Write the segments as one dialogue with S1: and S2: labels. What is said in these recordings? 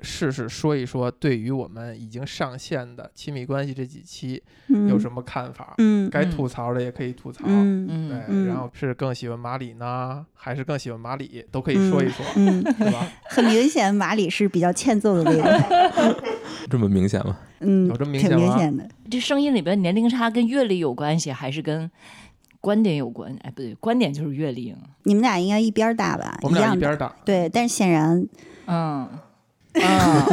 S1: 试试说一说，对于我们已经上线的亲密关系这几期
S2: 嗯，
S1: 有什么看法？
S2: 嗯？
S1: 该吐槽的也可以吐槽。
S2: 嗯嗯
S1: 对
S2: 嗯
S3: 嗯，，
S1: 然后是更喜欢马里呢，还是更喜欢马里，都可以说一说，
S2: 嗯，
S1: 对吧？
S2: 很明显，马里是比较欠揍的那个，
S4: 这么明显吗？
S2: 嗯，
S1: 有这么明
S2: 挺
S1: 显
S2: 明
S1: 吗
S2: 显的。
S3: 这声音里边年龄差跟阅历有关系，还是跟观点有关？哎，不对，观点就是阅历。啊
S2: 你们俩应该一边儿大吧？
S1: 我们俩
S2: 样
S1: 一边
S2: 的
S1: 儿打，
S2: 对，但是显然
S3: 嗯。 嗯，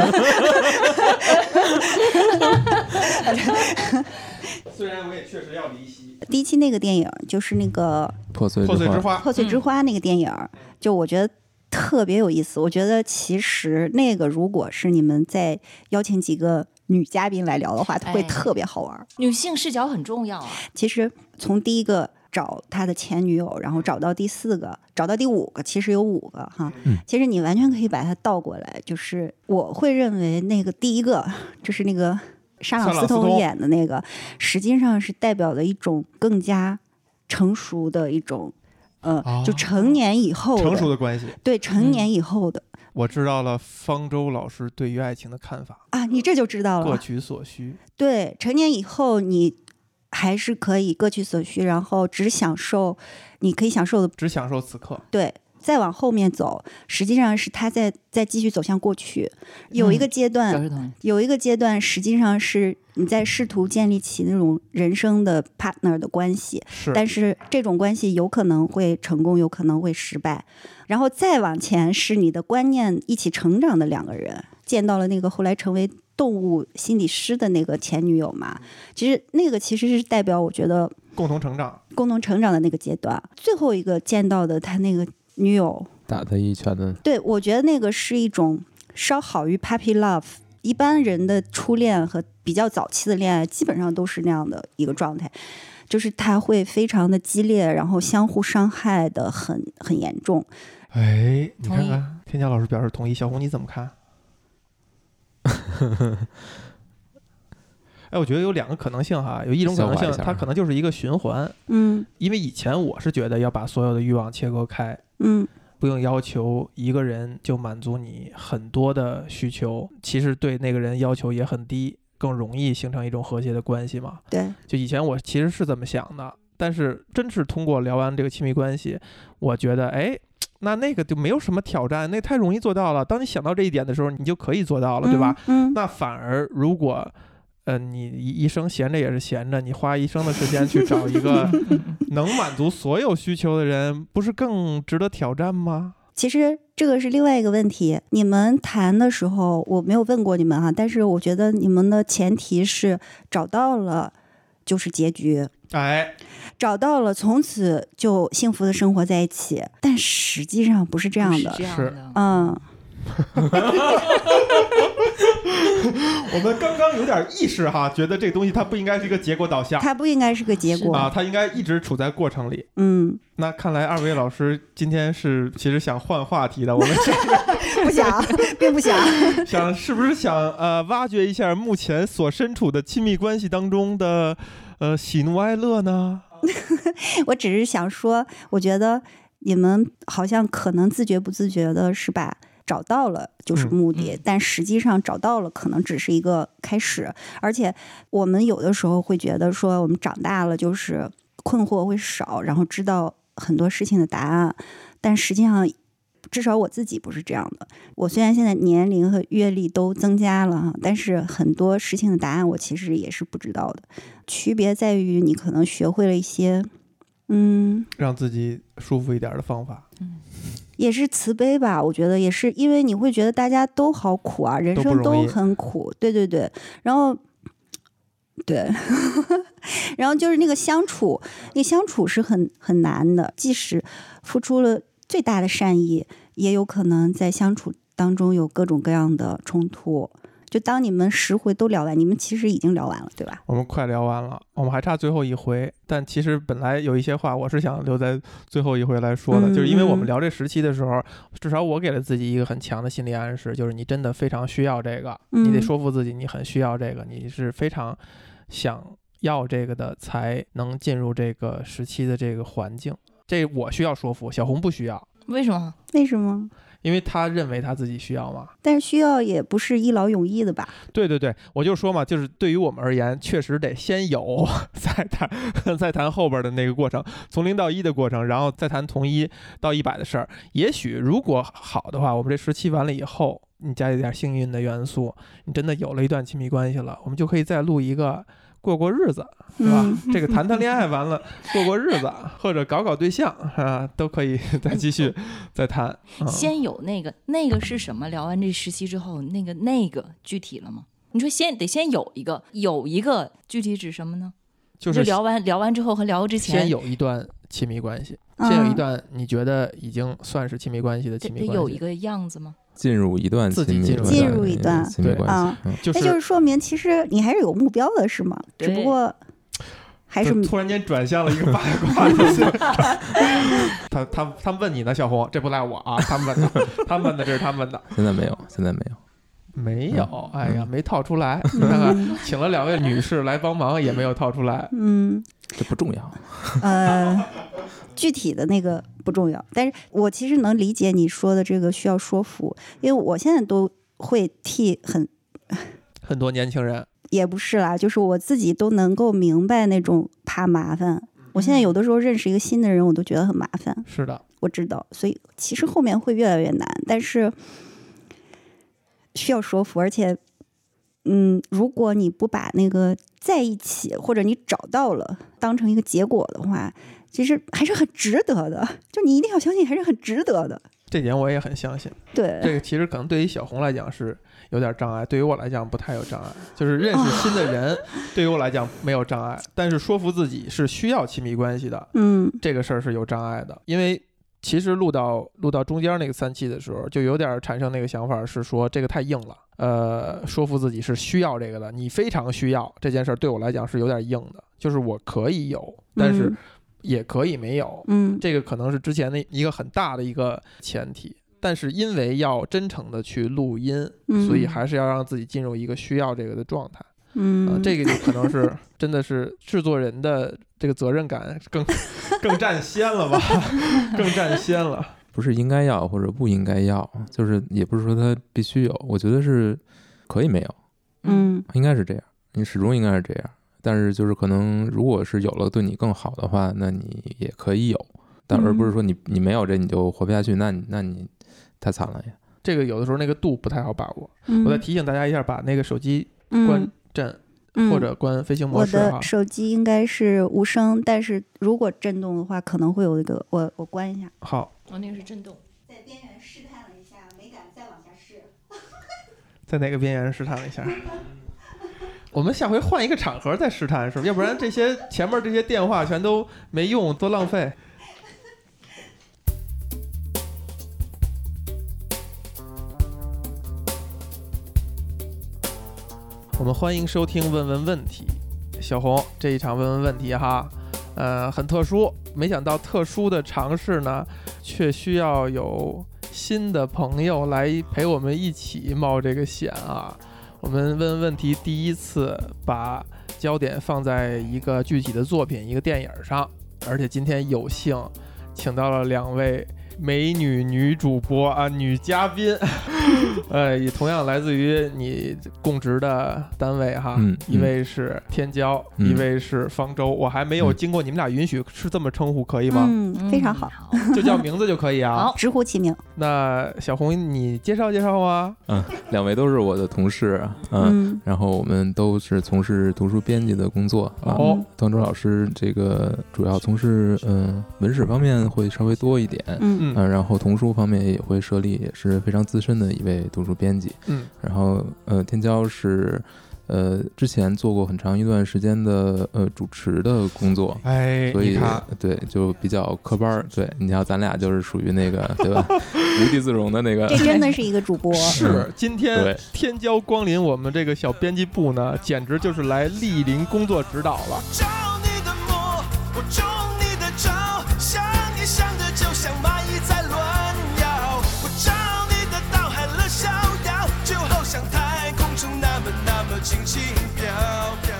S1: 虽然我也确实要离席。
S2: 第一期那个电影就是那个
S4: 破碎
S1: 破碎之
S4: 之
S2: 《
S4: 花，
S1: 花，嗯
S2: 破碎之花》那个电影，就我觉得特别有意思。我觉得其实那个如果是你们再邀请几个女嘉宾来聊的话，会
S3: 哎
S2: 特别好玩儿。
S3: 女性视角很重要啊。
S2: 其实从第一个找他的前女友，然后找到第四个，找到第五个，其实有五个哈。
S4: 嗯
S2: 其实你完全可以把它倒过来，就是我会认为那个第一个就是那个沙朗
S1: 沙朗
S2: 斯
S1: 斯通
S2: 通演的那个，实际上是代表了一种更加成熟的一种。呃，
S1: 哦
S2: 就成年以后的
S1: 成熟的关系。
S2: 对成
S3: 嗯
S2: 年以后的、
S1: 我知道了方舟老师对于爱情的看法，
S2: 啊，你这就知道了。
S1: 各取所需。
S2: 对，成年以后你还是可以各取所需，然后只享受你可以享受的。
S1: 只享受此刻。
S2: 对，再往后面走，实际上是他在在继续走向过去。有一个阶段，
S3: 小石同，
S2: 有一个阶段，实际上是你在试图建立起那种人生的 partner 的关系，
S1: 是，
S2: 但是这种关系有可能会成功，有可能会失败。然后再往前是你的观念一起成长的两个人，见到了那个后来成为动物心理师的那个前女友嘛，其实那个其实是代表我觉得
S1: 共同成长，
S2: 共同成长的那个阶段。最后一个见到的他那个女友，
S4: 打他一拳的，
S2: 对我觉得那个是一种稍好于 puppy love。一般人的初恋和比较早期的恋爱，基本上都是那样的一个状态，就是他会非常的激烈，然后相互伤害的很很严重。
S1: 哎，你
S3: 同
S1: 看
S3: 意
S1: 看，天骄老师表示同意。小红你怎么看？ 哎，我觉得有两个可能性哈，有一种可能
S4: 消
S1: 性
S4: 化一，下
S1: 它可能就是一个循环。
S2: 嗯
S1: 因为以前我是觉得要把所有的欲望切割开，
S2: 嗯
S1: 不用要求一个人就满足你很多的需求，其实对那个人要求也很低，更容易形成一种和谐的关系嘛。，
S2: 对，
S1: 就以前我其实是这么想的，但是真是通过聊完这个亲密关系，我觉得哎，那那个就没有什么挑战，那太容易做到了。当你想到这一点的时候，你就可以做到了，对吧？？
S2: 嗯，
S1: 那反而如果呃，你一一生闲着也是闲着，你花一生的时间去找一
S3: 嗯
S1: 个能满足所有需求的人，不是更值得挑战吗？
S2: 其实这个是另外一个问题。你们谈的时候，我没有问过你们哈、但是我觉得你们的前提是找到了就是结局，
S1: 哎，
S2: 找到了从此就幸福的生活在一起，但实际上不是这
S3: 这
S2: 样的
S3: 这。样
S1: 是
S3: 的，
S2: 嗯，
S1: 我们刚刚有点意识哈，觉得这东西它不应该是一个结果导向啊
S2: 它不应该是个结
S3: 是
S2: 果。
S1: 它应该一直处在过程里。
S2: 嗯，
S1: 那看来二位老师今天是其实想换话题的，我们是
S2: 不想， 并不想。
S1: 想是不是想呃挖掘一下目前所身处的亲密关系当中的呃喜怒哀乐呢？
S2: 我只是想说，我觉得你们好像可能自觉不自觉的是把找到了就是
S1: 嗯
S2: 目的，
S3: 嗯
S2: 但实际上找到了可能只是一个开始，而且我们有的时候会觉得说我们长大了就是困惑会少，然后知道很多事情的答案，但实际上。至少我自己不是这样的。我虽然现在年龄和阅历都增加了哈，但是很多事情的答案我其实也是不知道的。区别在于你可能学会了一些嗯，
S1: 让自己舒服一点的方法，
S2: 也是慈悲吧，我觉得也是，因为你会觉得大家都好苦啊，人生
S1: 都不容
S2: 都
S1: 易
S2: 很苦，对对对，然后对， 然后就是那个相处，那相处是很很难的，即使付出了最大的善意，也有可能在相处当中有各种各样的冲突。就当你们十回都聊完，你们其实已经聊完了，对吧？
S1: 我们快聊完了，我们还差最后一回。但其实本来有一些话我是想留在最后一回来说的，
S2: 嗯
S1: 就是因为我们聊这时期的时候，至少我给了自己一个很强的心理暗示，就是你真的非常需要这个，
S2: 嗯
S1: 你得说服自己你很需要这个，你是非常想要这个的，才能进入这个时期的这个环境。这我需要说服，小红不需要，
S3: 为什么？
S2: 为什么？
S1: 因为他认为他自己需要嘛。
S2: 但是需要也不是一劳永逸的吧？
S1: 对对对，我就说嘛，就是对于我们而言，确实得先有， 再谈，再谈后边的那个过程，从零到一的过程，然后再谈从一到一百的事儿。也许如果好的话，我们这十期完了以后，你加一点幸运的元素，你真的有了一段亲密关系了，我们就可以再录一个。过过日子是吧？
S2: 嗯
S1: 这个谈谈恋爱 完了，过过日子或者搞搞对象啊，都可以 再继续再谈。嗯、
S3: 先有那个那个是什么？聊完这十期之后，那个那个具体了吗？你说先得先有一个，有一个具体指什么呢？
S1: 就
S3: 就是聊完聊完之后和聊之前
S1: 先有一段亲密关系，
S2: 嗯
S1: 先有一段你觉得已经算是亲密关系的
S3: 得
S1: 亲
S3: 得
S1: 密关
S3: 有一
S1: 系，
S3: 个样子吗？
S4: 进入一段
S1: 自己
S4: 亲密
S1: 进入
S4: 关系
S2: 进入一段
S4: 亲密
S1: 对
S4: 关
S2: 啊
S4: 系，嗯，
S1: 就
S2: 那就是说明其实你还是有目标的，是吗？只不
S3: 对
S2: 过还是
S1: 就突然间转向了一个八卦路线。 他他他们问你呢，小红，这不赖我啊，他们问的， 他们问的，这是他们问的，
S4: 现在没有，现在没有，
S1: 没有，哎呀，
S4: 嗯
S1: 没套出来。 你看看，
S2: 嗯
S1: 请了两位女士来帮忙，也没有套出来。
S2: 嗯
S4: 这不重要。
S2: 呃，具体的那个不重要，但是我其实能理解你说的这个需要说服，因为我现在都会替很
S1: 很多年轻人，
S2: 也不是啦，就是我自己都能够明白那种怕麻烦。我现在有的时候认识一个新的人，我都觉得很麻烦。
S1: 是的，
S2: 我知道，所以其实后面会越来越难，但是需要说服，而且，嗯，如果你不把那个在一起或者你找到了当成一个结果的话，其实还是很值得的。就你一定要相信，还是很值得的。
S1: 这点我也很相信。
S2: 对，
S1: 这个其实可能对于小红来讲是有点障碍，对于我来讲不太有障碍。就是认识新的人，对于我来讲没有障碍，但是说服自己是需要亲密关系的，
S2: 嗯
S1: 这个事儿是有障碍的。因为其实录到录到中间那个三期的时候，就有点产生那个想法，是说这个太硬了。呃，说服自己是需要这个的，你非常需要这件事儿，对我来讲是有点硬的。就是我可以有，但是也可以没有。
S2: 嗯
S1: 这个可能是之前的一个很大的一个前提。但是因为要真诚的去录音，
S2: 嗯，
S1: 所以还是要让自己进入一个需要这个的状态啊、
S2: 嗯，
S1: 这个就可能是真的是制作人的这个责任感更更占先了吧，更占先了。
S4: 不是应该要或者不应该要，就是也不是说它必须有，我觉得是可以没有，
S2: 嗯
S4: 应该是这样，你始终应该是这样。但是就是可能如果是有了对你更好的话，那你也可以有，但
S2: 嗯
S4: 而不是说你你没有这你就活不下去，那你那你太惨了呀。
S1: 这个有的时候那个度不太好把握。
S2: 嗯，
S1: 我再提醒大家一下，把那个手机关
S2: 嗯
S1: 震、
S2: 嗯
S1: 或者关飞行模
S2: 我
S1: 式哈
S2: 的。手机应该是无声，但是如果震动的话，可能会有一个我我关一下。
S1: 好，
S3: 哦，那个是震动。
S2: 在边缘试探了一下，没敢再往下试。
S1: 在哪个边缘试探了一下。我们下回换一个场合再试探，是吧？要不然这些前面这些电话全都没用，多浪费。我们欢迎收听《问问问题》，小红这一场问问问题哈，呃，很特殊，没想到特殊的尝试呢，却需要有新的朋友来陪我们一起冒这个险啊！我们问问题第一次把焦点放在一个具体的作品、一个电影上，而且今天有幸请到了两位美女女主播啊，女嘉宾， 呃，也同样来自于你供职的单位哈，
S4: 嗯
S1: 一位是天骄，
S4: 嗯
S1: 一位是方舟，我还没有经过你们俩允许，是这么称呼可以吗？
S2: 嗯，非常好，
S3: 好，
S1: 就叫名字就可以啊。
S3: 好
S2: 直呼其名。
S1: 那小红，你介绍介绍啊？
S4: 嗯，两位都是我的同事啊，嗯，
S2: 嗯
S4: 然后我们都是从事读书编辑的工作
S2: 嗯
S4: 啊。
S1: 哦，
S4: 当周老师这个主要从事嗯、呃文史方面会稍微多一点，
S2: 嗯
S1: 嗯
S4: 嗯、然后童书方面也会设立，也是非常资深的一位读书编辑。
S1: 嗯
S4: 然后呃，天骄是呃之前做过很长一段时间的呃主持的工作。
S1: 哎，
S4: 所以嗯
S1: 你 看，
S4: 对，就比较科 班儿。对，你像咱俩就是属于那个，对吧？无地自容的那个
S2: 这。真的是一个主播。
S1: 嗯是今天
S4: 对
S1: 天骄光临我们这个小编辑部呢，简直就是来莅临工作指导了。
S5: 着你的魔，我中你的招，想你想的就像蚂蚁在乱摇。我着你的道，海了逍遥，就好像太空中那么那么轻轻飘飘。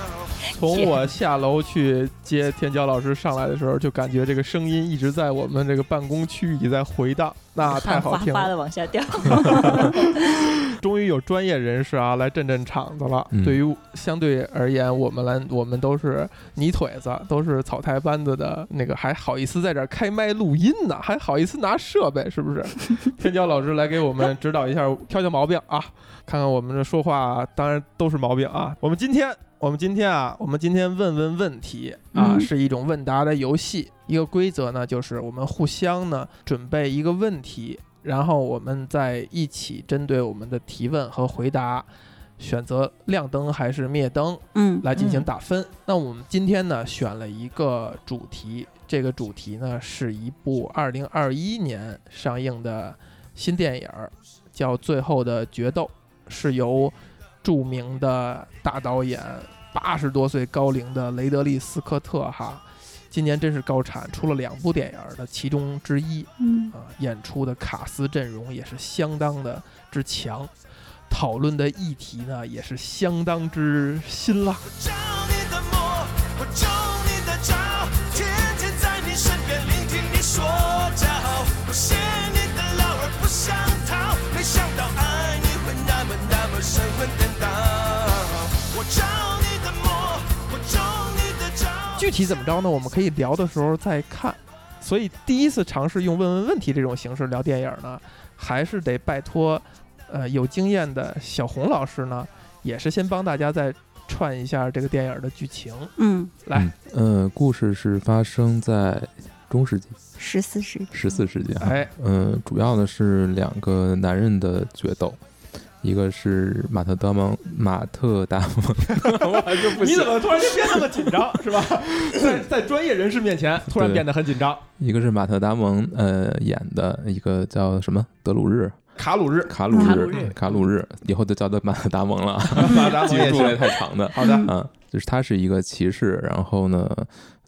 S1: 从我下楼去接天骄老师上来的时候，就感觉这个声音一直在我们这个办公区域在回荡，那啊太好
S3: 哗
S1: 听
S3: 哗
S1: 了。
S3: 的往下掉。
S1: 终于有专业人士啊来镇镇场子了。
S4: 嗯
S1: 对于相对而言，我们来我们都是泥腿子，都是草台班子的那个，还好意思在这儿开麦录音呢，还好意思拿设备，是不是？天骄老师来给我们指导一下，挑挑毛病啊，看看我们这说话，当然都是毛病啊。我们今天。我们今天啊，我们今天问问问题啊，
S2: 嗯
S1: 是一种问答的游戏。一个规则呢，就是我们互相呢准备一个问题，然后我们再一起针对我们的提问和回答，选择亮灯还是灭灯
S2: 嗯
S1: 来进行
S3: 嗯
S1: 打分。那我们今天呢选了一个主题，这个主题呢是一部2021年上映的新电影儿，叫《最后的决斗》，是由著名的大导演八十多岁高龄的雷德利·斯科特哈。今年真是高产，出了两部电影儿的其中之一，
S2: 嗯
S1: 啊，演出的卡斯阵容也是相当的之强，讨论的议题呢也是相当之辛辣。
S5: 我着你的魔，我中你的招，天天在你身边聆听你说教。我陷你的牢而不想逃，没想到爱你会那么那么神魂颠倒。我着你的魔，我中你的招。
S1: 具体怎么着呢？我们可以聊的时候再看。所以第一次尝试用问问问题这种形式聊电影呢，还是得拜托，呃，有经验的小红老师呢，也是先帮大家再串一下这个电影的剧情。
S2: 嗯，
S1: 来，
S4: 嗯，呃，故事是发生在中世纪
S2: 十四十
S4: 十四世纪 啊，
S1: 哎，
S4: 嗯，主要的是两个男人的决斗，一个是马特·达蒙，马特·达蒙，
S1: 你怎么突然间变那么紧张，是吧？在在专业人士面前，突然
S4: 对
S1: 变得很紧张。
S4: 一个是马特·达蒙，呃，演的一个叫什么德鲁日、
S1: 卡鲁日，
S4: 卡鲁
S2: 卡
S3: 鲁
S4: 日
S3: 日、
S4: 卡鲁日，以后就叫他马特·达蒙了啊，
S1: 马达
S4: 记
S1: 也
S4: 不住
S1: 行
S4: 这太长的。
S1: 好的，
S2: 嗯
S4: 啊，就是他是一个骑士，然后呢，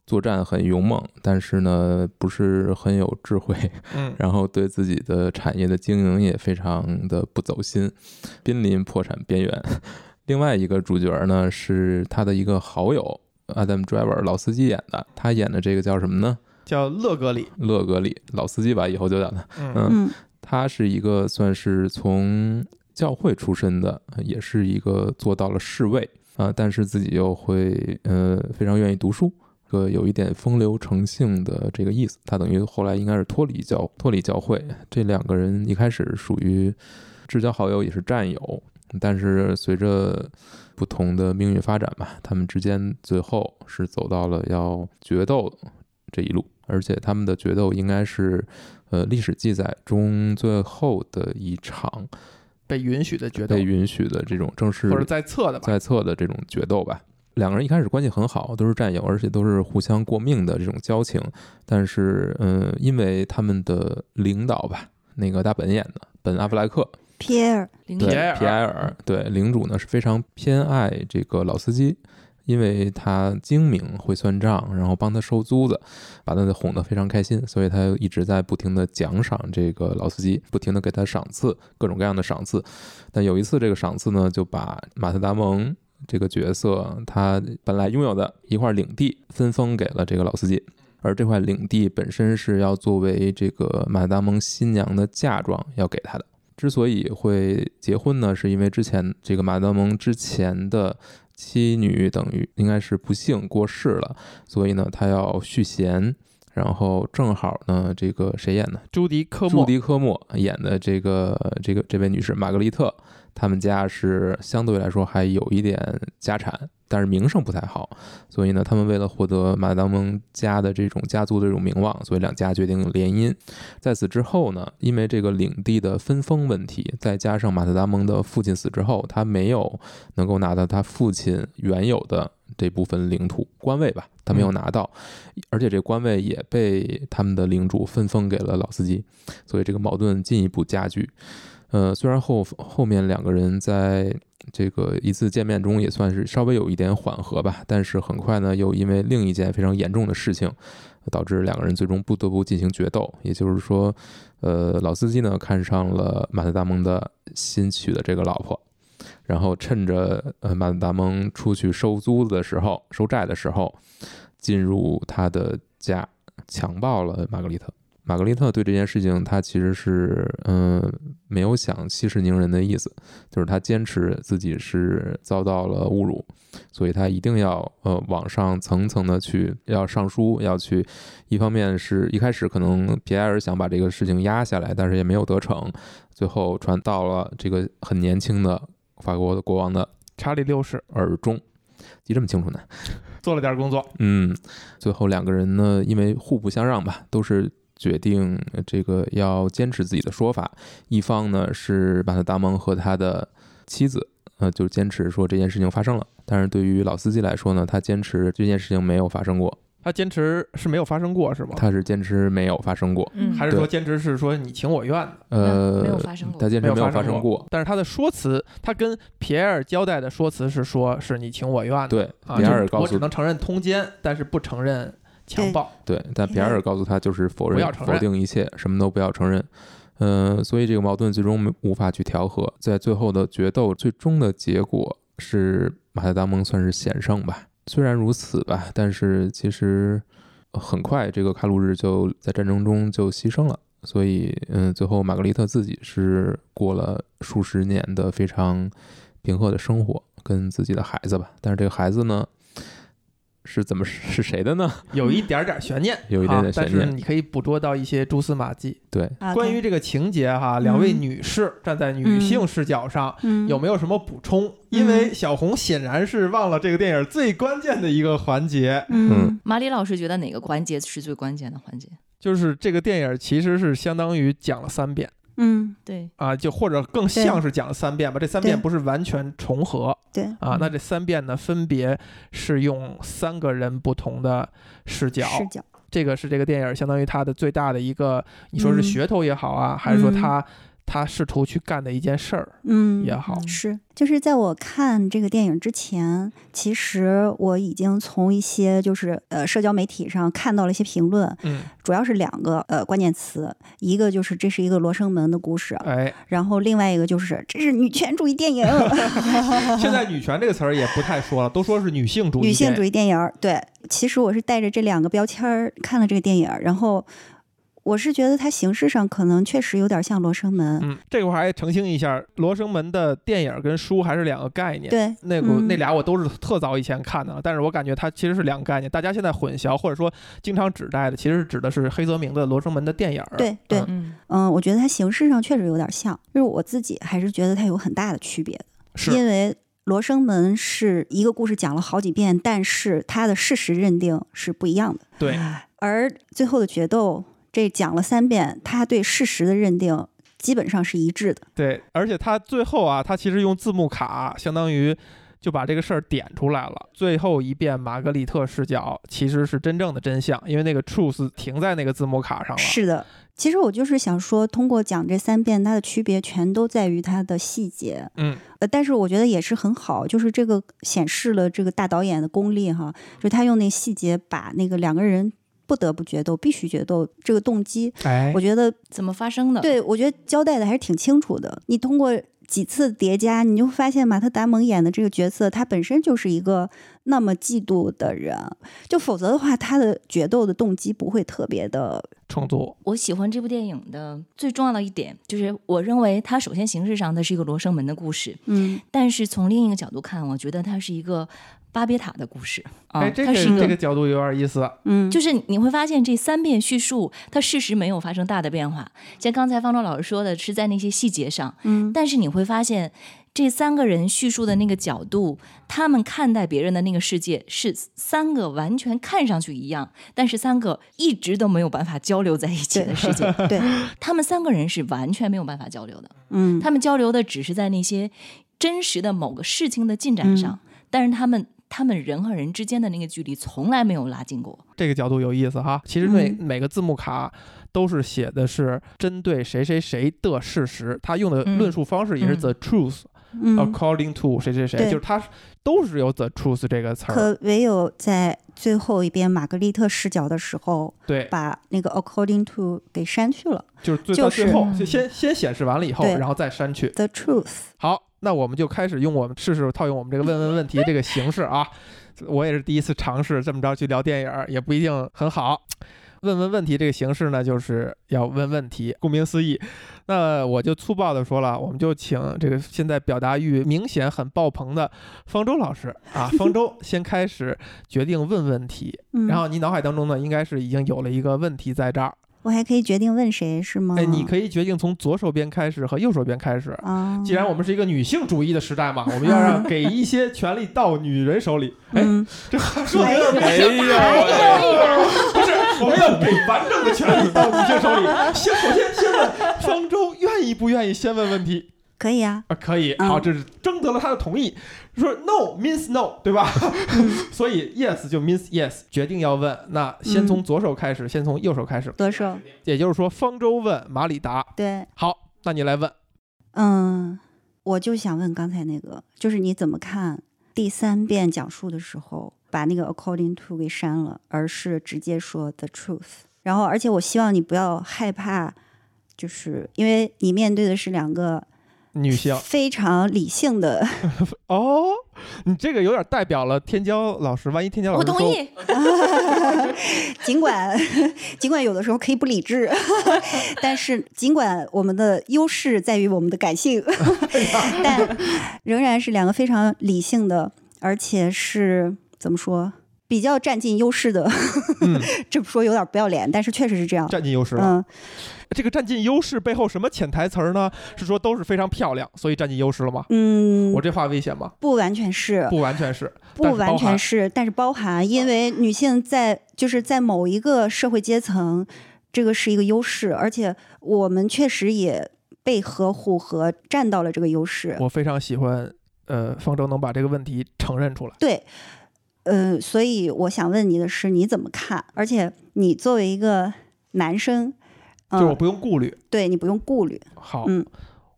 S4: 作战很勇猛，但是呢不是很有智慧，
S1: 嗯，
S4: 然后对自己的产业的经营也非常的不走心，濒临破产边缘。 另外一个主角呢是他的一个好友 Adam Driver 老司机演的，他演的这个叫什么呢？
S1: 叫勒格里，
S4: 勒格里老司机吧，以后就叫他。
S1: 嗯
S4: 嗯，
S2: 嗯
S4: 他是一个算是从教会出身的，呃也是一个做到了侍卫啊、但是自己又会呃非常愿意读书，呃有一点风流成性的这个意思。他等于后来应该是脱离教脱离教会，这两个人一开始属于至交好友，也是战友。但是随着不同的命运发展吧，他们之间最后是走到了要决斗这一路，而且他们的决斗应该是呃历史记载中最后的一场
S1: 被允许的决斗
S4: 被，允许的这种正式
S1: 或者在册的吧，
S4: 在册的这种决斗吧。两个人一开始关系很好，都是战友，而且都是互相过命的这种交情。但是，嗯，因为他们的领导吧，那个大本演的本阿弗莱克，
S2: 皮埃尔，
S3: 零
S4: 对
S1: 皮埃尔
S4: 皮埃尔，对领主呢是非常偏爱这个老司机，因为他精明会算账，然后帮他收租子，把他哄得非常开心，所以他一直在不停的奖赏这个老司机，不停的给他赏赐，各种各样的赏赐。但有一次这个赏赐呢，就把马特达蒙。这个角色，他本来拥有的一块领地分封给了这个老司机，而这块领地本身是要作为这个马特达蒙新娘的嫁妆要给他的。之所以会结婚呢，是因为之前这个马德蒙之前的妻女等于应该是不幸过世了，所以呢，他要续弦。然后正好呢，这个谁演的？
S1: 朱迪科
S4: 朱
S1: 莫，
S4: 迪科莫演的这个这个这位女士玛格丽特，他们家是相对来说还有一点家产，但是名声不太好，所以呢，他们为了获得马德蒙家的这种家族的这种名望，所以两家决定联姻。在此之后呢，因为这个领地的分封问题，再加上马特达蒙的父亲死之后，他没有能够拿到他父亲原有的这部分领土官位吧，他
S1: 嗯
S4: 没有拿到，而且这官位也被他们的领主分封给了老司机，所以这个矛盾进一步加剧。呃，虽然后后面两个人在这个一次见面中也算是稍微有一点缓和吧，但是很快呢，又因为另一件非常严重的事情，导致两个人最终不得不进行决斗。也就是说，呃，老司机呢看上了马特达蒙的新娶的这个老婆，然后趁着呃马达蒙出去收租子的时候、收债的时候，进入他的家，强暴了玛格丽特。玛格丽特对这件事情，她其实是嗯、呃没有想息事宁人的意思，就是她坚持自己是遭到了侮辱，所以她一定要呃往上层层的去要上书，要去一方面是一开始可能皮埃尔想把这个事情压下来，但是也没有得逞，最后传到了这个很年轻的法国的国王的
S1: 查理六世
S4: 耳中，记这么清楚呢？
S1: 做了点工作，
S4: 嗯，最后两个人呢，因为互不相让吧，都是决定呃这个要坚持自己的说法。一方呢是马特达蒙和他的妻子，呃，就坚持说这件事情发生了。但是对于老司机来说呢，他坚持这件事情没有发生过，
S1: 他坚持是没有发生过是吗？
S4: 他是坚持没有发生过。
S3: 嗯
S1: 还是说坚持是说你情我愿的？
S4: 呃，
S3: 没有发生过
S4: 他坚持没有
S1: 没有发
S4: 发
S1: 生
S4: 生过。
S1: 但是他的说辞，他跟皮埃尔交代的说辞是说是你情我愿的。
S4: 对，
S1: 啊，
S4: 比埃尔
S1: 就是
S4: 告
S1: 我只
S4: 诉
S1: 能承认通奸，但是不承认强暴。
S4: 对，但皮埃尔告诉他就是否
S1: 不
S4: 认
S1: 要、承认
S4: 否定一切，什么都不要承认。嗯，所以这个矛盾最终没无法去调和，在最后的决斗，最终的结果是马特达蒙算是险胜吧。虽然如此吧，但是其实呃很快这个开鲁日就在战争中就牺牲了。所以，嗯，最后玛格丽特自己是过了数十年的非常平和的生活，跟自己的孩子吧。但是这个孩子呢，是怎么是谁的呢？
S1: 有一点点悬念，
S4: 有一点点
S1: 啊
S4: 悬念
S1: 但是你可以捕捉到一些蛛丝马迹。
S4: 对，
S2: 啊
S1: 关于
S2: 对
S1: 这个情节哈，两位
S2: 嗯
S1: 女士站在女性
S2: 嗯
S1: 视角上，
S2: 嗯
S1: 有没有什么补充？因为小红显然是忘了这个电影最关键的一个环节，
S2: 嗯
S3: 马里老师觉得哪个环节是最关键的环节？
S1: 就是这个电影其实是相当于讲了三遍
S2: 嗯
S3: 对，
S1: 啊，就或者更像是讲了三遍吧。这三遍
S2: 对
S1: 不是完全重合
S2: 对
S1: 啊
S3: 嗯，
S1: 那这三遍呢，分别是用三个人不同的视角，
S2: 视角
S1: 这个是这个电影相当于它的最大的一个，你说是
S2: 嗯
S1: 噱头也好啊，还是说
S2: 嗯
S1: 他他试图去干的一件事儿
S2: 嗯
S1: 也好，
S2: 是，就是在我看这个电影之前，其实我已经从一些就是呃社交媒体上看到了一些评论，
S1: 嗯，
S2: 主要是两个呃关键词，一个就是这是一个罗生门的故事，啊
S1: 哎，
S2: 然后另外一个就是这是女权主义电影，
S1: 现在女权这个词儿也不太说了，都说是女性 主义，
S2: 女性主
S1: 义，
S2: 义电影儿。对，其实我是带着这两个标签儿看了这个电影儿，然后我是觉得它形式上可能确实有点像罗生门，
S1: 嗯，这块儿还澄清一下，《罗生门》的电影跟书还是两个概念。
S2: 对，
S1: 那股
S2: 嗯
S1: 那俩我都是特早以前看的，但是我感觉它其实是两个概念，大家现在混淆或者说经常指代的，其实指的是黑泽明的《罗生门》的电影儿。
S2: 对对，
S1: 嗯
S3: 嗯，
S2: 嗯，我觉得它形式上确实有点像，就是我自己还是觉得它有很大的区别的，
S1: 是
S2: 因为。罗生门是一个故事讲了好几遍，但是它的事实认定是不一样的。
S3: 哎
S1: 对，
S2: 而最后的决斗，这讲了三遍，他对事实的认定基本上是一致的。
S1: 对，而且他最后啊，他其实用字幕卡，相当于就把这个事儿点出来了。最后一遍玛格丽特视角其实是真正的真相，因为那个 truth 停在那个字幕卡上了。
S2: 是的，其实我就是想说，通过讲这三遍，它的区别全都在于它的细节。
S1: 嗯，
S2: 呃，但是我觉得也是很好，就是这个显示了这个大导演的功力哈，就他用那细节把那个两个人。不得不决斗，必须决斗，这个动机，
S1: 哎
S2: 我觉得
S3: 怎么发生的？，
S2: 对，我觉得交代的还是挺清楚的。你通过几次叠加，你就会发现马特·达蒙演的这个角色，他本身就是一个那么嫉妒的人，就否则的话，他的决斗的动机不会特别的。
S1: 充足，
S3: 我喜欢这部电影的最重要的一点就是，我认为它首先形式上它是一个罗生门的故事，
S2: 嗯，
S3: 但是从另一个角度看，我觉得它是一个巴别塔的故事啊，
S1: 哎，这
S3: 它
S1: 个
S3: 是一
S1: 这
S3: 个。
S1: 个角度有点意思。
S2: 嗯，
S3: 就是你会发现这三遍叙述，它事实没有发生大的变化。像刚才方舟老师说的，是在那些细节上，
S2: 嗯
S3: 但是你会发现，这三个人叙述的那个角度，他们看待别人的那个世界是三个完全看上去一样，但是三个一直都没有办法交流在一起的世界。
S2: 对，
S3: 他们三个人是完全没有办法交流的，
S2: 嗯，
S3: 他们交流的只是在那些真实的某个事情的进展上，
S1: 嗯
S3: 但是他们他们人和人之间的那个距离从来没有拉近过。
S1: 这个角度有意思哈。其实每、
S2: 嗯
S1: 每个字幕卡都是写的是针对谁谁谁的事实，他用的
S3: 嗯
S1: 论述方式也是
S3: 嗯
S1: the truth、哦
S2: 嗯，
S1: according to 谁谁谁，
S2: 对
S1: 就是他都是有 the truth 这个词儿。
S2: 可唯有在最后一遍玛格丽特视角的时候，
S1: 对，
S2: 把那个 according to 给删去了
S1: 就是最
S2: 就
S1: 到最
S2: 是
S1: 后，
S3: 嗯
S1: 先先显示完了以后，
S2: 对
S1: 然后再删去。
S2: the truth。
S1: 好，那我们就开始用我们试试套用我们这个问问问题这个形式啊。我也是第一次尝试这么着去聊电影儿，也不一定很好。问问问题这个形式呢，就是要问问题，顾名思义。那我就粗暴的说了，我们就请这个现在表达欲明显很爆棚的方舟老师啊，方舟先开始决定问问题，
S2: 嗯，
S1: 然后你脑海当中呢，应该是已经有了一个问题在这儿。
S2: 我还可以决定问谁是吗？
S1: 哎，
S4: 嗯
S1: 你可以决定从左手边开始和右手边开始。
S2: 啊，
S1: 既然我们是一个女性主义的时代嘛，我们要
S4: 嗯
S1: 让给一些权利到女人手里。哎，
S2: 嗯，
S1: 这话说的
S2: 没
S4: 哎呦哎喂，
S1: 不是，我们要给完整的权利到女性手里。先首先先问方舟愿意不愿意先问问题
S2: 可以啊，
S1: 啊？可以，
S2: 嗯
S1: 好，这是征得了他的同意。说 no means no，对吧？
S4: 嗯
S1: 所以 yes 就 means yes，决定要问。那先
S4: 嗯
S1: 从左手开始，先从右手开始。
S2: 多少？
S1: 也就是说，方舟问，马里答。
S2: 对，
S1: 好，那你来问。
S2: 嗯，我就想问刚才那个，就是你怎么看第三遍讲述的时候，把那个 according to 给删了，而是直接说 the truth。然后，而且我希望你不要害怕，就是因为你面对的是两个
S1: 女 性
S2: 非常理性的，
S1: 哦，你这个有点代表了天骄老师。万一天骄老
S3: 我
S1: 师说
S3: 同意，
S2: 尽管 尽管有的时候可以不理智， 但是尽管我们的优势在于我们的感性，
S1: 哎
S2: 但仍然是两个非常理性的，而且是怎么说比较占尽优势的。
S1: 嗯
S2: 这么说有点不要脸，但是确实是这样。
S1: 占尽优势了。
S2: 嗯，
S1: 这个占尽优势背后什么潜台词儿呢？是说都是非常漂亮，所以占尽优势了吗？
S2: 嗯呃
S1: 我，这话危险吗？
S2: 不完全是，
S1: 不完全是，
S2: 不
S1: 但是包
S2: 完全
S1: 含
S2: 是，但是包含，因为女性在就是在某一个社会阶层，这个是一个优势，而且我们确实也被呵护和占到了这个优势。
S1: 我非常喜欢，呃，方舟能把这个问题承认出来。
S2: 对，呃，所以我想问你的是，你怎么看？而且你作为一个男生，
S1: 就
S2: 嗯、
S1: 是我不用顾虑。
S2: 对你不用顾虑，
S1: 好，
S2: 嗯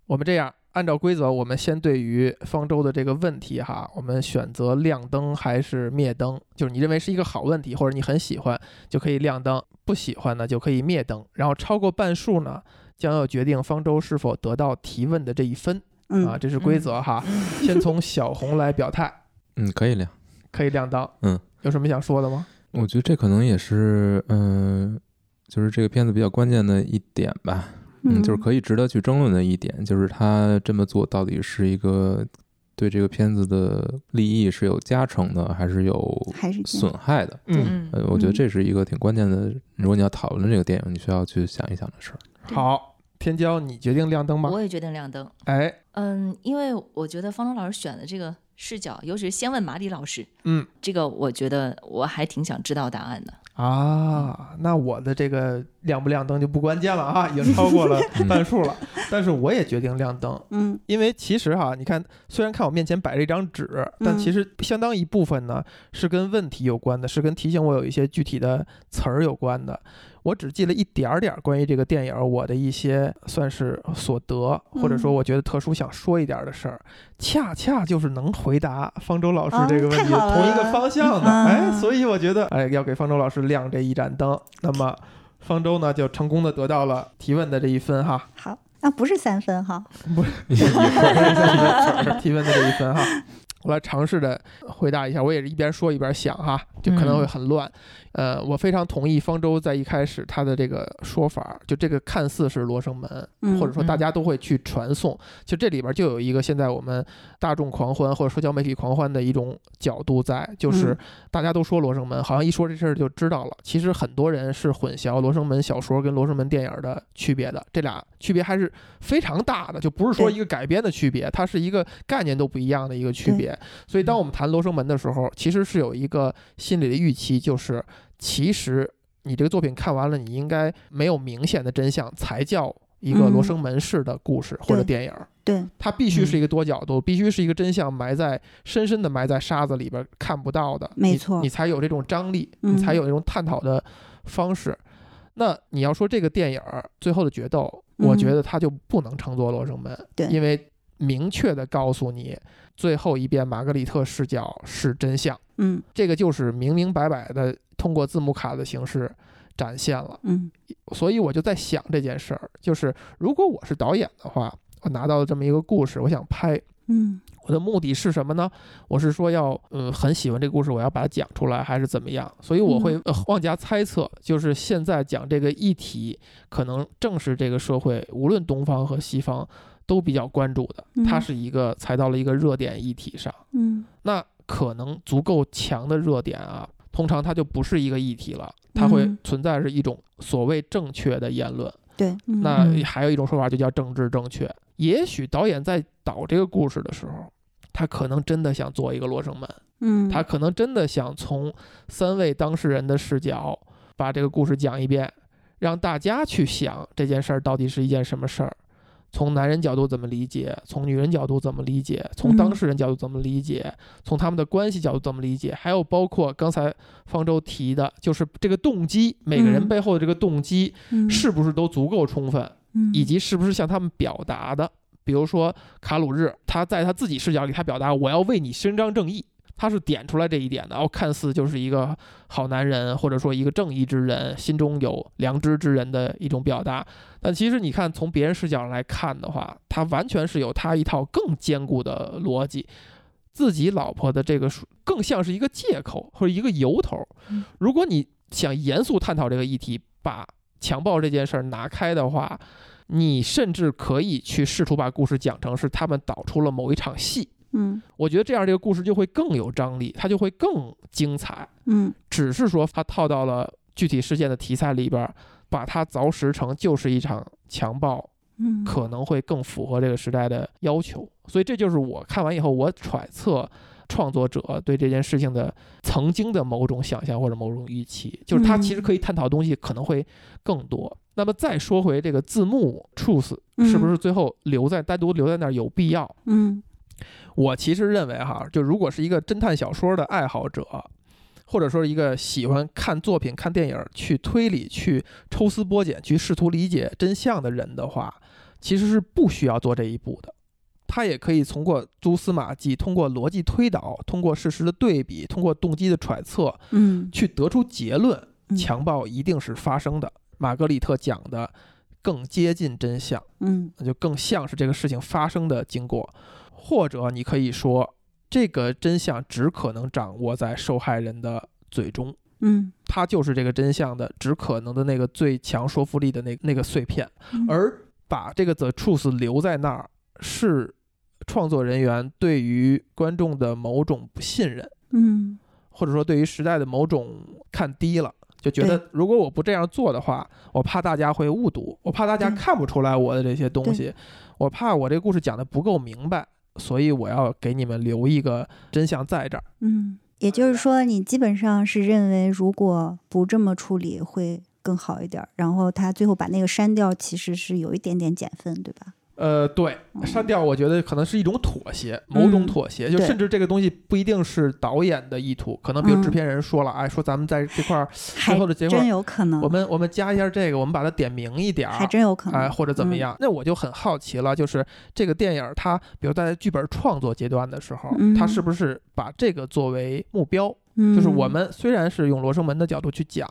S1: 我们这样，按照规则，我们先对于方舟的这个问题哈，我们选择亮灯还是灭灯，就是你认为是一个好问题，或者你很喜欢，就可以亮灯；不喜欢呢，就可以灭灯。然后超过半数呢，将要决定方舟是否得到提问的这一分
S2: 嗯，
S1: 啊，这是规则哈。先从小红来表态，
S4: 嗯，可以了。
S1: 可以亮灯。
S4: 嗯，
S1: 有什么想说的吗？
S4: 我觉得这可能也是，嗯、就是这个片子比较关键的一点吧。嗯，就是可以值得去争论的一点，就是他这么做到底是一个对这个片子的利益是有加成的，还是有
S2: 还是这样
S4: 损害的？
S1: 嗯，
S3: 嗯，
S4: 呃，我觉
S2: 嗯
S4: 得这是一个挺关键的。如果你要讨论这个电影，你需要去想一想的事儿。
S1: 好，天骄，你决定亮灯吗？
S3: 我也决定亮灯。
S1: 哎，
S3: 嗯，因为我觉得方舟老师选的这个视角，尤其是先问马里老师，
S1: 嗯
S3: 这个我觉得我还挺想知道答案的。
S1: 啊，那我的这个亮不亮灯就不关键了啊，已经超过了半数了。但是我也决定亮灯，
S2: 嗯
S1: 因为其实哈，你看，虽然看我面前摆着一张纸，但
S2: 嗯
S1: 其实相当一部分呢是跟问题有关的，是跟提醒我有一些具体的词儿有关的。我只记了一点儿点儿关于这个电影儿我的一些算是所得，或者说
S2: 嗯
S1: 我觉得特殊想说一点儿的事儿，恰恰就是能回答方舟老师
S2: 啊
S1: 这个问
S2: 太
S1: 题、
S2: 好了
S1: 同一个方向的。
S2: 啊
S1: 哎，所以我觉得哎要给方舟老师亮这一盏灯。那么方舟呢就成功的得到了提问的这一分哈。
S2: 好啊，不是三分哈，
S1: 提问的这一分哈。我来尝试着回答一下，我也是一边说一边想哈，就可能会很乱。呃，我非常同意方舟在一开始他的这个说法，就这个看似是罗生门，
S2: 嗯
S1: 或者说大家都会去传颂，就这里边就有一个现在我们大众狂欢或者社交媒体狂欢的一种角度在，就是
S2: 嗯
S1: 大家都说罗生门，好像一说这事儿就知道了。其实很多人是混淆罗生门小说跟罗生门电影的区别的，这俩区别还是非常大的，就不是说
S2: 对
S1: 一个改编的区别，它是一个概念都不一样的一个区
S2: 对嗯
S1: 别。所以当我们谈罗生门的时候，其实是有一个心理的预期，就是其实你这个作品看完了，你应该没有明显的真相，才叫一个
S2: 嗯
S1: 罗生门式的故事或者
S2: 对嗯
S1: 电影儿。
S2: 对，
S1: 它必须是一个多角度，必须是一个真相埋在深深的埋在沙子里边看不到的，
S2: 没
S1: 你
S2: 错
S1: 你才有这种张力，
S2: 嗯
S1: 你才有那种探讨的方式。那你要说这个电影儿最后的决斗，
S2: 嗯
S1: 我觉得它就不能称作《罗生门》
S2: 对
S1: 因为明确的告诉你，最后一遍玛格丽特视角是真相，
S2: 嗯
S1: 这个就是明明白白的通过字幕卡的形式展现了。
S2: 嗯
S1: 所以我就在想这件事儿，就是如果我是导演的话，我拿到了这么一个故事，我想拍，
S2: 嗯
S1: 我的目的是什么呢？我是说要，嗯，很喜欢这个故事，我要把它讲出来，还是怎么样？所以我会、呃妄加猜测，就是现在讲这个议题，可能正是这个社会，无论东方和西方都比较关注的，它
S2: 嗯
S1: 是一个踩到了一个热点议题上。
S2: 嗯
S1: 那可能足够强的热点啊，通常它就不是一个议题了，它会
S2: 嗯
S1: 存在是一种所谓正确的言论。
S2: 对，嗯
S1: 那还有一种说法就叫政治正确。也许导演在导这个故事的时候，他可能真的想做一个罗生门，
S2: 嗯
S1: 他可能真的想从三位当事人的视角把这个故事讲一遍，让大家去想这件事儿到底是一件什么事儿。从男人角度怎么理解？从女人角度怎么理解？从当
S2: 嗯
S1: 事人角度怎么理解？从他们的关系角度怎么理解？还有包括刚才方舟提的，就是这个动机，每个人
S2: 嗯
S1: 背后的这个动机
S2: 嗯
S1: 是不是都足够充分？
S2: 嗯
S1: 以及是不是向他们表达的。比如说卡鲁日，他在他自己视角里，他表达我要为你伸张正义，他是点出来这一点的。哦，看似就是一个好男人，或者说一个正义之人，心中有良知之人的一种表达。但其实你看，从别人视角来看的话，他完全是有他一套更坚固的逻辑。自己老婆的这个说更像是一个借口或者一个由头
S3: 嗯。
S1: 如果你想严肃探讨这个议题，把强暴这件事儿拿开的话，你甚至可以去试图把故事讲成是他们导出了某一场戏。
S2: 嗯
S1: 我觉得这样这个故事就会更有张力，它就会更精彩。
S2: 嗯
S1: 只是说它套到了具体事件的题材里边儿，把它凿实成就是一场强暴，
S2: 嗯
S1: 可能会更符合这个时代的要求。所以这就是我看完以后我揣测。创作者对这件事情的曾经的某种想象或者某种预期，就是他其实
S2: 嗯
S1: 可以探讨的东西可能会更多。那么再说回这个字幕 truth
S2: 嗯
S1: 是不是最后留在单独留在那儿有必要？
S2: 嗯
S1: 我其实认为哈，就如果是一个侦探小说的爱好者，或者说一个喜欢看作品、看电影去推理、去抽丝剥茧、去试图理解真相的人的话，其实是不需要做这一步的。他也可以通过蛛丝马迹、通过逻辑推导、通过事实的对比、通过动机的揣测，
S2: 嗯
S1: 去得出结论：
S2: 嗯
S1: 强暴一定是发生的。玛格丽特讲的更接近真相。
S2: 嗯
S1: 那就更像是这个事情发生的经过，或者你可以说，这个真相只可能掌握在受害人的嘴中，
S2: 嗯，
S1: 它就是这个真相的只可能的那个最强说服力的那那个碎片，
S2: 嗯
S1: 而把这个 the truth 留在那儿是创作人员对于观众的某种不信任，
S2: 嗯
S1: 或者说对于时代的某种看低了。就觉得
S2: 对
S1: 如果我不这样做的话，我怕大家会误读，我怕大家
S2: 对
S1: 看不出来我的这些东西，我怕我这故事讲的不够明白，所以我要给你们留一个真相在这儿。
S2: 嗯，也就是说，你基本上是认为，如果不这么处理会更好一点儿，然后他最后把那个删掉，其实是有一点点减分，对吧？
S1: 呃，对，
S2: 嗯
S1: 删掉我觉得可能是一种妥协，某种
S2: 嗯
S1: 妥协，就
S2: 对
S1: 甚至这个东西不一定是导演的意图，可能比如
S2: 嗯
S1: 制片人说了，哎，说咱们在这块儿最
S2: 还
S1: 后的结果，
S2: 真有可能
S1: 我，们我们加一下这个，我们把它点明一点儿，
S2: 还真有可
S1: 哎，
S2: 能，嗯
S1: 或者怎么样？那我就很好奇了，就是这个电影儿它，比如在剧本创作阶段的时候，
S2: 嗯
S1: 它是不是把这个作为目标？
S2: 嗯，
S1: 就是我们虽然是用罗生门的角度去讲，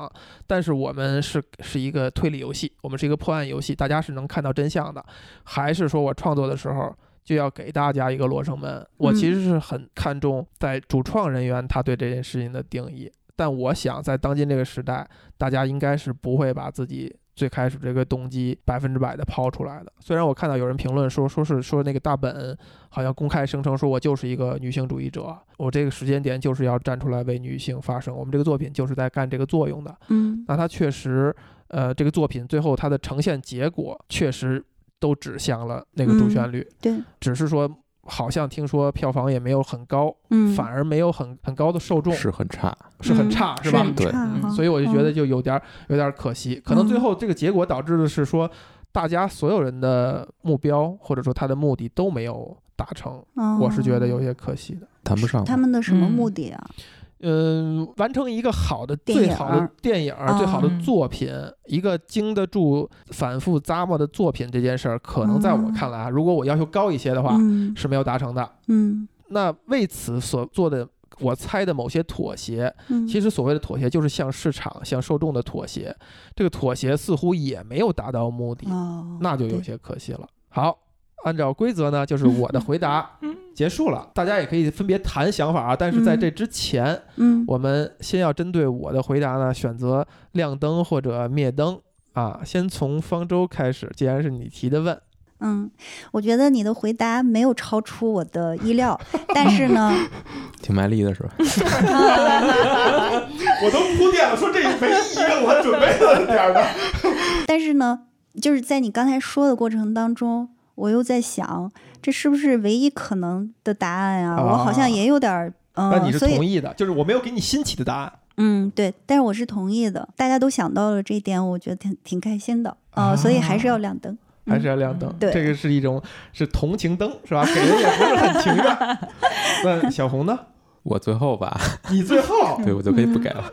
S1: 但是我们是是一个推理游戏，我们是一个破案游戏，大家是能看到真相的，还是说我创作的时候？就要给大家一个罗生门。我其实是很看重在主创人员他对这件事情的定义，但我想在当今这个时代，大家应该是不会把自己最开始这个动机百分之百的抛出来的。虽然我看到有人评论说，说是说那个大本好像公开声称说我就是一个女性主义者，我这个时间点就是要站出来为女性发声，我们这个作品就是在干这个作用的。
S2: 嗯
S1: 那它确实，呃，这个作品最后它的呈现结果确实都指向了那个主旋律，
S2: 嗯对，
S1: 只是说好像听说票房也没有很高，
S2: 嗯，
S1: 反而没有很很高的受众，
S4: 是很差。
S1: 是很
S2: 嗯
S1: 差，
S2: 是
S1: 吧？
S2: 很
S4: 对
S2: 差
S1: 嗯
S2: 哈
S1: 所以我就觉得
S2: 嗯
S1: 就有点儿有点儿可惜，可能最
S2: 嗯
S1: 后这个结果导致的是说，大家所有人的目标或者说他的目的都没有达成，我是觉得有
S2: 哦
S1: 些可惜的。
S4: 谈不上吧。
S2: 他们的什么
S3: 嗯
S2: 目的啊？
S1: 嗯，完成一个好的、
S2: 电
S1: 最
S2: 影
S1: 好的
S2: 儿啊
S1: 电影儿、最好的
S3: 嗯
S1: 作品，一个经得住反复咂摸的作品，这件事儿可能在我看来，啊，如果我要求高一些的话，
S2: 嗯
S1: 是没有达成的。
S2: 嗯
S1: 那为此所做的，我猜的某些妥协，
S2: 嗯，
S1: 其实所谓的妥协就是向市场、向受众的妥协，这个妥协似乎也没有达到目的，
S2: 哦，
S1: 那就有
S2: 对
S1: 些可惜了。好，按照规则呢，就是我的回答，结束了，大家也可以分别谈想法啊。但是在这之前，
S2: 嗯
S1: 我们先要针对我的回答呢，选择亮灯或者灭灯啊。先从方舟开始，既然是你提的问，
S2: 嗯，我觉得你的回答没有超出我的意料，但是 呢，
S4: 挺卖力的是吧？
S1: 我都铺垫了，说这唯一一个我准备了点儿 的。
S2: 但是呢，就是在你刚才说的过程当中，我又在想，这是不是唯一可能的答案呀、我好像也有点儿，嗯、
S1: 哦那你是
S2: 所以
S1: 同意的，就是我没有给你新奇的答案。
S2: 嗯，对，但是我是同意的，大家都想到了这一点，我觉得挺挺开心的，呃，所以还
S1: 啊
S2: 是要亮 灯。
S1: 还是要亮灯，
S2: 嗯对
S1: 这个是一种是同情灯，是吧？给人也不是很 情愿。那小红呢？
S4: 我最后吧，
S1: 你最后，
S4: 对我就可以不给了。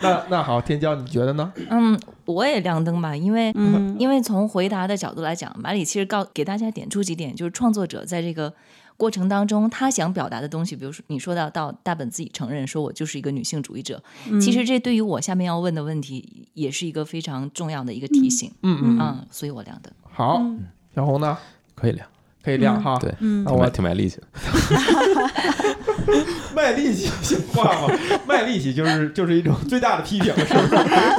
S1: 那那好，天骄，你觉得呢？
S3: 嗯，我也亮灯吧，因为
S2: 嗯
S3: 因为从回答的角度来讲，马里其实告给大家点出几点，就是创作者在这个过程当中，他想表达的东西，比如说你说到到大本自己承认说我就是一个女性主义者，
S1: 嗯
S2: 嗯
S3: 其实这对于我下面要问的问题也是一个非常重要的一个提醒，
S1: 嗯嗯，
S3: 嗯，所以我亮灯。
S1: 好，
S2: 嗯
S1: 小红呢？
S4: 可以聊，
S1: 可以亮哈，
S4: 对
S2: 嗯
S1: 那
S4: 挺卖
S1: 我
S4: 挺卖力气的。
S1: 卖力气像话 吗？卖力气就是就是一种最大的批评，是不是？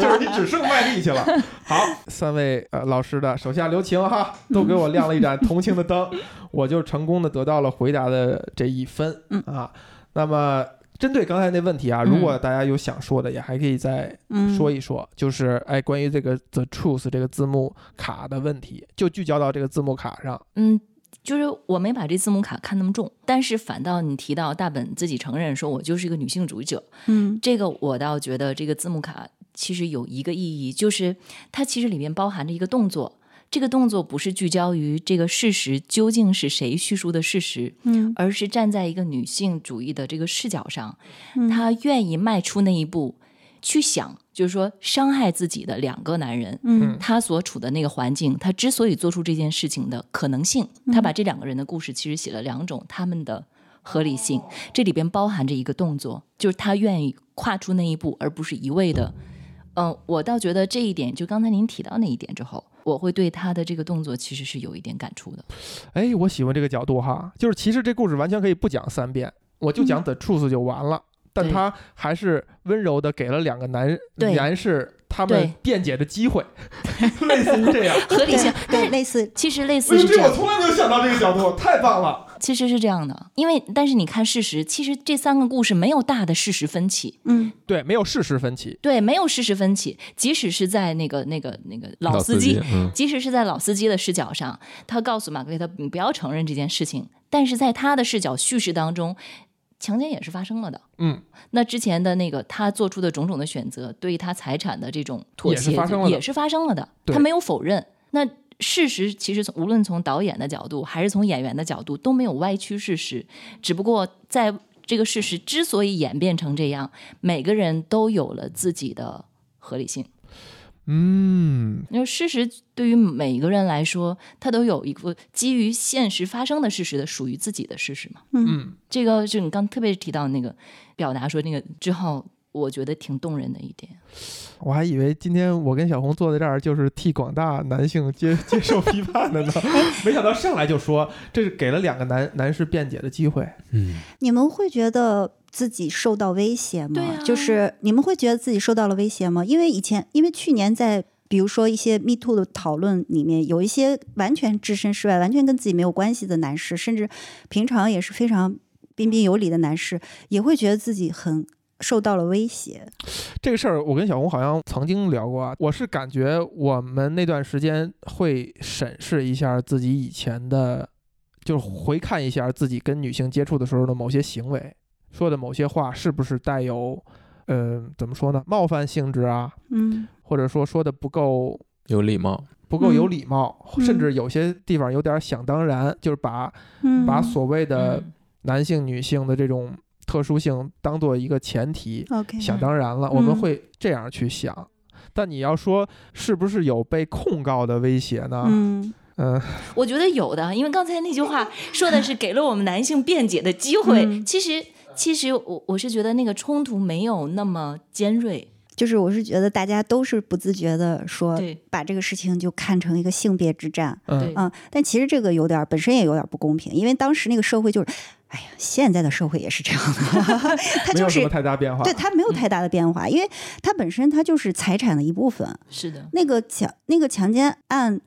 S1: 就是你只剩卖力气了。好，三位呃老师的手下留情哈，
S2: 嗯
S1: 都给我亮了一盏同情的 灯，我就成功的得到了回答的这一分
S2: 嗯
S1: 啊。那么针对刚才那问题啊，
S3: 嗯
S1: 如果大家有想说的，也还可以再
S2: 嗯，
S1: 说一说，就是哎，关于这个 the truth 这个字幕卡的问题，就聚焦到这个字幕卡上。
S3: 嗯，就是我没把这字母卡看那么重，但是反倒你提到大本自己承认说我就是一个女性主义者，
S2: 嗯
S3: 这个我倒觉得这个字幕卡其实有一个意义，就是它其实里面包含着一个动作。这个动作不是聚焦于这个事实究竟是谁叙述的事实，
S2: 嗯
S3: 而是站在一个女性主义的这个视角上，
S2: 嗯
S3: 她愿意迈出那一步去想，就是说伤害自己的两个男人，
S2: 嗯
S3: 他所处的那个环境，他之所以做出这件事情的可能性，他把这两个人的故事其实写了两种他们的合理性，这里边包含着一个动作，就是他愿意跨出那一步，而不是一味的。嗯，我倒觉得这一点，就刚才您提到那一点之后，我会对他的这个动作其实是有一点感触的。
S1: 哎，我喜欢这个角度哈，就是其实这故事完全可以不讲三遍，我就讲 the truth 就完了。但
S3: 嗯对
S1: 他还是温柔的给了两个男
S3: 对
S1: 男士他们
S3: 对
S1: 辩解的机会，类似于这 样。
S3: 合理性
S2: 对，对，类似
S3: 其实类似是这样的。
S1: 从来没有想到这个角度，太棒了。
S3: 其实是这样的，因为但是你看事实，其实这三个故事没有大的事实分歧，
S2: 嗯
S1: 对，没有事实分歧。
S3: 对，没有事实分歧。即使是在那个那个那个老司机，
S4: 嗯，
S3: 即使是在老司机的视角上，他告诉玛格丽特你不要承认这件事情，但是在他的视角叙事当中，强奸也是发生了的。
S1: 嗯，
S3: 那之前的那个他做出的种种的选择，对于他财产的这种妥协
S1: 也是发生了的
S3: 也是发生了的
S1: 对
S3: 他没有否认。那事实其实从无论从导演的角度还是从演员的角度都没有歪曲事实，只不过在这个事实之所以演变成这样，每个人都有了自己的合理性。
S1: 嗯，
S3: 因为事实对于每个人来说，它都有一个基于现实发生的事实的属于自己的事实嘛。
S1: 嗯，
S3: 这个就你刚特别提到那个表达说那个之后，我觉得挺动人的一点。
S1: 我还以为今天我跟小红坐在这儿就是替广大男性接接受批判的呢，哎没想到上来就说这是给了两个男男士辩解的机会。
S4: 嗯，
S2: 你们会觉得自己受到威胁吗？
S3: 对啊
S2: 就是你们会觉得自己受到了威胁吗？因为以前，因为去年在比如说一些 Me Too 的讨论里面，有一些完全置身事外、完全跟自己没有关系的男士，甚至平常也是非常彬彬有礼的男士，也会觉得自己很受到了威胁。
S1: 这个事儿，我跟小红好像曾经聊过啊。我是感觉我们那段时间会审视一下自己以前的，就是回看一下自己跟女性接触的时候的某些行为，说的某些话是不是带有，嗯、怎么说呢，冒犯性质啊，
S2: 嗯
S1: 或者说说的不够
S4: 有礼貌，
S1: 不够有
S2: 嗯
S1: 礼貌，
S2: 嗯
S1: 甚至有些地方有点想当然，就是把
S2: 嗯，
S1: 把所谓的
S3: 嗯
S1: 男性、女性的这种特殊性当做一个前提，
S2: OK
S1: 想当然了，我们
S2: 嗯
S1: 会这样去想。但你要说是不是有被控告的威胁呢？
S2: 嗯
S1: 嗯，
S3: 我觉得有的，因为刚才那句话说的是给了我们男性辩解的机会。
S2: 嗯
S3: 其实，其实我我是觉得那个冲突没有那么尖锐。
S2: 就是我是觉得大家都是不自觉的说
S3: 对
S2: 把这个事情就看成一个性别之战，
S1: 嗯
S3: 对
S2: 嗯，但其实这个有点儿本身也有点儿不公平，因为当时那个社会就是，哎呀，现在的社会也是这样的，
S1: 没
S2: 它就
S1: 有什
S2: 是
S1: 么太大变化。
S2: 对它
S3: 嗯
S2: 没有太大的变化，因为它本身它就是财产的一部分。
S3: 是的，
S2: 那个强那个强奸案，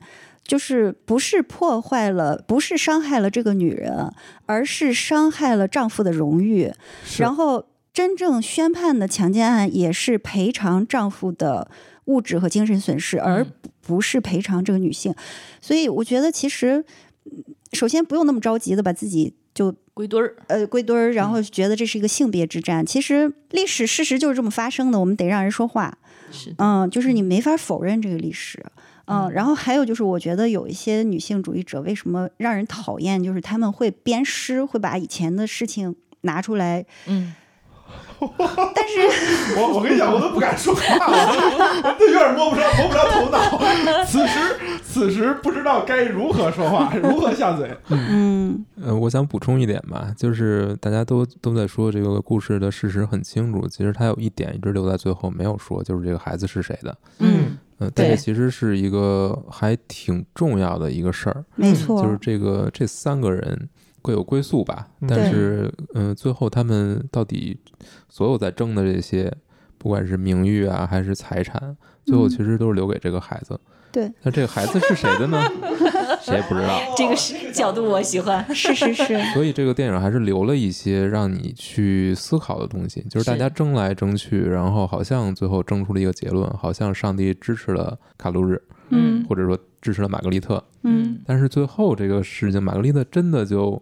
S2: 就是不是破坏了，不是伤害了这个女人，而是伤害了丈夫的荣誉。
S1: 是
S2: 然后真正宣判的强奸案也是赔偿丈夫的物质和精神损失，而
S3: 嗯
S2: 不不是赔偿这个女性。所以我觉得其实，嗯首先不用那么着急的把自己就
S3: 归堆儿，
S2: 呃归堆儿，然后觉得这是一个性别之战。其实历史事实就是这么发生的，我们得让人说话。
S3: 是的，
S2: 嗯，就是你没法否认这个历史。嗯，
S3: 嗯
S2: 然后还有就是，我觉得有一些女性主义者为什么让人讨厌，就是他们会鞭尸，会把以前的事情拿出来
S3: 嗯，
S2: 但是
S1: 我我跟你讲，我都不敢说话了， 我都有点摸不着摸不着头 脑。此时此时不知道该如何说话，如何下嘴。
S2: 嗯
S4: 呃，我想补充一点吧，就是大家都都在说这个故事的事实很清楚，其实它有一点一直留在最后没有说，就是这个孩子是谁的。
S1: 嗯
S3: 嗯，
S4: 嗯、但
S3: 对
S4: 这其实是一个还挺重要的一个事儿，
S2: 没错，
S4: 就是这个这三个人各有归宿吧，
S1: 嗯
S4: 但
S2: 对
S4: 是嗯、呃最后他们到底所有在争的这些，不管是名誉啊还是财产，最后
S2: 嗯
S4: 其实都是留给这个孩子。
S2: 对，
S4: 那这个孩子是谁的呢？ 谁也不知道。
S3: 这个是角度我喜欢，
S2: 是是 是，
S4: 所以这个电影还是留了一些让你去思考的东西，就是大
S3: 是
S4: 家争来争去，然后好像最后争出了一个结论，好像上帝支持了卡路日，
S2: 嗯
S4: 或者说支持了玛格丽特，
S2: 嗯，
S4: 但是最后这个事情，玛格丽特真的就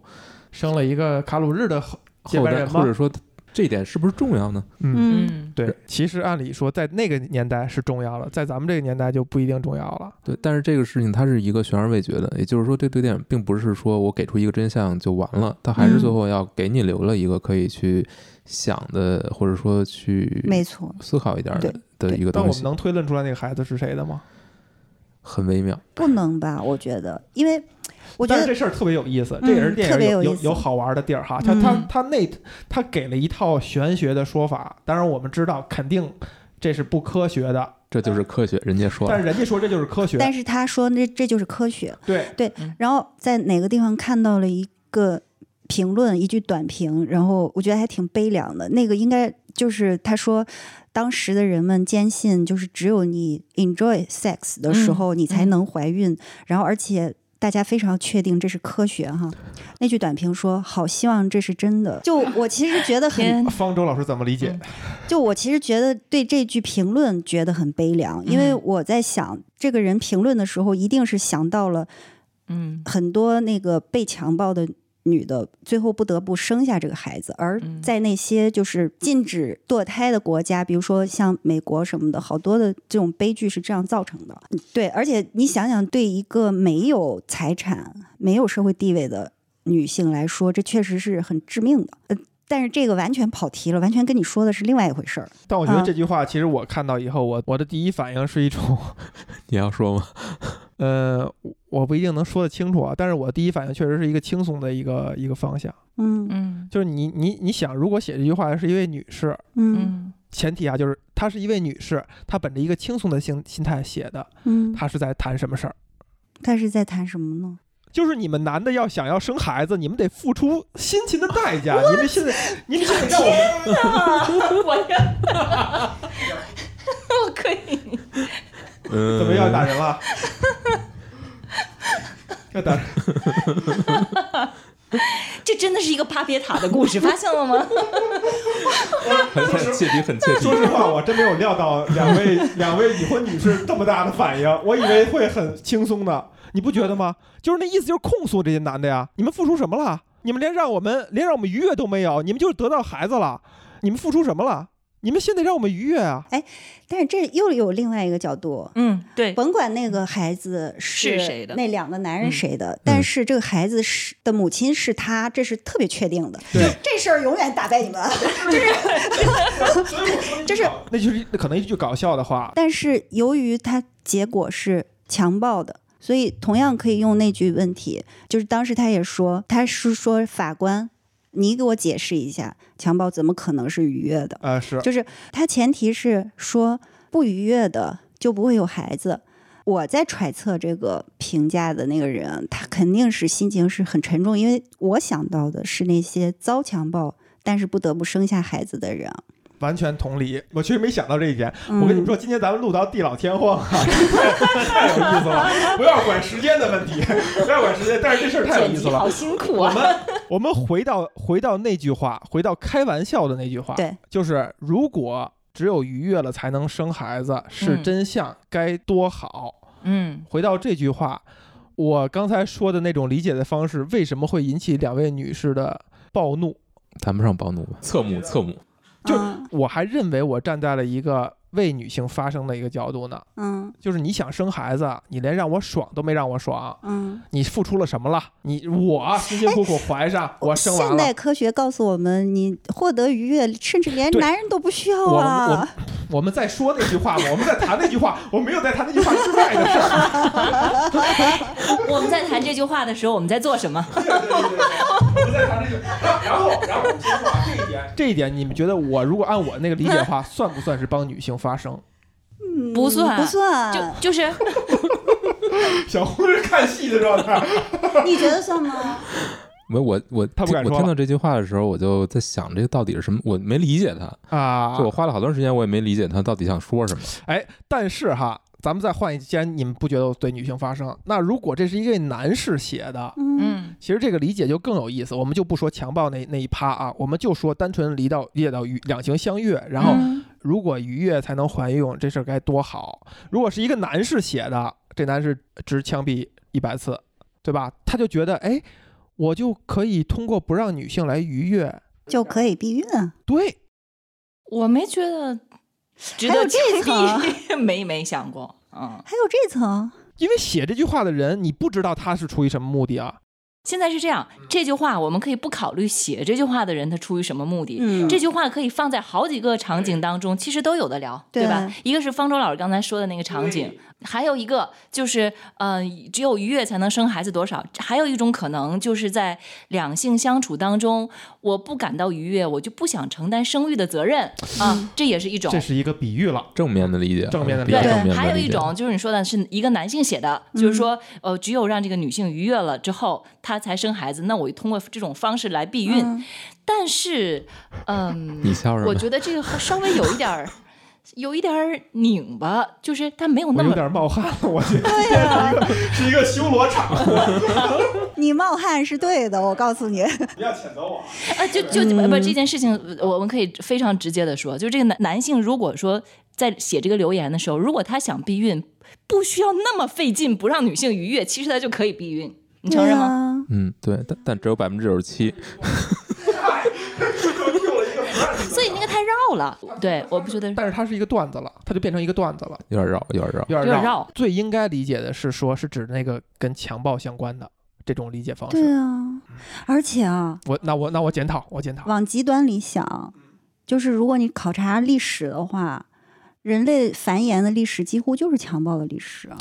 S1: 生了一个卡鲁日的后接
S4: 后
S1: 班
S4: 代，
S1: 人吗
S4: 或者说这点是不是重要呢？
S1: 嗯，
S2: 嗯
S3: 嗯，
S1: 对，其实按理说在那个年代是重要了，在咱们这个年代就不一定重要了。
S4: 对，但是这个事情它是一个悬而未决的，也就是说，这对电影并不是说我给出一个真相就完了，它还是最
S2: 嗯
S4: 后要给你留了一个可以去想的，或者说去
S2: 没错，
S4: 思考一点儿
S2: 对
S4: 的的
S2: 对
S4: 一个
S1: 但我
S4: 东
S1: 们
S4: 西，
S1: 能推论出来那个孩子是谁的吗？
S4: 很微妙。
S2: 不能吧？我觉得，因为我觉
S1: 但是
S2: 得
S1: 这事儿特别有意思，
S2: 嗯
S1: 这也是电
S2: 特
S1: 影
S2: 别
S1: 有
S2: 有
S1: 有
S2: 意思
S1: 有好玩的地儿哈。他他
S3: 嗯
S1: 他那他给了一套玄学的说法，当然我们知道肯定这是不科学的，
S4: 这就是科学，人家说
S1: 但
S4: 了
S1: 是人家说这就是科学，
S2: 但是他说那这就是科学，
S1: 对，
S2: 然后在哪个地方看到了一个评论，一句短评，然后我觉得还挺悲凉的。那个应该就是他说，当时的人们坚信，就是只有你 enjoy sex 的
S3: 嗯
S2: 时候，你才能怀孕，然后而且。大家非常确定这是科学哈，那句短评说：“好希望这是真的。” 就我其实觉得很
S3: 天，
S1: 方舟老师怎么理解？
S2: 就我其实觉得对这句评论觉得很悲凉，因为
S3: 嗯
S2: 我在想，这个人评论的时候一定是想到了
S3: 嗯，
S2: 很多那个被强暴的女的，最后不得不生下这个孩子。而
S3: 嗯
S2: 在那些就是禁止堕胎的国家，比如说像美国什么的，好多的这种悲剧是这样造成的。对，而且你想想，对一个没有财产、没有社会地位的女性来说，这确实是很致命的。呃但是这个完全跑题了，完全跟你说的是另外一回事儿。
S1: 但我觉得
S2: 啊
S1: 这句话，其实我看到以后，我我的第一反应是一种，
S4: 你要说吗？
S1: 呃，我不一定能说得清楚啊，但是我第一反应确实是一个轻松的一个一个方向，
S2: 嗯
S3: 嗯
S1: 就是你你你想，如果写这句话的是一位女士，
S2: 嗯
S3: 嗯
S1: 前提啊，就是她是一位女士，她本着一个轻松的心心态写的，
S2: 嗯，
S1: 她是在谈什么事儿？
S2: 他是在谈什么呢？
S1: 就是你们男的要想要生孩子，你们得付出辛勤的代价，你们现在你们现在让我们
S3: 啊， 我要，我可以，
S4: 嗯
S1: 怎么要打人了？嗯要打人
S3: 这真的是一个巴别塔的 故事，发现了吗？
S4: 嗯很很切题，很切题
S1: 说。实话，我真没有料到两位两位已婚女士这么大的反应，我以为会很轻松的，你不觉得吗？就是那意思，就是控诉这些男的呀，你们付出什么了？你们连让我们连让我们愉悦都没有，你们就是得到孩子了，你们付出什么了？你们现在让我们愉悦啊！
S2: 但是这又有另外一个角度，
S3: 嗯，对，
S2: 甭管那个孩子是
S3: 是谁的
S2: 那两个男
S3: 嗯
S2: 人谁的，但是这个孩子是的母亲是他，这是特别确定的。
S1: 对
S2: 这这事儿永远打败你们。 就是
S1: 那就是那可能一句搞笑的话，
S2: 但是由于他结果是强暴的，所以同样可以用那句问题，就是当时他也说，他是说法官你给我解释一下，强暴怎么可能是愉悦的？
S1: 啊，是
S2: 就是它前提是说不愉悦的就不会有孩子。我在揣测这个评价的那个人，他肯定是心情是很沉重，因为我想到的是那些遭强暴但是不得不生下孩子的人。
S1: 完全同理。我确实没想到这一点。
S2: 嗯、
S1: 我跟你们说，今天咱们录到地老天 荒啊，太有意思了！不要管时间的 问题，不要管时间，但是这事儿太有
S3: 剪
S1: 意
S3: 辑
S1: 思了
S3: 好。辛苦
S1: 我
S3: 啊！
S1: 们我们回到回到那句话，回到开玩笑的那句话，
S2: 嗯对，
S1: 就是如果只有愉悦了才能生孩子是
S3: 嗯
S1: 真相，该多好。
S3: 嗯
S1: 回到这句话，我刚才说的那种理解的方式，为什么会引起两位女士的暴怒？
S4: 谈不上暴怒吧，侧目侧目，
S1: 就
S2: 嗯
S1: 我还认为我站在了一个为女性发声的一个角度呢，
S2: 嗯
S1: 就是你想生孩子，你连让我爽都没让我爽，
S2: 嗯，
S1: 你付出了什么了？你我辛辛苦苦怀上，我生完
S2: 现
S1: 了
S2: 代，科学告诉我们，你获得愉悦，甚至连
S1: 对
S2: 男人都不需要
S1: 我
S2: 啊。
S1: 我们在说那句话吗？我们在谈那句话， 我没有在谈那句话之外的事儿。
S3: 我们在谈这句话的时候，我们在做什 么？
S1: 对对对对，我们在谈这句。然后，然后我们先说啊，这一点，这一点，你们觉得我如果按我那个理解的话，算不算是帮女性发声？
S2: 嗯
S3: 不算
S2: 不算。
S3: 就就是
S1: 小胡是看戏的状态。
S2: 你觉得算吗？
S4: 没有我我
S1: 他不敢
S4: 我
S1: 说
S4: 听到
S1: 了
S4: 这句话的时候，我就在想这个到底是什么，我没理解他，
S1: 啊
S4: 就我花了好长时间，我也没理解他到底想说什么。
S1: 哎，但是哈，咱们再换一，既然你们不觉得我对女性发声，那如果这是一位男士写的，
S2: 嗯
S3: 嗯
S1: 其实这个理解就更有意思。我们就不说强暴那那一趴啊，我们就说单纯离到理解到愉两情相悦，然后
S3: 嗯
S1: 如果愉悦才能怀孕，这事儿该多好。如果是一个男士写的，这男士直枪毙一百次，对吧？他就觉得，哎，我就可以通过不让女性来愉悦，
S2: 就可以避孕。
S1: 对，
S3: 我没觉得值
S2: 还有
S3: 得
S2: 这
S3: 枪毙， 没没想过，嗯。
S2: 还有这层，
S1: 因为写这句话的人，你不知道他是出于什么目的啊。
S3: 现在是这样，
S1: 嗯
S3: 这句话我们可以不考虑写这句话的人他出于什么目的，
S2: 嗯
S3: 这句话可以放在好几个场景当中，其实都有的聊，
S2: 对
S3: 对吧？一个是方舟老师刚才说的那个场景，还有一个就是，呃，只有愉悦才能生孩子多少？还有一种可能就是在两性相处当中，我不感到愉悦，我就不想承担生育的责任啊，这也是一种。
S1: 这是一个比喻了。
S4: 正面的理解，啊
S1: 正面的理
S4: 比
S1: 解
S4: 较
S3: 对，
S4: 正面的
S3: 还有
S4: 理
S3: 一
S4: 解
S3: 种就是你说的是一个男性写的，就是说，呃，只有让这个女性愉悦了之后，她才生孩子。那我通过这种方式来避孕，
S2: 嗯
S3: 但是，嗯、
S4: 你笑什么
S3: 我？觉得这个稍微有一点儿， 有一点儿拧巴，就是它没有
S1: 我
S3: 那
S1: 有
S3: 么。
S1: 点冒汗了，我觉得
S2: 对呀、
S1: 是一个修罗场，
S2: 你冒汗是对的，我告诉你。
S1: 不要谴责我。
S3: 啊，就就不不，
S2: 嗯
S3: 这件事情呃我们可以非常直接的说，就是这个男男性如果说在写这个留言的时候，如果他想避孕，不需要那么费劲，不让女性愉悦，其实他就可以避孕，你承认吗？
S2: 吗？
S4: 嗯，对，但但只有百分之九十七，
S3: 所以那个太绕了，对，我不觉得
S1: 但是它是一个段子了，它就变成一个段子了，
S4: 有点绕，有点绕。
S1: 有
S3: 有点
S1: 点
S3: 绕。
S1: 最应该理解的是说，是指那个跟强暴相关的这种理解方
S2: 对
S3: 嗯
S1: 式。
S2: 啊，而且啊，
S1: 我那我那我检讨，我检讨。
S2: 往极端里想，就是如果你考察历史的话，人类繁衍的历史几乎就是强暴的历史啊。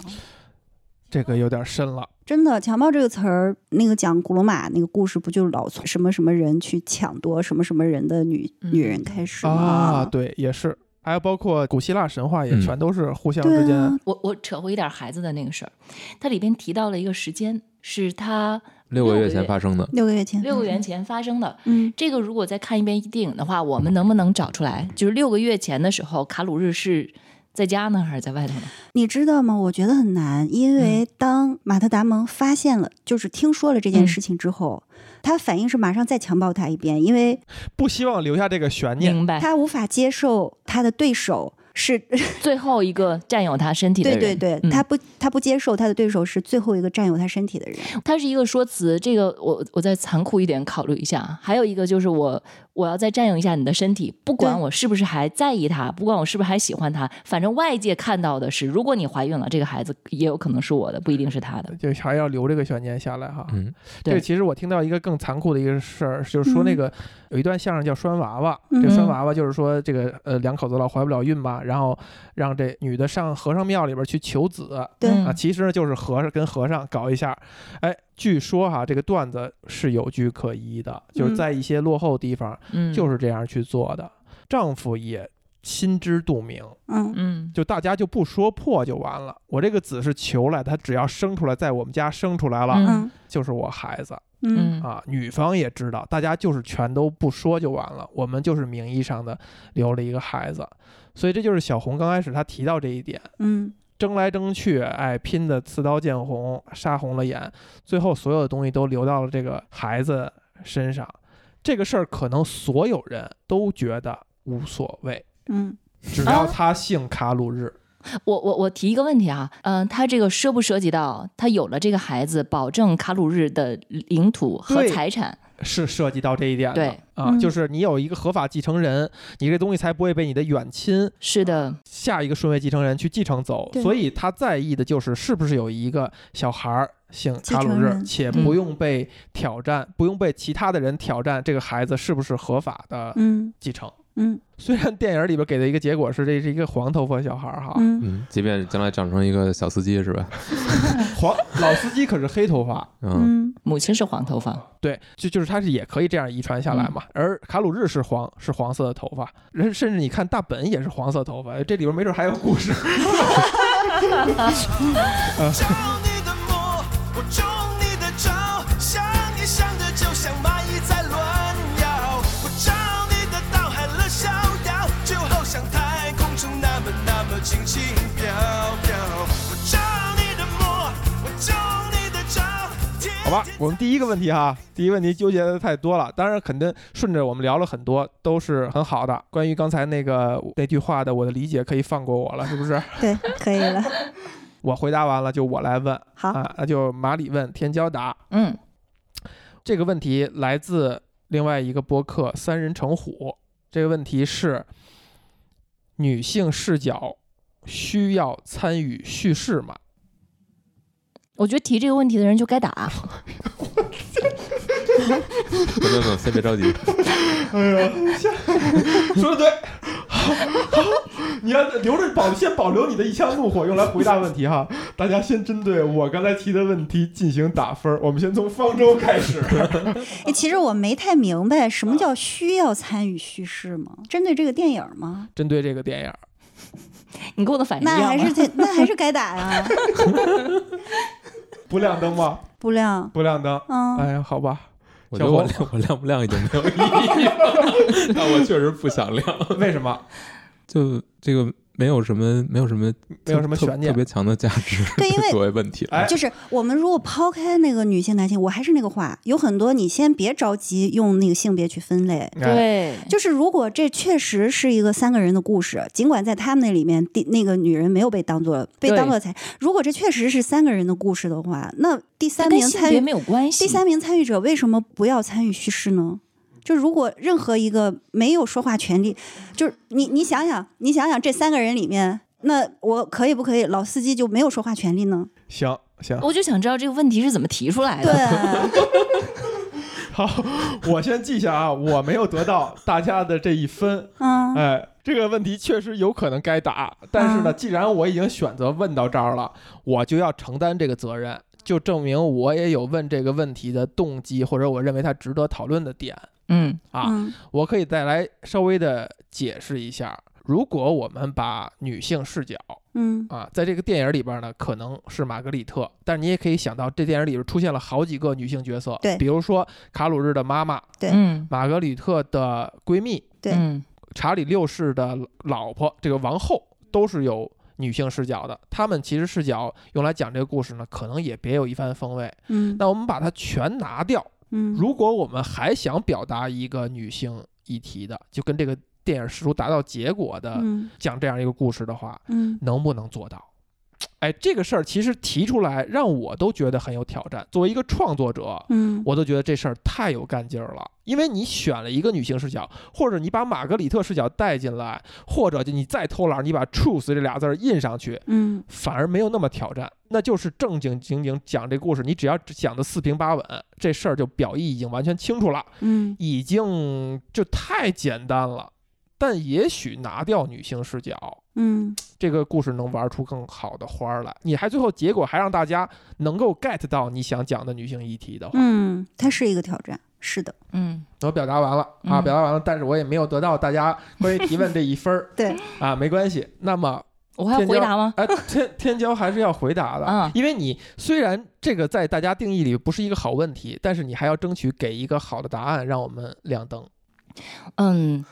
S1: 这个有点深了。
S2: 真的，强暴这个词儿，那个讲古罗马那个故事，不就老从什么什么人去抢夺什么什么人的女、
S3: 嗯
S2: 女人开始吗？
S1: 啊，对，也是，还有包括古希腊神话也
S4: 嗯
S1: 全都是互相
S2: 对
S1: 之间。
S2: 啊，
S3: 我我扯回一点孩子的那个事儿，它里边提到了一个时间，是他
S4: 六个
S3: 六
S4: 月
S3: 个
S4: 前
S3: 月
S4: 发生的，
S2: 六个月前，
S3: 六个月前发生的。
S2: 嗯，
S3: 这个如果再看一遍电影的话，我们能不能找出来？就是六个月前的时候，卡鲁日是在家呢还是在外头呢？
S2: 你知道吗？我觉得很难，因
S3: 嗯
S2: 为当马特达蒙发现了，就是听说了这
S3: 嗯
S2: 件事情之后，他反应是马上再强暴他一遍，因为
S1: 不希望留下这个悬念。
S3: 明白？
S2: 他无法接受他的对手是，
S3: 最后一个占有他身体的
S2: 对
S3: 人，
S2: 对对，
S3: 嗯
S2: 他不他不接受他的对手是最后一个占有他身体的人。
S3: 它是一个说辞，这个我我再残酷一点考虑一下啊。还有一个就是我我要再占有一下你的身体，不管
S2: 对
S3: 我是不是还在意他，不管我是不是还喜欢他，反正外界看到的是，如果你怀孕了，这个孩子也有可能是我的，不一定是他的。
S1: 就还要留这个悬念下来哈。
S4: 嗯，
S1: 这
S3: 对
S1: 个其实我听到一个更残酷的一个事儿，就是说那
S2: 嗯
S1: 个有一段相声叫《拴娃娃》，
S2: 嗯
S1: 这拴娃娃就是说这个呃两口子老怀不了孕吧，嘛，然后让这女的上和尚庙里边去求子，
S2: 对
S3: 嗯
S1: 啊，其实呢就是和尚跟和尚搞一下。哎，据说哈、这个段子是有据可依的，就是
S2: 嗯
S1: 在一些落后地方
S3: 嗯，
S1: 就是这样去做的，丈夫也心知肚明，
S2: 嗯
S3: 嗯
S1: 就大家就不说破就完了。我这个子是求来的，他只要生出来，在我们家生出来了，
S3: 嗯
S2: 嗯
S1: 就是我孩子
S2: 嗯
S3: 嗯
S1: 啊。女方也知道，大家就是全都不说就完了，我们就是名义上的留了一个孩子，所以这就是小红刚开始她提到这一点。
S2: 嗯
S1: 争来争去，哎，拼的刺刀见红，杀红了眼，最后所有的东西都流到了这个孩子身上。这个事儿可能所有人都觉得无所谓，
S2: 嗯
S1: 只要他姓卡鲁日，
S3: 我我我提一个问题啊，嗯、他这个涉不涉及到他有了这个孩子，保证卡鲁日的领土和
S1: 对
S3: 财产？
S1: 是涉及到这一点的。
S3: 对
S1: 啊，
S2: 嗯
S1: 就是你有一个合法继承人，你这东西才不会被你的远亲
S3: 是的，
S1: 下一个顺位继承人去继承走。
S2: 对
S1: 所以他在意的就是是不是有一个小孩儿姓卡鲁
S2: 继承
S1: 日，
S2: 人
S1: 且
S3: 嗯
S1: 不用被挑战，不用被其他的人挑战，这个孩子是不是合法的
S2: 嗯
S1: 继承。
S2: 嗯
S1: 虽然电影里边给的一个结果是这是一个黄头发小孩儿哈，
S2: 嗯
S4: 嗯，即便将来长成一个小司机是吧？
S1: 黄老司机可是黑头发，
S4: 嗯，
S2: 嗯
S3: 母亲是黄头发，
S1: 对，就就是他是也可以这样遗传下来嘛。
S2: 嗯
S1: 而卡鲁日是黄是黄色的头发，人甚至你看大本也是黄色头发，这里边没准还有故事。
S5: 着你的魔，我中你的招，想你想的就像蚂蚁在乱摇，我着你的道，海了逍遥，就好像太空中那么那么轻轻飘飘。我着你的魔，我中你的招，天
S1: 好吧，我们第一个问题哈，第一个问题纠结的太多了，当然肯定顺着我们聊了很多，都是很好的。关于刚才那个那句话的我的理解，可以放过我了，是不是？
S2: 对，可以了。
S1: 我回答完了，就我来问
S2: 好，
S1: 啊，那就马里问天骄答。
S3: 嗯
S1: 这个问题来自另外一个播客《三人成虎》。这个问题是：女性视角需要参与叙事吗？
S3: 我觉得提这个问题的人就该打，
S4: 不不不，先别着 急，
S1: 说的对，你要留着保先保留你的一腔怒火，用来回答问题 哈。大家先针对我刚才提的问题进行打分。我们先从方舟开始。
S2: 哎其实我没太明白什么叫需要参与叙事吗？针对这个电影吗？
S1: 针对这个电影，
S3: 你跟我的反应哎一
S2: 那还
S3: 样
S2: 是
S3: 吗？
S2: 得，那还是该打呀、
S1: 不亮灯吗？
S2: 不亮，
S1: 不亮灯。
S2: 嗯
S1: 哎呀，好吧，
S4: 我觉得我亮我亮不亮已经没有意 义了，但我确实不想亮，
S1: 为什么？
S4: 就这个没有什么没有什么
S1: 没有什么
S4: 特
S1: 悬
S4: 特
S1: 念
S4: 别。强的价值
S2: 对因为
S4: 作为问题了。
S1: 哎
S2: 就是我们如果抛开那个女性、男性，我还是那个话，有很多你先别着急用那个性别去分类。
S1: 哎，
S3: 对，
S2: 就是如果这确实是一个三个人的故事，尽管在他们那里面，第那个女人没有被当做被
S3: 对
S2: 当做才，如果这确实是三个人的故事的话，那第
S3: 它
S2: 三
S3: 跟
S2: 名
S3: 性
S2: 参
S3: 别
S2: 与
S3: 没有关系。
S2: 第三名参与者为什么不要参与叙事呢？就如果任何一个没有说话权利，就是你你想想，你想想这三个人里面，那我可以不可以老司机就没有说话权利呢？
S1: 行行，
S3: 我就想知道这个问题是怎么提出来
S2: 对
S3: 的。，
S1: 好，我先记下啊，我没有得到大家的这一分。
S2: 嗯
S1: 哎，这个问题确实有可能该打，但是呢，
S2: 啊
S1: 既然我已经选择问到这儿了，我就要承担这个责任，就证明我也有问这个问题的动机，或者我认为它值得讨论的点
S3: 嗯
S1: 啊。
S2: 嗯
S1: 我可以再来稍微的解释一下，如果我们把女性视角
S2: 嗯
S1: 啊，在这个电影里边呢，可能是玛格丽特，但是你也可以想到，这电影里边出现了好几个女性角色，
S2: 对
S1: 比如说卡鲁日的妈妈，
S2: 对
S3: 嗯
S1: 玛格丽特的闺蜜，
S2: 对
S3: 嗯
S1: 查理六世的老婆，这个王后都是有女性视角的。她们其实视角用来讲这个故事呢，可能也别有一番风味。
S2: 嗯
S1: 那我们把它全拿掉，
S2: 嗯
S1: 如果我们还想表达一个女性议题的，就跟这个电影试图达到结果的、
S2: 嗯
S1: 讲这样一个故事的话，
S2: 嗯
S1: 能不能做到？哎，这个事儿其实提出来让我都觉得很有挑战。作为一个创作者，
S2: 嗯
S1: 我都觉得这事儿太有干劲儿了，因为你选了一个女性视角，或者你把玛格丽特视角带进来，或者就你再偷懒儿，你把 truth 这俩字儿印上去，
S2: 嗯
S1: 反而没有那么挑战。那就是正经经经讲这故事，你只要讲的四平八稳，这事儿就表意已经完全清楚了，
S2: 嗯
S1: 已经就太简单了。但也许拿掉女性视角，
S2: 嗯
S1: 这个故事能玩出更好的花儿来。你还最后结果还让大家能够 get 到你想讲的女性议题的话，
S2: 嗯，它是一个挑战，是的，
S3: 嗯，
S1: 我表达完了啊，
S3: 嗯
S1: 表达完了，但是我也没有得到大家关于提问这一分儿
S2: 对
S1: 啊，没关系。那么
S3: 我还要回答吗？
S1: 哎，天天骄还是要回答的，
S3: 嗯
S1: 因为你虽然这个在大家定义里不是一个好问题，但是你还要争取给一个好的答案，让我们亮灯。
S3: 嗯，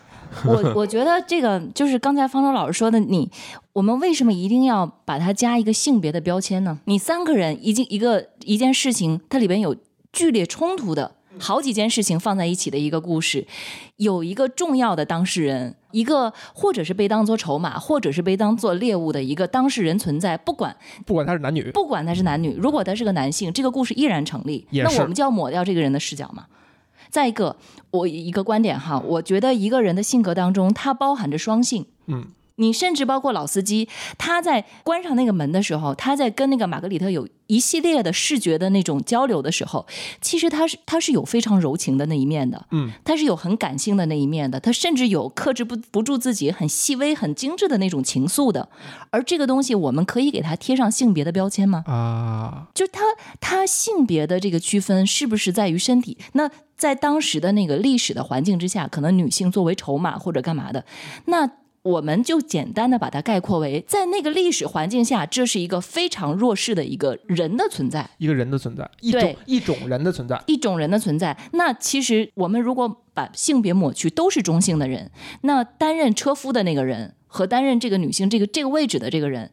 S3: 我我觉得这个就是刚才方舟老师说的你，我们为什么一定要把它加一个性别的标签呢？你三个人一经一个一件事情，它里边有剧烈冲突的好几件事情放在一起的一个故事，有一个重要的当事人，一个或者是被当做筹码，或者是被当做猎物的一个当事人存在，不管
S1: 不管他是男女，
S3: 不管他是男女，如果他是个男性，这个故事依然成立。
S1: 也
S3: 那
S1: 是
S3: 我们就要抹掉这个人的视角嘛。再一个，我一个观点哈，我觉得一个人的性格当中，它包含着双性。
S1: 嗯，
S3: 你甚至包括老司机，他在关上那个门的时候，他在跟那个玛格丽特有一系列的视觉的那种交流的时候，其实他是他是有非常柔情的那一面的，
S1: 嗯，
S3: 他是有很感性的那一面的，他甚至有克制不不住自己很细微、很精致的那种情愫的。而这个东西，我们可以给他贴上性别的标签吗？
S1: 啊，
S3: 就他他性别的这个区分是不是在于身体？那在当时的那个历史的环境之下，可能女性作为筹码或者干嘛的，那我们就简单的把它概括为，在那个历史环境下，这是一个非常弱势的一个人的存在。
S1: 一个人的存在，一种
S3: 对
S1: 一种人的存在，
S3: 一种人的存在。那其实我们如果把性别抹去，都是中性的人。那担任车夫的那个人和担任这个女性这个这个位置的这个人，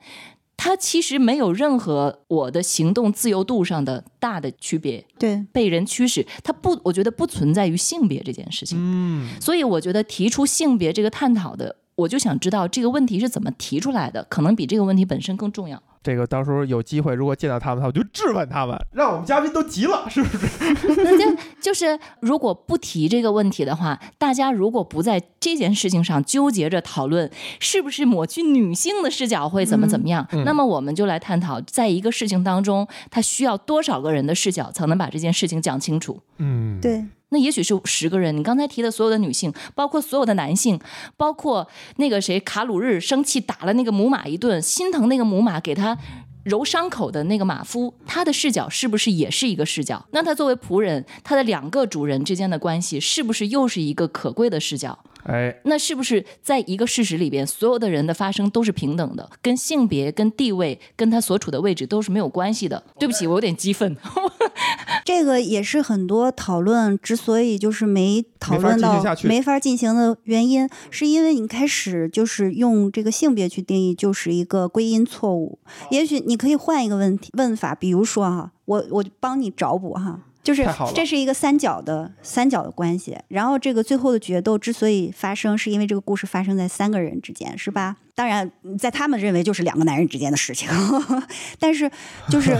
S3: 他其实没有任何我的行动自由度上的大的区别，
S2: 对，
S3: 被人驱使，他不，我觉得不存在于性别这件事情。
S1: 嗯，
S3: 所以我觉得提出性别这个探讨的。我就想知道这个问题是怎么提出来的，可能比这个问题本身更重要。
S1: 这个到时候有机会如果见到他们，我就质问他们，让我们嘉宾都急了，是不是？
S3: 就就是如果不提这个问题的话，大家如果不在这件事情上纠结着讨论是不是抹去女性的视角会怎么怎么样，
S1: 嗯嗯
S3: 那么我们就来探讨，在一个事情当中，它需要多少个人的视角才能把这件事情讲清楚。
S1: 嗯，
S2: 对，
S3: 那也许是十个人，你刚才提的所有的女性，包括所有的男性，包括那个谁卡鲁日生气打了那个母马一顿，心疼那个母马给他揉伤口的那个马夫，他的视角是不是也是一个视角？那他作为仆人，他的两个主人之间的关系是不是又是一个可贵的视角？
S1: 哎，
S3: 那是不是在一个事实里边，所有的人的发生都是平等的，跟性别、跟地位、跟他所处的位置都是没有关系的？对不起，我有点激愤。
S2: 这个也是很多讨论之所以就是没讨
S1: 没法
S2: 论
S1: 进行
S2: 到
S1: 下去
S2: 没法进行的原因，是因为你开始就是用这个性别去定义，就是一个归因错误。也许你可以换一个问题问法，比如说哈，我我帮你找补哈。就是
S1: 太好了
S2: 这是一个三角的三角的关系，然后这个最后的决斗之所以发生，是因为这个故事发生在三个人之间，是吧？当然，在他们认为就是两个男人之间的事情， 但是就是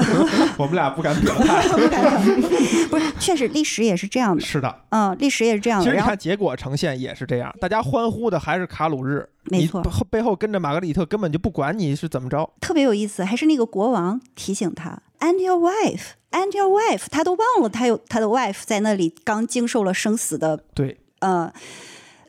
S1: 我们俩不敢 表态。
S2: 不敢当 不是，确实历史也是这样的，
S1: 是的，
S2: 嗯，历史也是这样
S1: 其
S2: 的。
S1: 实你
S2: 然后
S1: 看结果呈现也是这样，大家欢呼的还是卡鲁日，
S2: 没
S1: 你
S2: 错
S1: 背后背后跟着玛格丽特根本就不管你是怎么着，
S2: 特别有意思，还是那个国王提醒他，and your wife。And your wife，他都忘了他有他的 wife 在那里刚经受了生死的
S1: 对，
S2: 呃，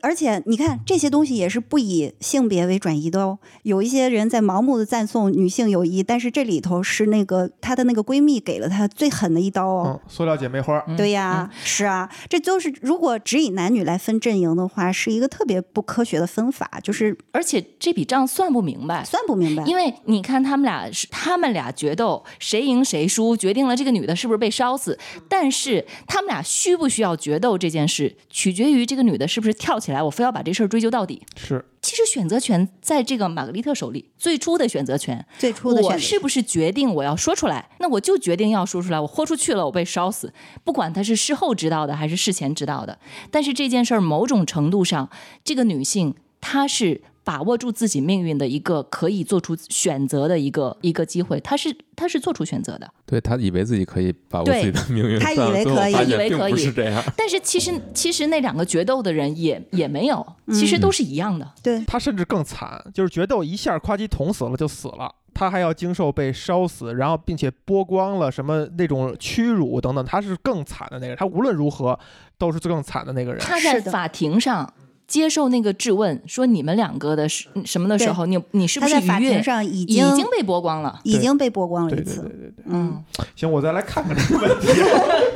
S2: 而且你看这些东西也是不以性别为转移的哦。有一些人在盲目的赞颂女性友谊，但是这里头是那个她的那个闺蜜给了她最狠的一刀哦。
S1: 嗯，塑料姐妹花，
S2: 对
S3: 嗯
S2: 呀、是啊，这就是如果只以男女来分阵营的话，是一个特别不科学的分法，就是
S3: 而且这笔账算不明白，
S2: 算不明白。
S3: 哎因
S2: 为
S3: 为你看他们俩是他们俩决斗，谁赢谁输决定了这个女的是不是被烧死。但是他们俩需不需要决斗这件事，取决于这个女的是不是跳起来，我非要把这事儿追究到底。
S1: 是
S3: 其实选择权在这个玛格丽特手里，最初的选择权，
S2: 最初的选
S3: 我
S2: 择
S3: 是不是决定我要说出来？那我就决定要说出来，我豁出去了，我被烧死，不管他是事后知道的还是事前知道的。但是这件事儿某种程度上，这个女性她是把握住自己命运的一个可以做出选择的一个一个机会，她是她是做出选择的。
S4: 对他以为自己可以把握自
S3: 对
S4: 己的命运，
S2: 他以
S4: 但
S2: 为
S4: 最后
S2: 可以
S4: 发
S3: 他以
S4: 现
S3: 为
S4: 并
S3: 可
S4: 不
S3: 以
S4: 是这 样。
S3: 但是其实其实那两个决斗的人也也没有，
S2: 嗯
S3: 其实都是一样的。
S2: 对
S1: 他甚至更惨，就是决斗一下夸叽捅死了就死了，他还要经受被烧死，然后并且剥光了什么那种屈辱等等，他是更惨的那个人，他无论如何都是最更惨的那个人。
S3: 她
S2: 是
S3: 在
S2: 的
S3: 法庭上。接受那个质问，说你们两个的是什么的时候，你你是不
S2: 他在
S3: 是
S2: 法
S3: 愉悦
S2: 庭？上已
S3: 已
S2: 经
S3: 经被剥光了。
S2: 已经被剥光了
S1: 对
S2: 一
S1: 对对
S2: 次，
S1: 对对。
S2: 嗯，
S1: 行，我再来看看这个问题。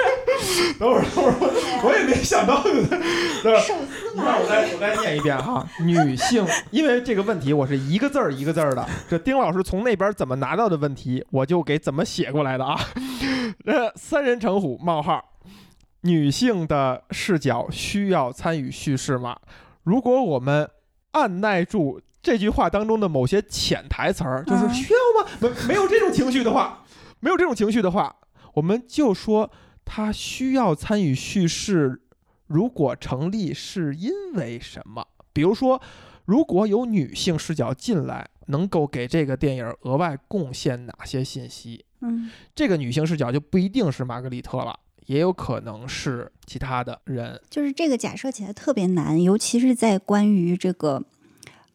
S1: 等会儿，等会儿，我也没想到。等会儿，你让我再我再念一遍哈。女性，因为这个问题我是一个字儿一个字儿的，这丁老师从那边怎么拿到的问题，我就给怎么写过来的啊。 呃，三人成虎冒号，女性的视角需要参与叙事吗？如果我们按耐住这句话当中的某些潜台词儿，就是
S2: 嗯
S1: 需要吗？没没有这种情绪的话，没有这种情绪的话，我们就说他需要参与叙事。如果成立，是因为什么？比如说，如果有女性视角进来，能够给这个电影额外贡献哪些信息？
S2: 嗯
S1: 这个女性视角就不一定是玛格丽特了，也有可能是其他的人。
S2: 就是这个假设起来特别难，尤其是在关于这个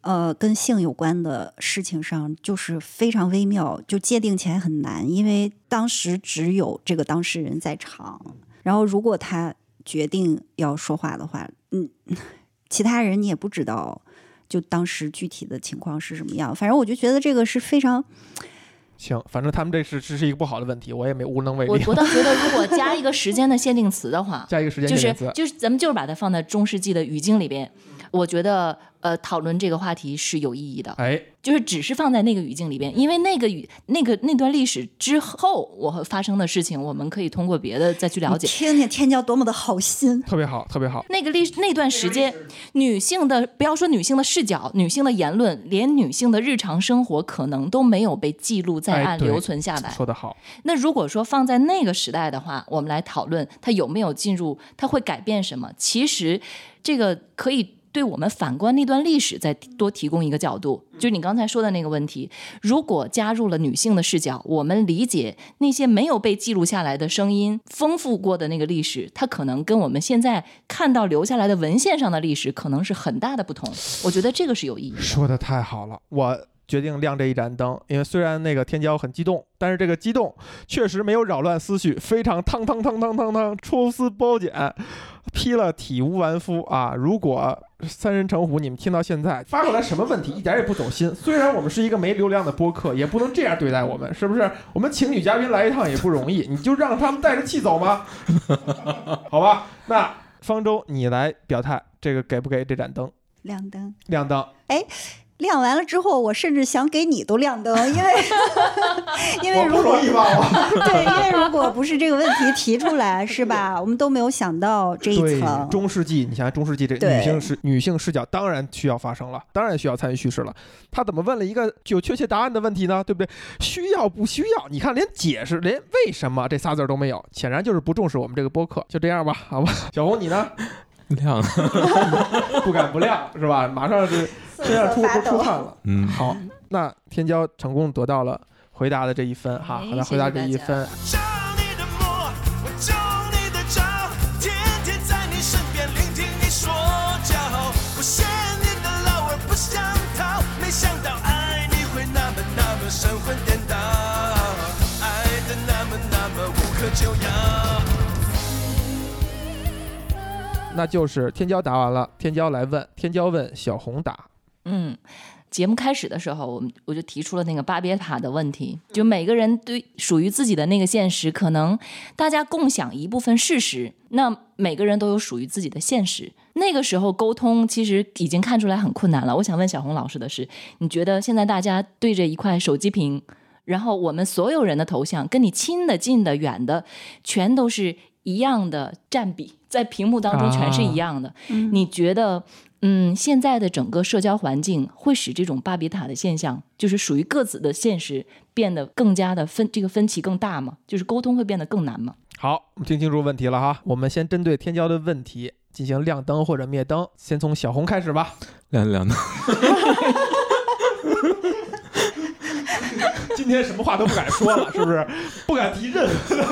S2: 呃跟性有关的事情上，就是非常微妙，就界定起来很难，因为当时只有这个当事人在场，然后如果他决定要说话的话，嗯， 其他人你也不知道。就当时具体的情况是什么样，反正我就觉得这个是非常
S1: 行，反正他们这是这是一个不好的问题，我也没无能为
S3: 我
S1: 力。，
S3: 我倒觉得，如果加一个时间的限定词的话
S1: 加一个时间
S3: 就
S1: 限
S3: 是
S1: 词，
S3: 就是咱们就是把它放在中世纪的语境里边，我觉得呃讨论这个话题是有意义的，
S1: 哎，
S3: 就是只是放在那个语境里边，因为那个语那个那段历史之后我会发生的事情，我们可以通过别的再去了解
S2: 你。听听天骄多么的好心，
S1: 特别好，特别好。
S3: 那个历那段时间，女性的不要说女性的视角、女性的言论，连女性的日常生活可能都没有被记录在
S1: 哎
S3: 案、
S1: 对
S3: 留存下来。
S1: 说得好，
S3: 那如果说放在那个时代的话，我们来讨论它有没有进入，它会改变什么？其实这个可以。对我们反观那段历史，再多提供一个角度，就是你刚才说的那个问题。如果加入了女性的视角，我们理解那些没有被记录下来的声音、丰富过的那个历史，它可能跟我们现在看到留下来的文献上的历史，可能是很大的不同。我觉得这个是有意义的。
S1: 说的太好了，我。决定亮这一盏灯，因为虽然那个天骄很激动，但是这个激动确实没有扰乱思绪，非常汤汤汤汤汤汤抽丝剥茧，批了体无完肤啊！如果三人成虎，你们听到现在发过来什么问题，一点也不走心。虽然我们是一个没流量的播客，也不能这样对待我们，是不是？我们请女嘉宾来一趟也不容易，你就让他们带着气走吗？ 好吧，那方舟你来表态，这个给不给这盏灯
S2: 亮灯。
S1: 亮灯？
S2: 亮完了之后，我甚至想给你都亮灯，因 为因为如果
S1: 吧？我
S2: 对，因为如果不是这个问题提出 来，是吧？我们都没有想到这一层
S1: 对，中世纪，你想想中世纪这
S2: 对
S1: 女性视女性视角当然需要发生了，当然需要参与叙事了。他怎么问了一个有确切答案的问题呢？对不对？需要不需要？你看，连解释，连为什么这仨字儿都没有，显然就是不重视我们这个播客。就这样吧，好吧。小红，你呢？
S4: 亮，
S1: 不敢不亮是吧？马上就身上出出出汗了。
S4: 嗯，
S1: 好，那天骄成功得到了回答的这一分哈，
S3: 哎
S1: 回答回
S3: 谢谢
S1: 答这一
S3: 大家
S1: 分，
S5: 找你的梦，我找你的找，天天在你身边聆听你说教。我嫌你的老，我不想逃，没想到爱你会那么那么神魂颠倒，爱的那么那么无可救药。
S1: 那就是天骄答完了，天骄来问，天骄问小红答，
S3: 嗯，节目开始的时候，我们我就提出了那个巴别塔的问题，就每个人对属于自己的那个现实，可能大家共享一部分事实，那每个人都有属于自己的现实。那个时候沟通其实已经看出来很困难了。我想问小红老师的是，你觉得现在大家对着一块手机屏，然后我们所有人的头像，跟你亲的、近的、远的，全都是一样的占比，在屏幕当中全是
S2: 啊
S3: 一样的。你觉得，嗯，现在的整个社交环境会使这种巴比塔的现象，就是属于各自的现实，变得更加的分这个分歧更大吗？就是沟通会变得更难吗？
S1: 好，我们听清楚问题了哈，我们先针对天骄的问题进行亮灯或者灭灯，先从小红开始吧。
S4: 亮亮的，
S1: 今天什么话都不敢说了，是不是？不敢提任何的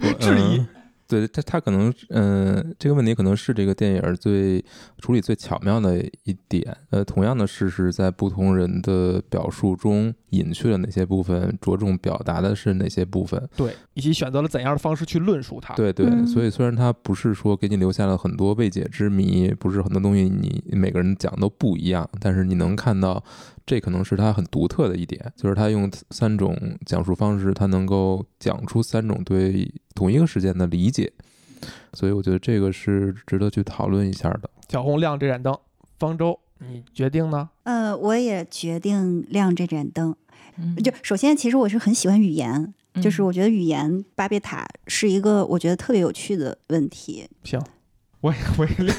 S4: 我
S1: 质疑
S4: 嗯对他，他可能，嗯、这个问题可能是这个电影儿最处理最巧妙的一点。呃，同样的事是在不同人的表述中隐去了哪些部分，着重表达的是哪些部分。
S1: 对，以及选择了怎样的方式去论述它。
S4: 对对，
S2: 嗯
S4: 所以虽然它不是说给你留下了很多未解之谜，不是很多东西你每个人讲都不一样，但是你能看到，这可能是它很独特的一点，就是它用三种讲述方式，它能够讲出三种对同一个事件的理解。所以我觉得这个是值得去讨论一下的。
S1: 小红亮这盏灯，方舟，你决定呢？
S2: 呃，我也决定亮这盏灯。
S3: 嗯
S2: 就首先，其实我是很喜欢语言，
S1: 嗯
S2: 就是我觉得语言巴别塔是一个我觉得特别有趣的问题。
S1: 行，我也我也亮。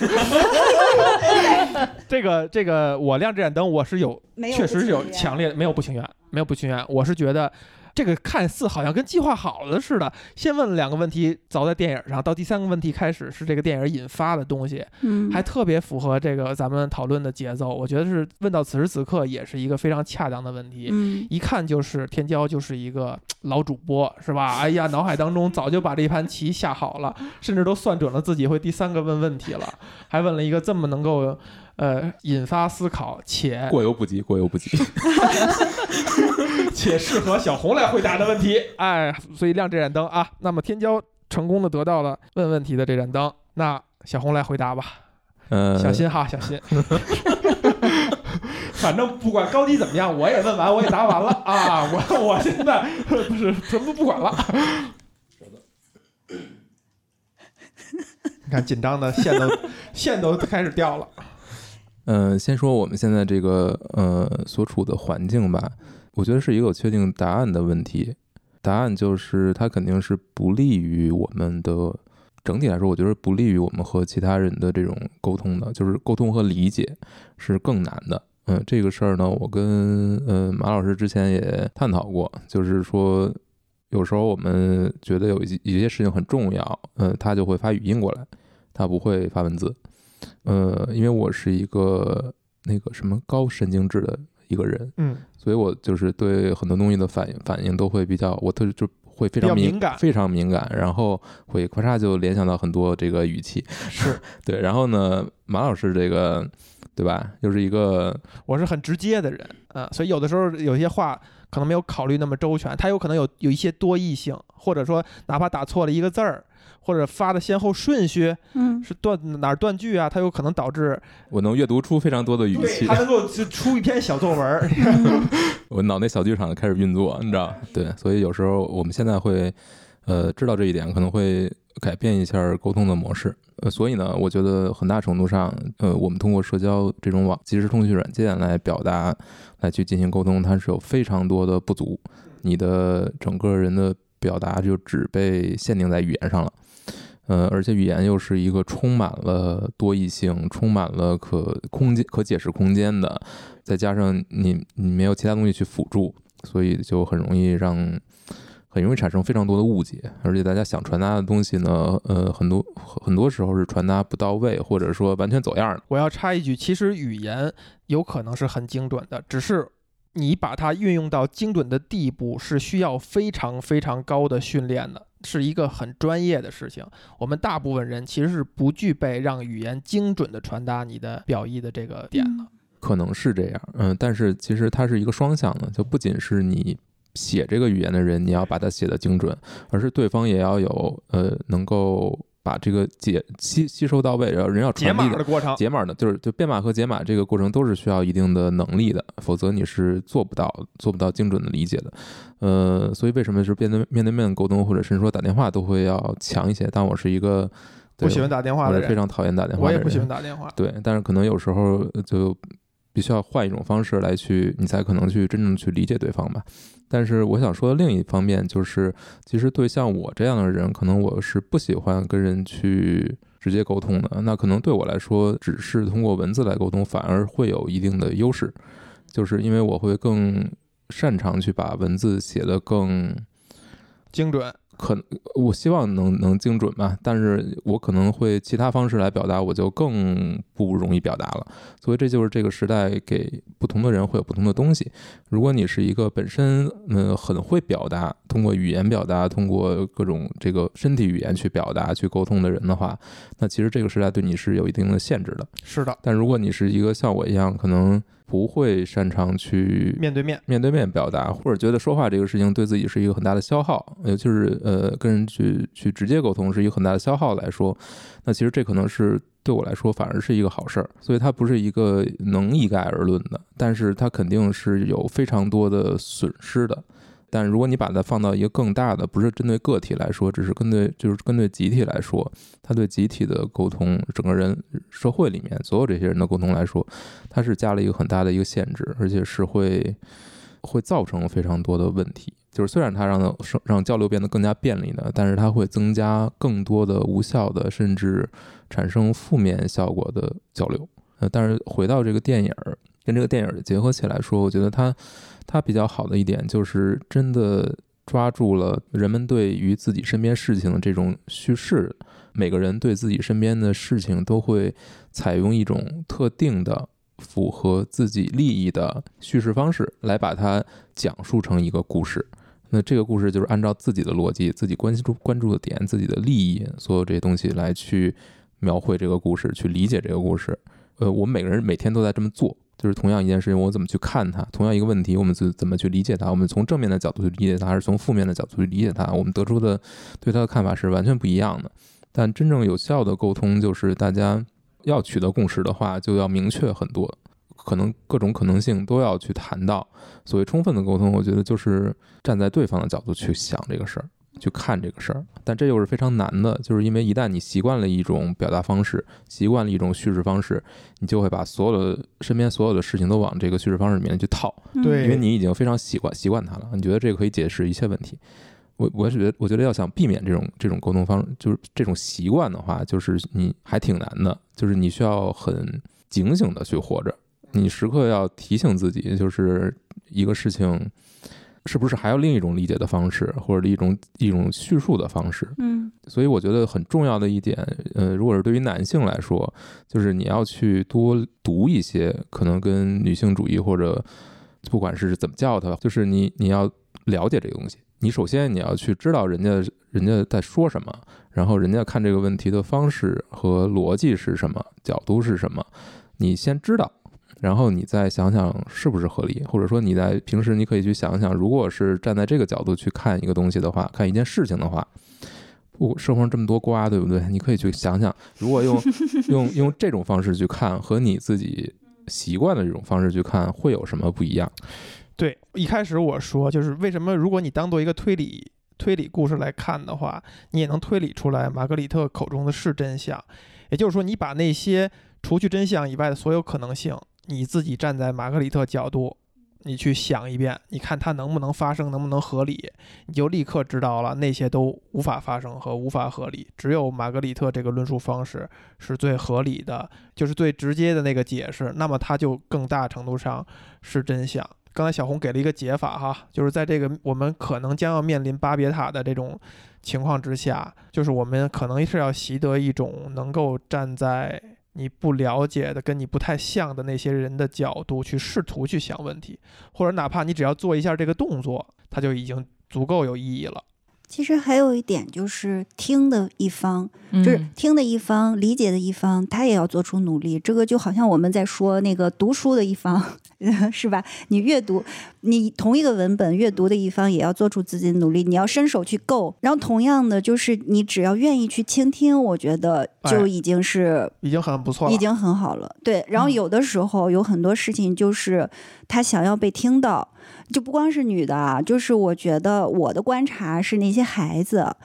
S1: 这个这个，我亮这盏灯，我是有，
S2: 没
S1: 确实是有强烈，没有不情愿，没有不情愿。我是觉得这个看似好像跟计划好了似的，先问了两个问题，凿在电影上，到第三个问题开始是这个电影引发的东西，
S2: 嗯，
S1: 还特别符合这个咱们讨论的节奏。我觉得是问到此时此刻，也是一个非常恰当的问题。
S2: 嗯
S1: 一看就是天骄，就是一个老主播，是吧？哎呀，脑海当中早就把这一盘棋下好了，甚至都算准了自己会第三个问问题了，还问了一个这么能够呃引发思考且
S4: 过犹不及，过犹不及。
S1: 且适合小红来回答的问题。 哎，所以亮这盏灯啊。那么天骄成功的得到了问问题的这盏灯，那小红来回答吧，
S4: 呃，
S1: 小心哈，小心。 反正不管高低怎么样，我也问完，我也答完了啊！我我现在不是什么都不管了。 你看，紧张的线 都线都开始掉了。
S4: 嗯，先说我们现在这个呃所处的环境吧，我觉得是一个有确定答案的问题。答案就是它肯定是不利于我们的整体来说，我觉得不利于我们和其他人的这种沟通的，就是沟通和理解是更难的。嗯，这个事儿呢，我跟呃马老师之前也探讨过，就是说有时候我们觉得有一些有些事情很重要，呃，他就会发语音过来，他不会发文字。呃，因为我是一个那个什么高神经质的一个人，
S1: 嗯，
S4: 所以我就是对很多东西的反应反应都会比较，我特就会非常
S1: 比较
S4: 敏
S1: 敏感
S4: 非常敏感，然后会咔嚓就联想到很多这个语气，
S1: 是，
S4: 对，然后呢，马老师这个对吧，又是一个
S1: 我是很直接的人，嗯，所以有的时候有些话可能没有考虑那么周全，他有可能有有一些多义性，或者说哪怕打错了一个字儿，或者发的先后顺序
S2: 嗯
S1: 是断哪儿断句啊，它有可能导致
S4: 我能阅读出非常多的语气
S1: 他，能够就出一篇小作文儿。
S2: 嗯
S4: 我脑内小剧场开始运作，你知道？对，所以有时候我们现在会，呃，知道这一点，可能会改变一下沟通的模式。呃，所以呢，我觉得很大程度上，呃，我们通过社交这种网即时通讯软件来表达，来去进行沟通，它是有非常多的不足，你的整个人的表达就只被限定在语言上了。呃，而且语言又是一个充满了多义性、充满了可空间、可解释空间的，再加上你你没有其他东西去辅助，所以就很容易让很容易产生非常多的误解，而且大家想传达的东西呢，呃，很多很多时候是传达不到位，或者说完全走样的。
S1: 我要插一句，其实语言有可能是很精准的，只是你把它运用到精准的地步，是需要非常非常高的训练的，是一个很专业的事情。我们大部分人其实是不具备让语言精准的传达你的表意的这个点
S4: 嗯
S2: 嗯
S1: 的。
S4: 可能是这样，嗯、但是其实它是一个双向的，就不仅是你写这个语言的人，你要把它写得精准，而是对方也要有呃能够把这个解吸吸收到位，然后人要
S1: 解
S4: 传递
S1: 码
S4: 的
S1: 的过程，
S4: 解码的，就是就编码和解码这个过程都是需要一定的能力的，否则你是做不到做不到精准的理解的。呃，所以为什么是面对面对面沟通，或者甚至说打电话都会要强一些？但我是一个
S1: 不喜欢，打电
S4: 对
S1: 话
S4: 我
S1: 的
S4: 是非
S1: 人，
S4: 常讨厌打电话
S1: 我
S4: 的
S1: 也
S4: 人，
S1: 不喜欢打电话。
S4: 对，但是可能有时候呃就必须要换一种方式来去，你才可能去真正去理解对方吧。但是我想说的另一方面就是，其实对像我这样的人，可能我是不喜欢跟人去直接沟通的。那可能对我来说，只是通过文字来沟通，反而会有一定的优势，就是因为我会更擅长去把文字写得更
S1: 精准，
S4: 可我希望能能精准吧，但是我可能会其他方式来表达，我就更不容易表达了。所以这就是这个时代给不同的人会有不同的东西。如果你是一个本身嗯、呃很会表达，通过语言表达，通过各种这个身体语言去表达去沟通的人的话，那其实这个时代对你是有一定的限制的。
S1: 是的，
S4: 但如果你是一个像我一样，可能不会擅长去
S1: 面对面，
S4: 面对面表达，或者觉得说话这个事情对自己是一个很大的消耗，尤其是呃跟人去去直接沟通是一个很大的消耗来说，那其实这可能是对我来说反而是一个好事儿，所以它不是一个能一概而论的，但是它肯定是有非常多的损失的。但如果你把它放到一个更大的，不是针对个体来说，只是针对就是针对集体来说，它对集体的沟通，整个人社会里面所有这些人的沟通来说，它是加了一个很大的一个限制，而且是会会造成非常多的问题。就是虽然它让的让交流变得更加便利呢，但是它会增加更多的无效的，甚至产生负面效果的交流。呃，但是回到这个电影儿，跟这个电影儿结合起来说，我觉得它它比较好的一点就是真的抓住了人们对于自己身边事情的这种叙事，每个人对自己身边的事情都会采用一种特定的。符合自己利益的叙事方式来把它讲述成一个故事，那这个故事就是按照自己的逻辑、自己关注关注的点、自己的利益，所有这些东西来去描绘这个故事，去理解这个故事。呃，我们每个人每天都在这么做，就是同样一件事情，我怎么去看它，同样一个问题，我们怎怎么去理解它？我们从正面的角度去理解它，还是从负面的角度去理解它？我们得出的对它的看法是完全不一样的。但真正有效的沟通，就是大家要取得共识的话，就要明确很多，可能各种可能性都要去谈到。所谓充分的沟通，我觉得就是站在对方的角度去想这个事儿，去看这个事儿。但这又是非常难的，就是因为一旦你习惯了一种表达方式，习惯了一种叙事方式，你就会把所有的身边所有的事情都往这个叙事方式里面去套。
S2: 嗯
S1: 对
S4: 因为你已经非常习惯习惯它了，你觉得这个可以解释一切问题。我我是觉得，我觉得要想避免这种这种沟通方式，就是这种习惯的话，就是你还挺难的，就是你需要很警醒的去活着，你时刻要提醒自己，就是一个事情是不是还有另一种理解的方式，或者一种一种叙述的方式，
S2: 嗯
S4: 所以我觉得很重要的一点，呃，如果是对于男性来说，就是你要去多读一些可能跟女性主义或者不管是怎么叫它，就是你你要了解这个东西。你首先你要去知道人家人家在说什么，然后人家看这个问题的方式和逻辑是什么，角度是什么，你先知道。然后你再想想是不是合理，或者说你在平时你可以去想想，如果是站在这个角度去看一个东西的话，看一件事情的话，不，生活上这么多瓜，对不对？你可以去想想，如果用用用这种方式去看，和你自己习惯的这种方式去看，会有什么不一样？
S1: 对，一开始我说就是为什么，如果你当做一个推理推理故事来看的话，你也能推理出来玛格丽特口中的是真相。也就是说，你把那些除去真相以外的所有可能性，你自己站在玛格丽特角度，你去想一遍，你看它能不能发生，能不能合理，你就立刻知道了那些都无法发生和无法合理，只有玛格丽特这个论述方式是最合理的，就是最直接的那个解释，那么它就更大程度上是真相。刚才小红给了一个解法哈，就是在这个我们可能将要面临巴别塔的这种情况之下，就是我们可能是要习得一种能够站在你不了解的、跟你不太像的那些人的角度去试图去想问题，或者哪怕你只要做一下这个动作，它就已经足够有意义了。
S2: 其实还有一点就是听的一方，
S3: 就
S2: 就是听的一方、理解的一方，他也要做出努力。这个就好像我们在说那个读书的一方， 是吧？你阅读，你同一个文本阅读的一方也要做出自己的努力，你要伸手去够。然后同样的，就是你只要愿意去倾听，我觉得就
S1: 哎
S2: 已经是
S1: 已经很不错了，嗯
S2: 已经很好了。对，然后有的时候有很多事情就是他想要被听到，就不光是女的啊，就是我觉得我的观察是那些孩子。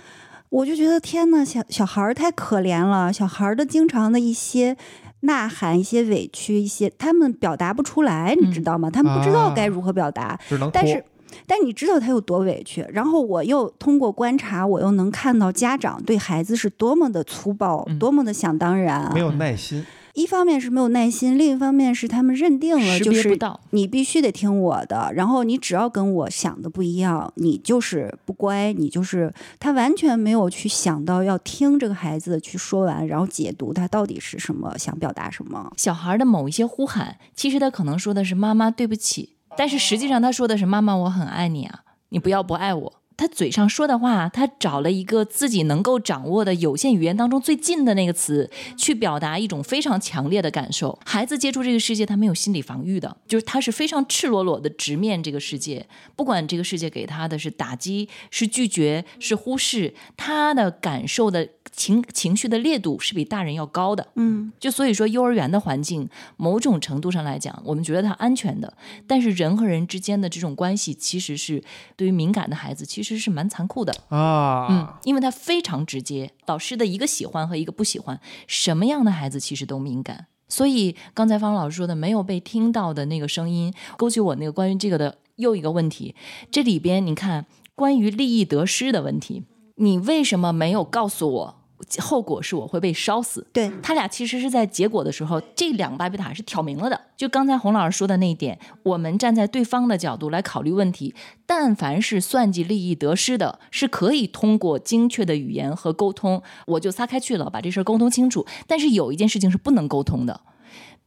S2: 我就觉得天呐，小小孩儿太可怜了，小孩儿的经常的一些呐喊、一些委屈、一些他们表达不出来，你知道吗？他们不知道
S1: 啊
S2: 该如何表达，
S1: 只能拖
S2: 但是，但你知道他有多委屈。然后我又通过观察，我又能看到家长对孩子是多么的粗暴，
S3: 嗯
S2: 多么的想当然啊。
S1: 没有耐心。
S2: 一方面是没有耐心，另一方面是他们认定了
S3: 识
S2: 就
S3: 别不
S2: 是
S3: 到，
S2: 你必须得听我的，然后你只要跟我想的不一样，你就是不乖，你就是他完全没有去想到要听这个孩子去说完，然后解读他到底是什么，想表达什么。
S3: 小孩儿的某一些呼喊，其实他可能说的是“妈妈，对不起”，但是实际上他说的是“妈妈，我很爱你啊，你不要不爱我”。他嘴上说的话，他找了一个自己能够掌握的有限语言当中最近的那个词，去表达一种非常强烈的感受。孩子接触这个世界，他没有心理防御的，就是他是非常赤裸裸的直面这个世界，不管这个世界给他的是打击、是拒绝、是忽视，他的感受的情情绪的烈度是比大人要高的。
S2: 嗯，
S3: 就所以说，幼儿园的环境某种程度上来讲，我们觉得它安全的，但是人和人之间的这种关系，其实是对于敏感的孩子，其实是蛮残酷的。
S1: 啊，
S3: 嗯，因为它非常直接，导师的一个喜欢和一个不喜欢，什么样的孩子其实都敏感。所以刚才方老师说的没有被听到的那个声音，勾起我那个关于这个的又一个问题。这里边你看，关于利益得失的问题，你为什么没有告诉我？后果是我会被烧死，
S2: 对，
S3: 他俩其实是在结果的时候，这两个巴比塔是挑明了的。就刚才洪老师说的那一点，我们站在对方的角度来考虑问题，但凡是算计利益得失的，是可以通过精确的语言和沟通，我就撒开去了，把这事儿沟通清楚。但是有一件事情是不能沟通的。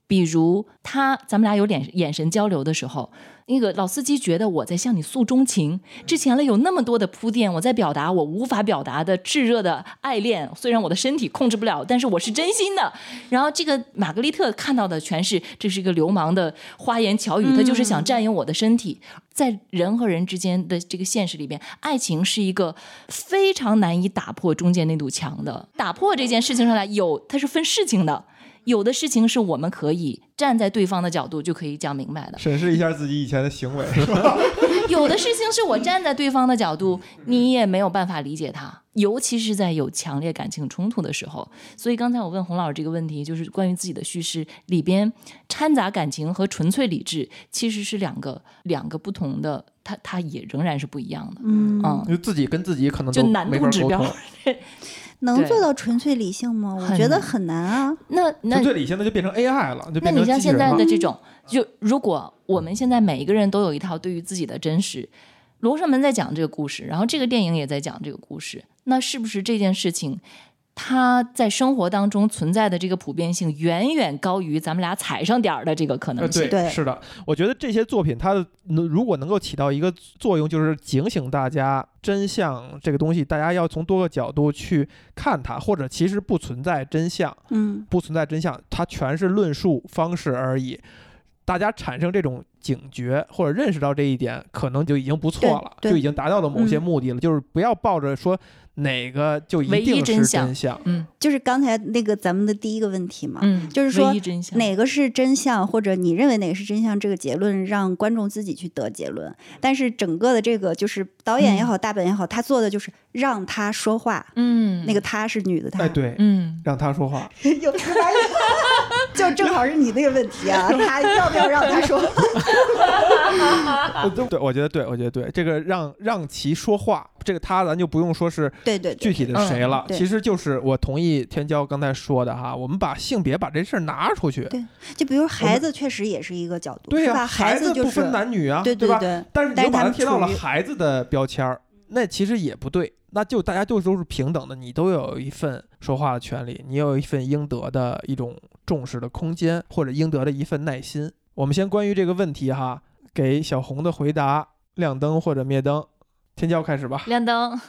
S3: 比如他，咱们俩有眼眼神交流的时候，那个老司机觉得我在向你诉衷情，之前了有那么多的铺垫，我在表达我无法表达的炙热的爱恋，虽然我的身体控制不了，但是我是真心的。然后这个玛格丽特看到的全是这是一个流氓的花言巧语，他就是想占有我的身体。在人和人之间的这个现实里边，爱情是一个非常难以打破中间那堵墙的。打破这件事情上来，有它是分事情的，有的事情是我们可以站在对方的角度就可以讲明白的。
S6: 审视一下自己以前的行为，是吧
S3: 有的事情是我站在对方的角度，你也没有办法理解他，尤其是在有强烈感情冲突的时候。所以刚才我问洪老师这个问题，就是关于自己的叙事里边掺杂感情和纯粹理智，其实是两个两个不同的，它它也仍然是不一样的。
S2: 嗯
S3: 嗯，
S1: 就自己跟自己可能
S3: 就
S1: 都
S3: 难
S1: 没
S3: 度
S1: 法
S3: 指
S1: 沟
S3: 标
S1: 通。。
S2: 能
S3: 对
S2: 做到纯粹理性吗？我
S3: 很
S2: 觉得
S3: 难
S2: 很难啊。
S3: 那那
S1: 纯粹理性的就变成 AI 了，就
S3: 那
S1: 变成
S3: 你像
S1: 机器
S3: 现
S1: 人
S3: 在
S1: 了
S3: 的。这种，就如果我们现在每一个人都有一套对于自己的真实，罗生门在讲这个故事，然后这个电影也在讲这个故事，那是不是这件事情？它在生活当中存在的这个普遍性，远远高于咱们俩踩上点儿的这个
S1: 呃，
S3: 可能性。
S1: 对，
S2: 对
S1: 是的，我觉得这些作品它的能如果能够起到一个作用，就是警醒大家真相这个东西，大家要从多个角度去看它，或者其实不存在真相，
S2: 嗯，
S1: 不存在真相，它全是论述方式而已。大家产生这种警觉或者认识到这一点，可能就已经不错了，
S2: 对对
S1: 就已经达到了某些
S2: 嗯
S1: 目的了。就是不要抱着说哪个就
S3: 唯
S1: 一
S3: 一
S1: 定是
S3: 真相
S1: 真相
S3: 嗯
S2: 就是刚才那个咱们的第一个问题嘛，
S3: 嗯，
S2: 呃就是说
S3: 唯一真相。
S2: 哪个是真相，或者你认为哪个是真相，这个结论让观众自己去得结论。但是整个的这个就是导演也好，大本也好，他做的就是让他说话，
S3: 嗯，
S2: 那个他是女的她，
S1: 哎，对，
S3: 嗯，
S1: 让他说话。
S2: 有词白语， 就正好是你那个问题啊，他要不要让他说？
S1: 呃对，对我觉得对，我觉得对，这个让让其说话，这个他咱就不用说是
S2: 对对对，
S1: 具体的谁了，
S2: 嗯对
S1: 其实就是我同意天骄刚才说的哈，我们把性别把这事儿拿出去，
S2: 对就比如孩子确实也是一个角度，
S1: 对
S2: 是
S1: 呀、
S2: 吧？
S1: 孩
S2: 子就
S1: 不
S2: 是
S1: 分男女啊，
S2: 对
S1: 对吧？
S2: 对，
S1: 但是你
S2: 但
S1: 又
S2: 是
S1: 把它
S2: 他们
S1: 贴到了
S2: 处于嗯
S1: 孩子的标签儿，那其实也不对。那就大家就都是平等的，你都有一份说话的权利，你有一份应得的一种重视的空间，或者应得的一份耐心。我们先关于这个问题哈，给小红的回答亮灯或者灭灯，天骄开始吧。
S3: 亮灯。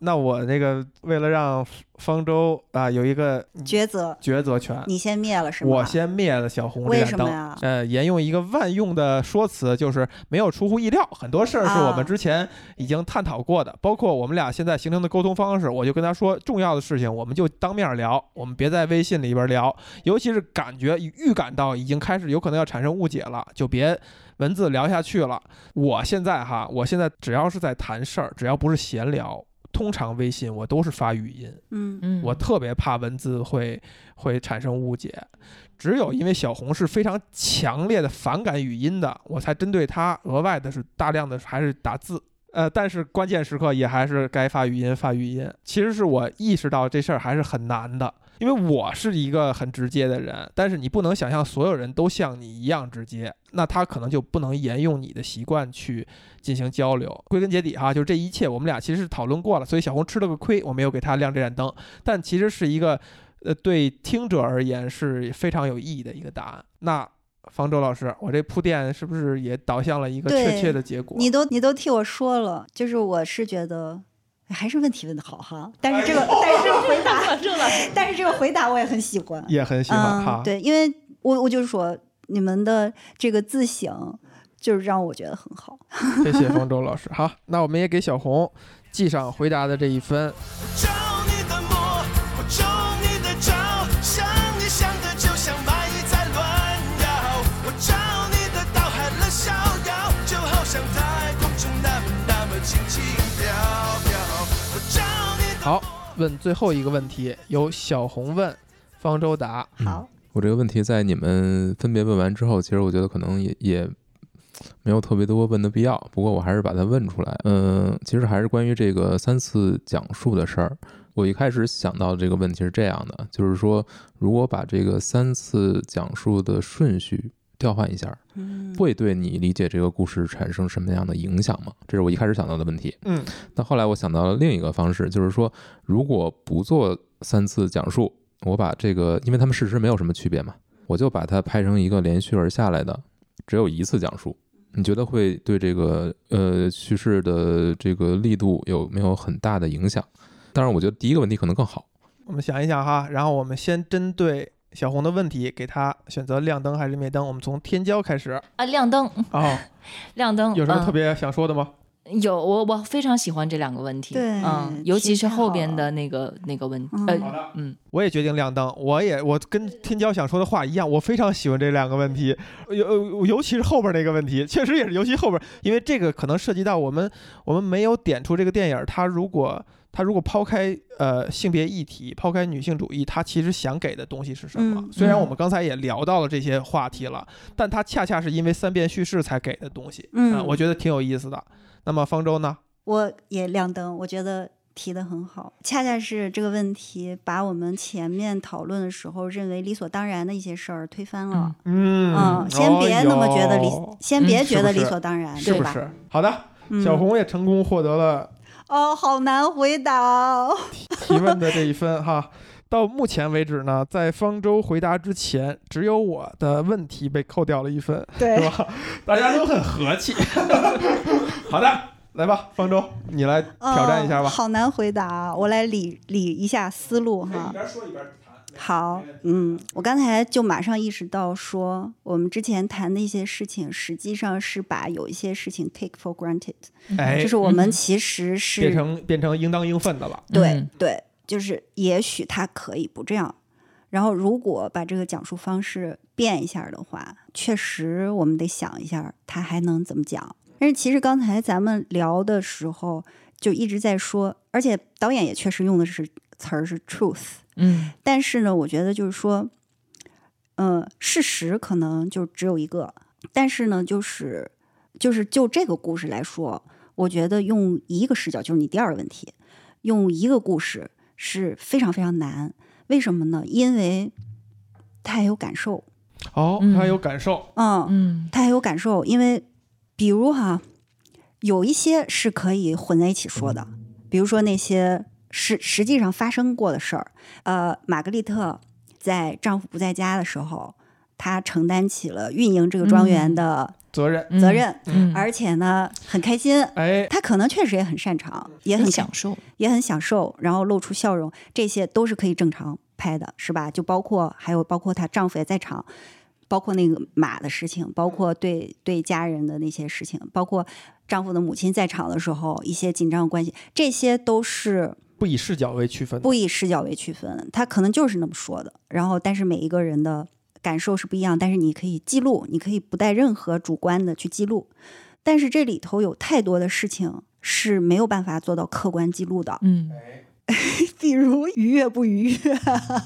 S1: 那我这个为了让方舟啊有一个
S2: 抉择，
S1: 抉择权，
S2: 你先灭了是吗？
S1: 我先灭了小红这
S2: 为
S1: 盏
S2: 什么
S1: 灯。
S2: 呀？
S1: 呃，沿用一个万用的说辞，就是没有出乎意料，很多事儿是我
S2: 啊
S1: 们之前已经探讨过的，包括我们俩现在形成的沟通方式。我就跟他说，重要的事情我们就当面聊，我们别在微信里边聊，尤其是感觉预感到已经开始有可能要产生误解了，就别文字聊下去了。我现在哈，我现在只要是在谈事儿，只要不是闲聊，通常微信我都是发语音，
S2: 嗯
S3: 嗯，
S1: 我 特别怕文字会会产生误解。只有因为小红是非常强烈的反感语音的，我才针对她额外的是大量的还是打字。呃，但是关键时刻也还是该发语音发语音。其实是我意识到这事儿还是很难的，因为我是一个很直接的人，但是你不能想象所有人都像你一样直接，那他可能就不能沿用你的习惯去进行交流。归根结底哈、就是这一切我们俩其实是讨论过了，所以小红吃了个亏，我没有给他亮这盏灯，但其实是一个呃对听者而言是非常有意义的一个答案。那方舟老师，我这铺垫是不是也导向了一个
S2: 对
S1: 确切的结果？
S2: 你都你都替我说了，就是我是觉得哎还是问题问的好哈，但是这个、但是这个回答， 但是这个回答我也很喜欢，
S1: 也很喜欢哈
S2: 嗯，，对，因为我我就是说你们的这个自省，就是让我觉得很好。
S1: 谢谢方舟老师。好，那我们也给小红记上回答的这一分。
S5: 我中你的魔，我中你的招，想你想的就像蚂蚁在乱咬。我着你的道，喊了逍遥，就好像在空中那么那么轻轻飘飘。我着你的
S1: 好，问最后一个问题，由小红问，方舟答。
S2: 好，
S4: 我这个问题在你们分别问完之后，其实我觉得可能也也没有特别多问的必要，不过我还是把它问出来。嗯，其实还是关于这个三次讲述的事儿。我一开始想到这个问题是这样的，就是说，如果把这个三次讲述的顺序调换一下，
S2: 嗯
S4: 会对你理解这个故事产生什么样的影响吗？这是我一开始想到的问题。
S1: 嗯，
S4: 但后来我想到了另一个方式，就是说，如果不做三次讲述，我把这个，因为他们事实没有什么区别嘛，我就把它拍成一个连续而下来的，只有一次讲述。你觉得会对这个呃叙事的这个力度有没有很大的影响？当然，我觉得第一个问题可能更好。
S1: 我们想一想哈，然后我们先针对小红的问题，给她选择亮灯还是灭灯。我们从天骄开始。
S3: 啊，亮灯，
S1: 哦，
S3: 亮灯，
S1: 有什么
S3: 嗯
S1: 特别想说的吗？
S3: 有我我非常喜欢这两个问题，
S2: 对
S3: 嗯，尤
S2: 其
S3: 其
S2: 实
S3: 是
S2: 太
S3: 后
S2: 好
S3: 边
S2: 了
S3: 的那个那个问，
S2: 嗯
S3: 呃，
S1: 的。
S3: 嗯，
S1: 我也决定亮灯，我也我跟天骄想说的话一样，我非常喜欢这两个问题，
S2: 嗯
S1: 尤呃尤其是后边那个问题， 确实也是尤其后边，因为这个可能涉及到我们我们没有点出这个电影，它如果它如果抛开呃性别议题，抛开女性主义，它其实想给的东西是什么？
S2: 嗯
S1: 虽然
S2: 嗯
S1: 我们刚才也聊到了这些话题了，但它恰恰是因为三遍叙事才给的东西，
S2: 嗯
S1: 啊我觉得挺有意思的。那么方舟呢？
S2: 我也亮灯，我觉得提的很好，恰恰是这个问题把我们前面讨论的时候认为理所当然的一些事儿推翻了。
S3: 嗯
S1: 嗯
S2: 嗯，先别那么觉得理，先别
S1: 嗯
S2: 觉得
S1: 是不
S2: 理
S1: 是
S2: 所当然，
S1: 是不
S2: 对吧？嗯
S1: 是？好的，小红也成功获得了
S2: 哦，好难回答哦。
S1: 提问的这一分哈。 到目前为止呢，在方舟回答之前，只有我的问题被扣掉了一分，是
S2: 对，
S1: 吧？大家都很和气。好的，来吧，方舟，你来挑战一下吧
S2: 嗯。好难回答，哦我来理理一下思路哈。
S1: 边说一边谈。
S2: 好，嗯，我刚才就马上意识到说，我们之前谈的一些事情，实际上是把有一些事情 take for granted，、
S1: 哎，
S2: 就是我们
S3: 嗯
S2: 其实
S1: 变
S2: 是、
S1: 成变成应当应分的了。
S2: 对
S3: 嗯
S2: 对，就是也许它可以不这样。然后，如果把这个讲述方式变一下的话，确实我们得想一下，它还能怎么讲。但是其实刚才咱们聊的时候，就一直在说，而且导演也确实用的是词儿是 truth，
S3: 嗯
S2: 但是呢，我觉得就是说，呃，事实可能就只有一个，但是呢，就是就是就这个故事来说，我觉得用一个视角，就是你第二个问题，用一个故事是非常非常难。为什么呢？因为他也有感受，
S1: 哦，
S3: 嗯
S1: 他有感受，
S2: 嗯，
S3: 嗯
S2: 他也有感受，因为比如哈，有一些是可以混在一起说的，比如说那些实实际上发生过的事儿。呃，玛格丽特在丈夫不在家的时候，她承担起了运营这个庄园的
S1: 责任。
S2: 责，任，
S3: 嗯，嗯
S2: 而且呢很开心。
S1: 哎，
S2: 她可能确实也很擅长，也
S3: 很
S2: 很
S3: 享受，
S2: 也很享受，然后露出笑容，这些都是可以正常拍的，是吧？就包括还有包括她丈夫也在场，包括那个马的事情，包括对对家人的那些事情，包括丈夫的母亲在场的时候一些紧张关系，这些都是
S1: 不以视角为区分的。
S2: 不以视角为区分，她可能就是那么说的。然后，但是每一个人的感受是不一样，但是你可以记录，你可以不带任何主观的去记录，但是这里头有太多的事情是没有办法做到客观记录的。
S3: 嗯
S2: 比如愉悦不愉悦？
S1: 嗯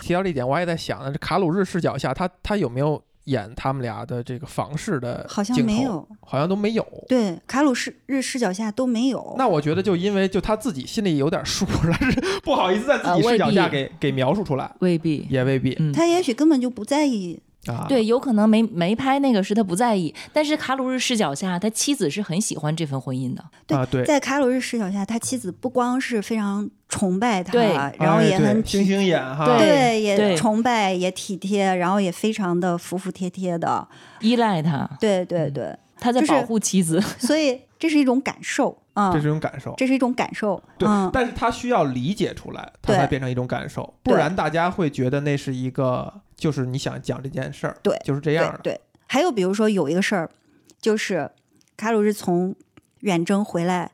S1: 提到这一点，我也在想，这卡鲁日视角下，他他有没有演他们俩的这个房事的
S2: 好像
S1: 镜
S2: 没
S1: 头，
S2: 有，
S1: 好像都没有。
S2: 对，卡鲁视日视角下都没有。
S1: 那我觉得就因为就他自己心里有点数， 但是不好意思在
S2: 啊
S1: 自己视角下
S3: 呃未
S1: 给、给描述出来，
S3: 未必。
S1: 也未必
S3: 嗯，
S2: 他也许根本就不在意，
S1: 啊。
S3: 对，有可能没没拍那个是他不在意，但是卡鲁日视角下，他妻子是很喜欢这份婚姻的。
S2: 对
S1: 啊，对，
S2: 在卡鲁日视角下，他妻子不光是非常崇拜他，
S3: 对
S2: 然后
S1: 哎
S2: 也
S1: 对
S2: 很
S1: 星
S2: 体
S1: 星眼哈，
S3: 对
S2: 对，
S3: 对
S2: 也崇拜，也体贴，然后也非常的服服帖帖的，
S3: 依赖他，
S2: 对对
S1: 嗯
S2: 对，
S3: 他在
S2: 就是
S3: 保护妻子。
S2: 所以这是一种感受啊，
S1: 这是一种感受。
S2: 这是一种感受，
S1: 对，
S2: 嗯，
S1: 但是他需要理解出来，他
S2: 对
S1: 才变成一种感受，
S2: 对
S1: 不然大家会觉得那是一个，就是你想讲这件事儿，
S2: 对
S1: 就是这
S2: 对
S1: 样的，
S2: 对。还有比如说有一个事儿，就是卡鲁日从远征回来，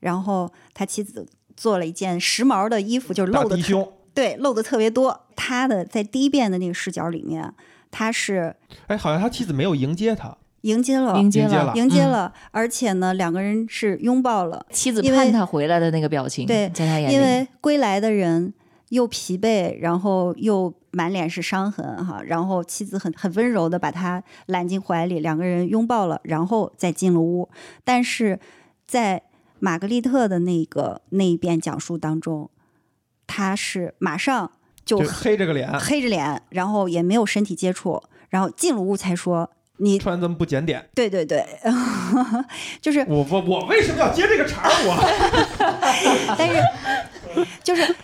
S2: 然后他妻子做了一件时髦的衣服，就是
S1: 大
S2: 露的
S1: 低胸。
S2: 对，露的特别多。他的在第一遍的那个视角里面，他是
S1: 哎，好像他妻子没有迎接他，
S2: 迎接了，
S3: 迎接
S1: 迎接
S3: 了
S1: 了，
S2: 哦迎接
S3: 嗯
S2: 了，而且呢，两个人是拥抱了，
S3: 妻子
S2: 因
S3: 盼
S2: 为
S3: 他回来的那个表情，
S2: 对
S3: 在他眼里，
S2: 因为归来的人又疲惫，然后又满脸是伤痕哈，然后妻子很很温柔的把他揽进怀里，两个人拥抱了，然后再进了屋。但是在玛格丽特的那个那一遍讲述当中，他是马上就
S1: 就啊黑着个脸，
S2: 黑着脸，然后也没有身体接触，然后进了屋才说你
S1: 穿这么不检点。
S2: 对对 对，就是
S1: 我我我为什么要接这个茬儿？我
S2: 但是就是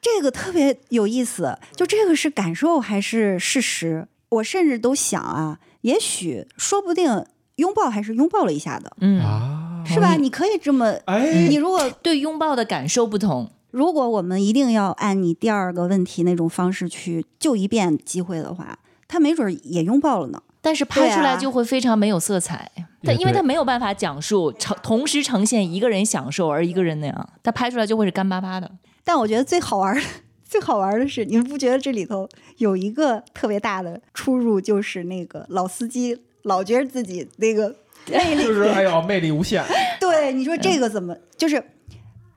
S2: 这个特别有意思，就这个是感受还是事实？我甚至都想啊，也许说不定拥抱还是拥抱了一下的，
S3: 嗯，
S1: 啊，
S2: 是吧？你可以这么，
S1: 哎，
S2: 你如果
S3: 对拥抱的感受不同，
S2: 如果我们一定要按你第二个问题那种方式去就一遍机会的话，他没准儿也拥抱了呢。
S3: 但是拍
S2: 对
S3: 出来
S2: 啊
S3: 就会非常没有色彩。
S4: 也
S3: 但因为
S4: 对
S3: 他没有办法讲述呈同时呈现一个人享受而一个人那样，他拍出来就会是干巴巴的。
S2: 但我觉得最好玩儿的、 最好玩儿的是，你们不觉得这里头有一个特别大的出入，就是那个老司机老觉得自己那个魅力，
S1: 就是哎呦，魅力无限，
S2: 对你说这个怎么就是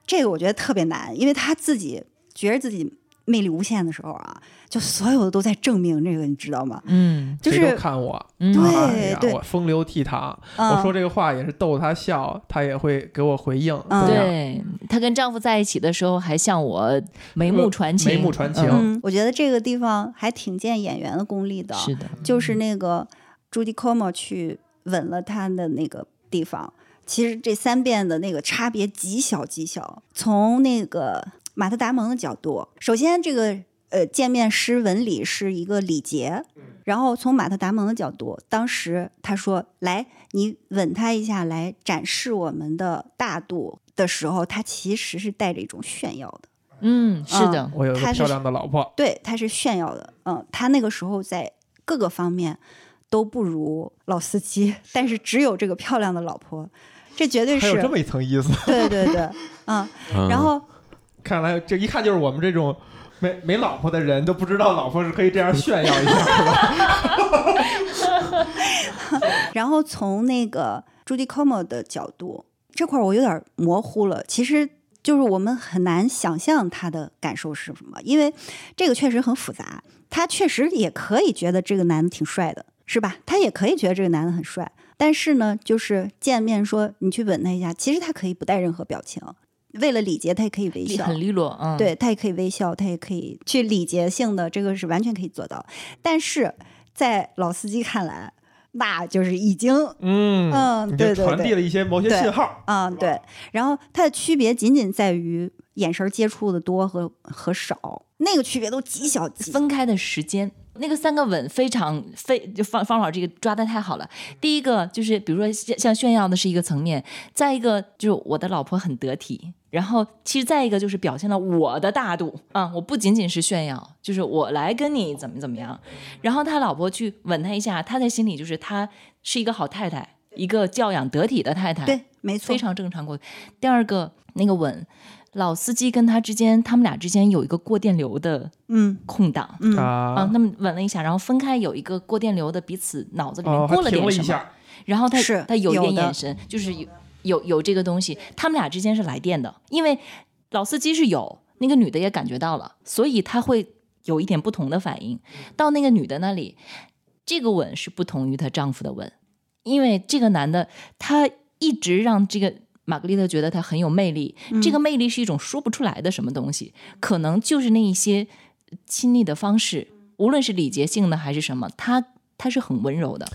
S2: 这个？我觉得特别难，因为他自己觉得自己魅力无限的时候啊，就所有的都在证明这个，你知道吗？
S3: 嗯，
S2: 就
S1: 谁都
S2: 是
S1: 看我，
S3: 嗯
S2: 对
S1: 哎呀
S2: 对
S1: 我风流倜傥，
S2: 嗯
S1: 我说这个话也是逗他笑，他也会给我回应，
S2: 嗯
S1: 怎么样
S3: 对她跟丈夫在一起的时候还向我眉目传
S1: 嗯
S3: 情，
S1: 眉目传情
S3: 嗯
S2: 嗯，我觉得这个地方还挺见演员的功力
S1: 嗯
S2: 的，
S3: 是的，
S2: 就是那个朱迪· c o m o 去吻了他的那个地方。其实这三遍的那个差别极小极小。从那个马特·达蒙的角度，首先这个呃见面诗文理是一个礼节，然后从马特·达蒙的角度，当时他说：“来，你吻他一下，来展示我们的大度。”的时候，他其实是带着一种炫耀的，
S3: 嗯，是的，
S1: 我有一个
S2: 他是
S1: 漂亮的老婆，
S2: 对，他是炫耀的。嗯，他那个时候在各个方面都不如老司机，但是只有这个漂亮的老婆，这绝对
S1: 还
S2: 是
S1: 有这么一层意思。
S2: 对对对，嗯。
S4: 嗯
S2: 然后
S1: 看来这一看就是我们这种没没老婆的人都不知道老婆是可以这样炫耀 一下的。
S2: 然后从那个朱迪· c o m o 的角度，这块儿我有点儿模糊了。其实就是我们很难想象他的感受是什么，因为这个确实很复杂。他确实也可以觉得这个男的挺帅的，是吧？他也可以觉得这个男的很帅，但是呢，就是见面说你去吻他一下，其实他可以不带任何表情，为了礼节他也可以微
S3: 利
S2: 笑，
S3: 很利落，嗯，，
S2: 对他也可以微笑，他也可以去礼节性的，这个是完全可以做到。但是在老司机看来，那就是已经
S1: 嗯
S2: 嗯
S1: 你
S2: 对
S1: 就
S2: 对
S1: 传
S2: 对
S1: 递了一些某些
S2: 对
S1: 信号。
S2: 啊、对。然后它的区别仅仅在于眼神接触的多和和少，那个区别都极小极
S3: 分开的时间。那个三个吻非常非就方方老师这个抓的太好了。第一个就是比如说像像炫耀的是一个层面，再一个就是我的老婆很得体，然后其实再一个就是表现了我的大度啊，我不仅仅是炫耀，就是我来跟你怎么怎么样。然后他老婆去吻他一下，他在心里就是他是一个好太太，一个教养得体的太太。
S2: 对，没错
S3: 非，常正常过。第二个那个吻，老司机跟他之间，他们俩之间有一个过电流的
S2: 嗯
S3: 空档。
S2: 嗯、
S1: 啊
S3: 啊，那么吻了一下，然后分开有一个过电流的，彼此脑子里面
S1: 哦，还
S3: 过了
S1: 停
S3: 点
S1: 了
S3: 什
S1: 一
S3: 么，
S1: 下，
S3: 然后他
S2: 是
S3: 他有一点
S2: 有的
S3: 眼神，就是有有有这个东西，他们俩之间是来电的，因为老司机是有，那个女的也感觉到了，所以他会有一点不同的反应。到那个女的那里，这个吻是不同于她丈夫的吻，因为这个男的他一直让这个玛格丽特觉得他很有魅力，这个魅力是一种说不出来的什么东西，可能就是那一些亲昵的方式，无论是礼节性的还是什么，他他是很温柔的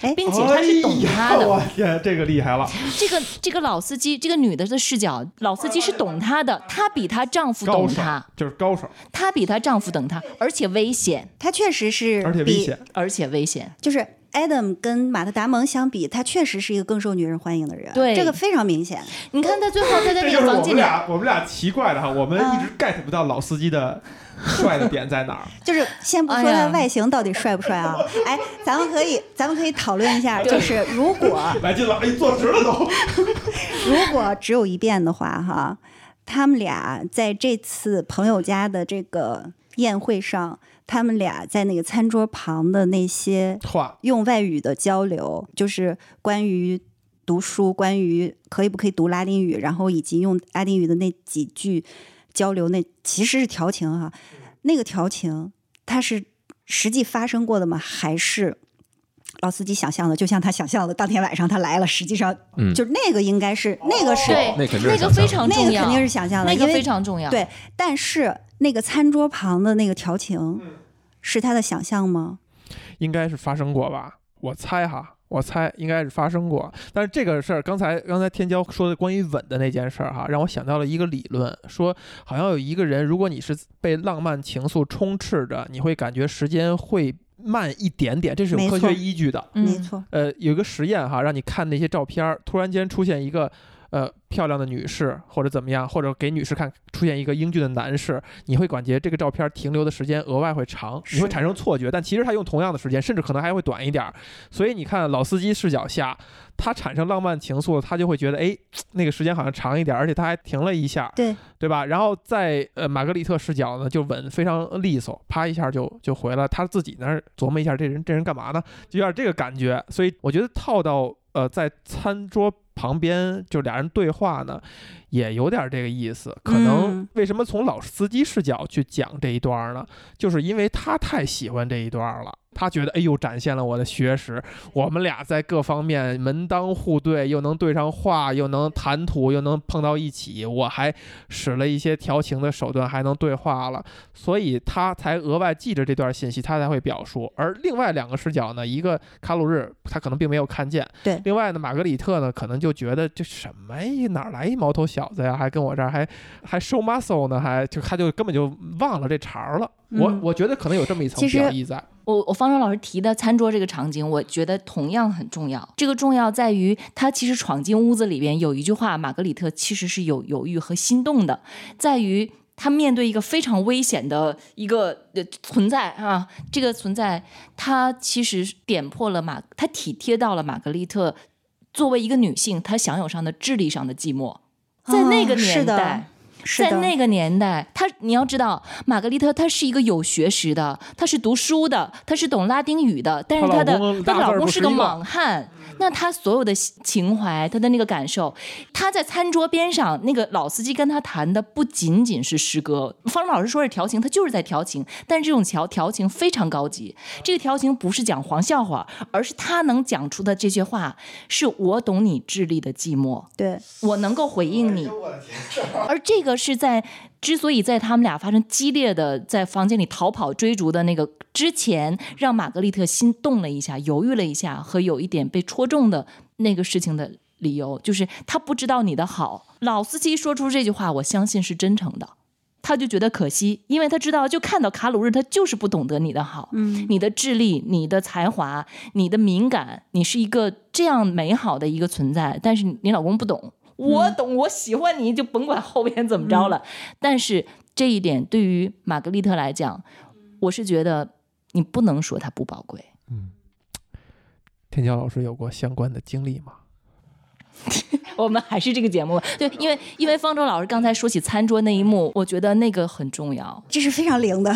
S2: 哎。
S3: 并且他是懂他的，
S6: 哎呀我天，这个厉害了，
S3: 这个这个老司机，这个女的的视角，老司机是懂她的，她比她丈夫
S6: 高
S3: 懂
S6: 手
S3: 她，
S6: 就是高手，
S3: 她比她丈夫懂她，而且危险，
S2: 他确实是
S6: 而且危
S2: 比
S6: 险。
S3: 而且危险。
S2: 就是。Adam 跟马特·达蒙相比，他确实是一个更受女人欢迎的人，
S3: 对
S2: 这个非常明显。
S3: 你看她最后她在
S6: 这
S3: 那
S6: 就
S3: 个
S6: 是我
S3: 房
S6: 们
S3: 间里，
S6: 俩，我们俩奇怪的哈，我们一直 get 不到老司机的帅的点在哪儿。
S2: 就是先不说
S3: 哎呀
S2: 他外形到底帅不帅 啊，哎，咱们可以咱们可以讨论一下，
S3: 对
S2: 就是如果
S6: 来劲了，哎，坐直了都。
S2: 如果只有一遍的话，哈，他们俩在这次朋友家的这个宴会上，他们俩在那个餐桌旁的那些
S6: 话
S2: 用外语的交流，就是关于读书，关于可以不可以读拉丁语，然后以及用拉丁语的那几句交流，那其实是调情哈、
S3: 嗯
S2: 那个调情，它是实际发生过的吗？还是老司机想象的？就像他想象的，当天晚上他来了，实际上，
S4: 嗯
S2: 就是那个应该是那个是
S3: 对，
S4: 那肯定是
S3: 个
S4: 想
S3: 非
S4: 象
S3: 常
S2: 那
S3: 重
S2: 个
S3: 要，
S2: 肯定是想象的，
S3: 哦那
S2: 因
S3: 个
S2: 为
S3: 非常重要。
S2: 对，但是那个餐桌旁的那个调情，
S3: 嗯
S2: 是他的想象吗？
S1: 应该是发生过吧？我猜哈，我猜应该是发生过。但是这个事儿，刚才刚才天骄说的关于吻的那件事儿哈，让我想到了一个理论，说好像有一个人，如果你是被浪漫情愫充斥着，你会感觉时间会慢一点点，这是
S2: 没
S1: 有科
S2: 错
S1: 学依据的。
S2: 没
S3: 嗯，
S2: 错，
S1: 呃，有一个实验哈，让你看那些照片儿，突然间出现一个呃漂亮的女士，或者怎么样，或者给女士看出现一个英俊的男士，你会感觉这个照片停留的时间额外会长，你会
S2: 是
S1: 产生错觉，但其实他用同样的时间，甚至可能还会短一点儿。所以你看老司机视角下，他产生浪漫情愫，他就会觉得哎，那个时间好像长一点儿，而且他还停了一下，
S2: 对
S1: 对吧？然后在呃玛格丽特视角呢，就吻非常利索，啪一下就就回了。他自己那儿琢磨一下，这人这人干嘛呢？就有点这个感觉。所以我觉得套到呃在餐桌旁边就俩人对话呢，也有点这个意思。可能
S2: 嗯
S1: 为什么从老司机视角去讲这一段儿呢？就是因为他太喜欢这一段儿了。他觉得，哎呦，展现了我的学识，我们俩在各方面门当户对，又能对上话，又能谈吐，又能碰到一起，我还使了一些调情的手段，还能对话了，所以他才额外记着这段信息，他才会表述。而另外两个视角呢，一个卡鲁日他可能并没有看见，
S2: 对
S1: 另外呢，玛格里特呢，可能就觉得这什么呀，哪儿来一毛头小子呀，还跟我这儿还还 show muscle 呢，还就他就根本就忘了这茬儿了。我
S2: 嗯
S1: 我觉得可能有这么一层
S2: 其实
S1: 表意在，
S3: 我我方舟老师提的餐桌这个场景，我觉得同样很重要。这个重要在于，他其实闯进屋子里边有一句话，玛格丽特其实是有犹豫和心动的，在于他面对一个非常危险的一个呃存在啊，这个存在他其实点破了玛，他体贴到了玛格丽特作为一个女性，她享有上的智力上的寂寞，在那个
S2: 哦是
S3: 年
S2: 的
S3: 代。
S2: 是
S3: 在
S2: 的，
S3: 那个年代，她你要知道，玛格丽特她是一个有学识的，她是读书的，她是懂拉丁语的，但是
S1: 她老
S3: 她的
S1: 公
S3: 她
S1: 大字儿
S3: 老公
S1: 不
S3: 是
S1: 识
S3: 个
S1: 一个
S3: 莽汉，那她所有的情怀，她的那个感受，她在餐桌边上，那个老司机跟她谈的不仅仅是诗歌，方老师说是调情，她就是在调情，但这种调调情非常高级，这个调情不是讲黄笑话，而是她能讲出的这些话，是我懂你智力的寂寞。
S2: 对，
S3: 我能够回应你。而这个是在之所以在他们俩发生激烈的在房间里逃跑追逐的那个之前，让玛格丽特心动了一下，犹豫了一下，和有一点被戳中的那个事情的理由，就是他不知道你的好。老司机说出这句话，我相信是真诚的。他就觉得可惜，因为他知道，就看到卡鲁日，他就是不懂得你的好，
S2: 嗯，
S3: 你的智力、你的才华、你的敏感，你是一个这样美好的一个存在，但是你老公不懂，我懂，我喜欢你，就甭管后边怎么着了。但是这一点对于玛格丽特来讲，我是觉得你不能说它不宝贵。
S1: 嗯，天骄老师有过相关的经历吗？
S3: 我们还是这个节目吧。对，因为因为方舟老师刚才说起餐桌那一幕，我觉得那个很重要，
S2: 这是非常灵的。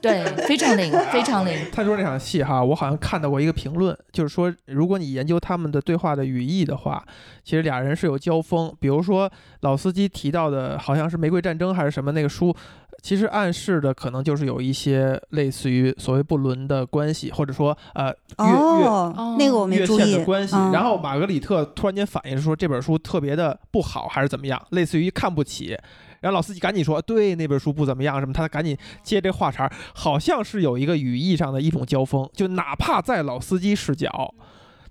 S3: 对，非常灵，非常灵。
S6: 他说那场戏哈，我好像看到过一个评论，就是说，如果你研究他们的对话的语义的话，其实俩人是有交锋。比如说老司机提到的，好像是《玫瑰战争》还是什么那个书，其实暗示的可能就是有一些类似于所谓不伦的关系，或者说呃 越越
S2: 哦，那个我没
S6: 越
S2: 注
S6: 线
S2: 意
S6: 的。关系。
S2: 嗯
S6: 然后玛格丽特突然间反应说这本书特别的不好，还是怎么样，类似于看不起。然后老司机赶紧说，对那本书不怎么样什么，他赶紧接这话茬儿，好像是有一个语义上的一种交锋，就哪怕在老司机视角，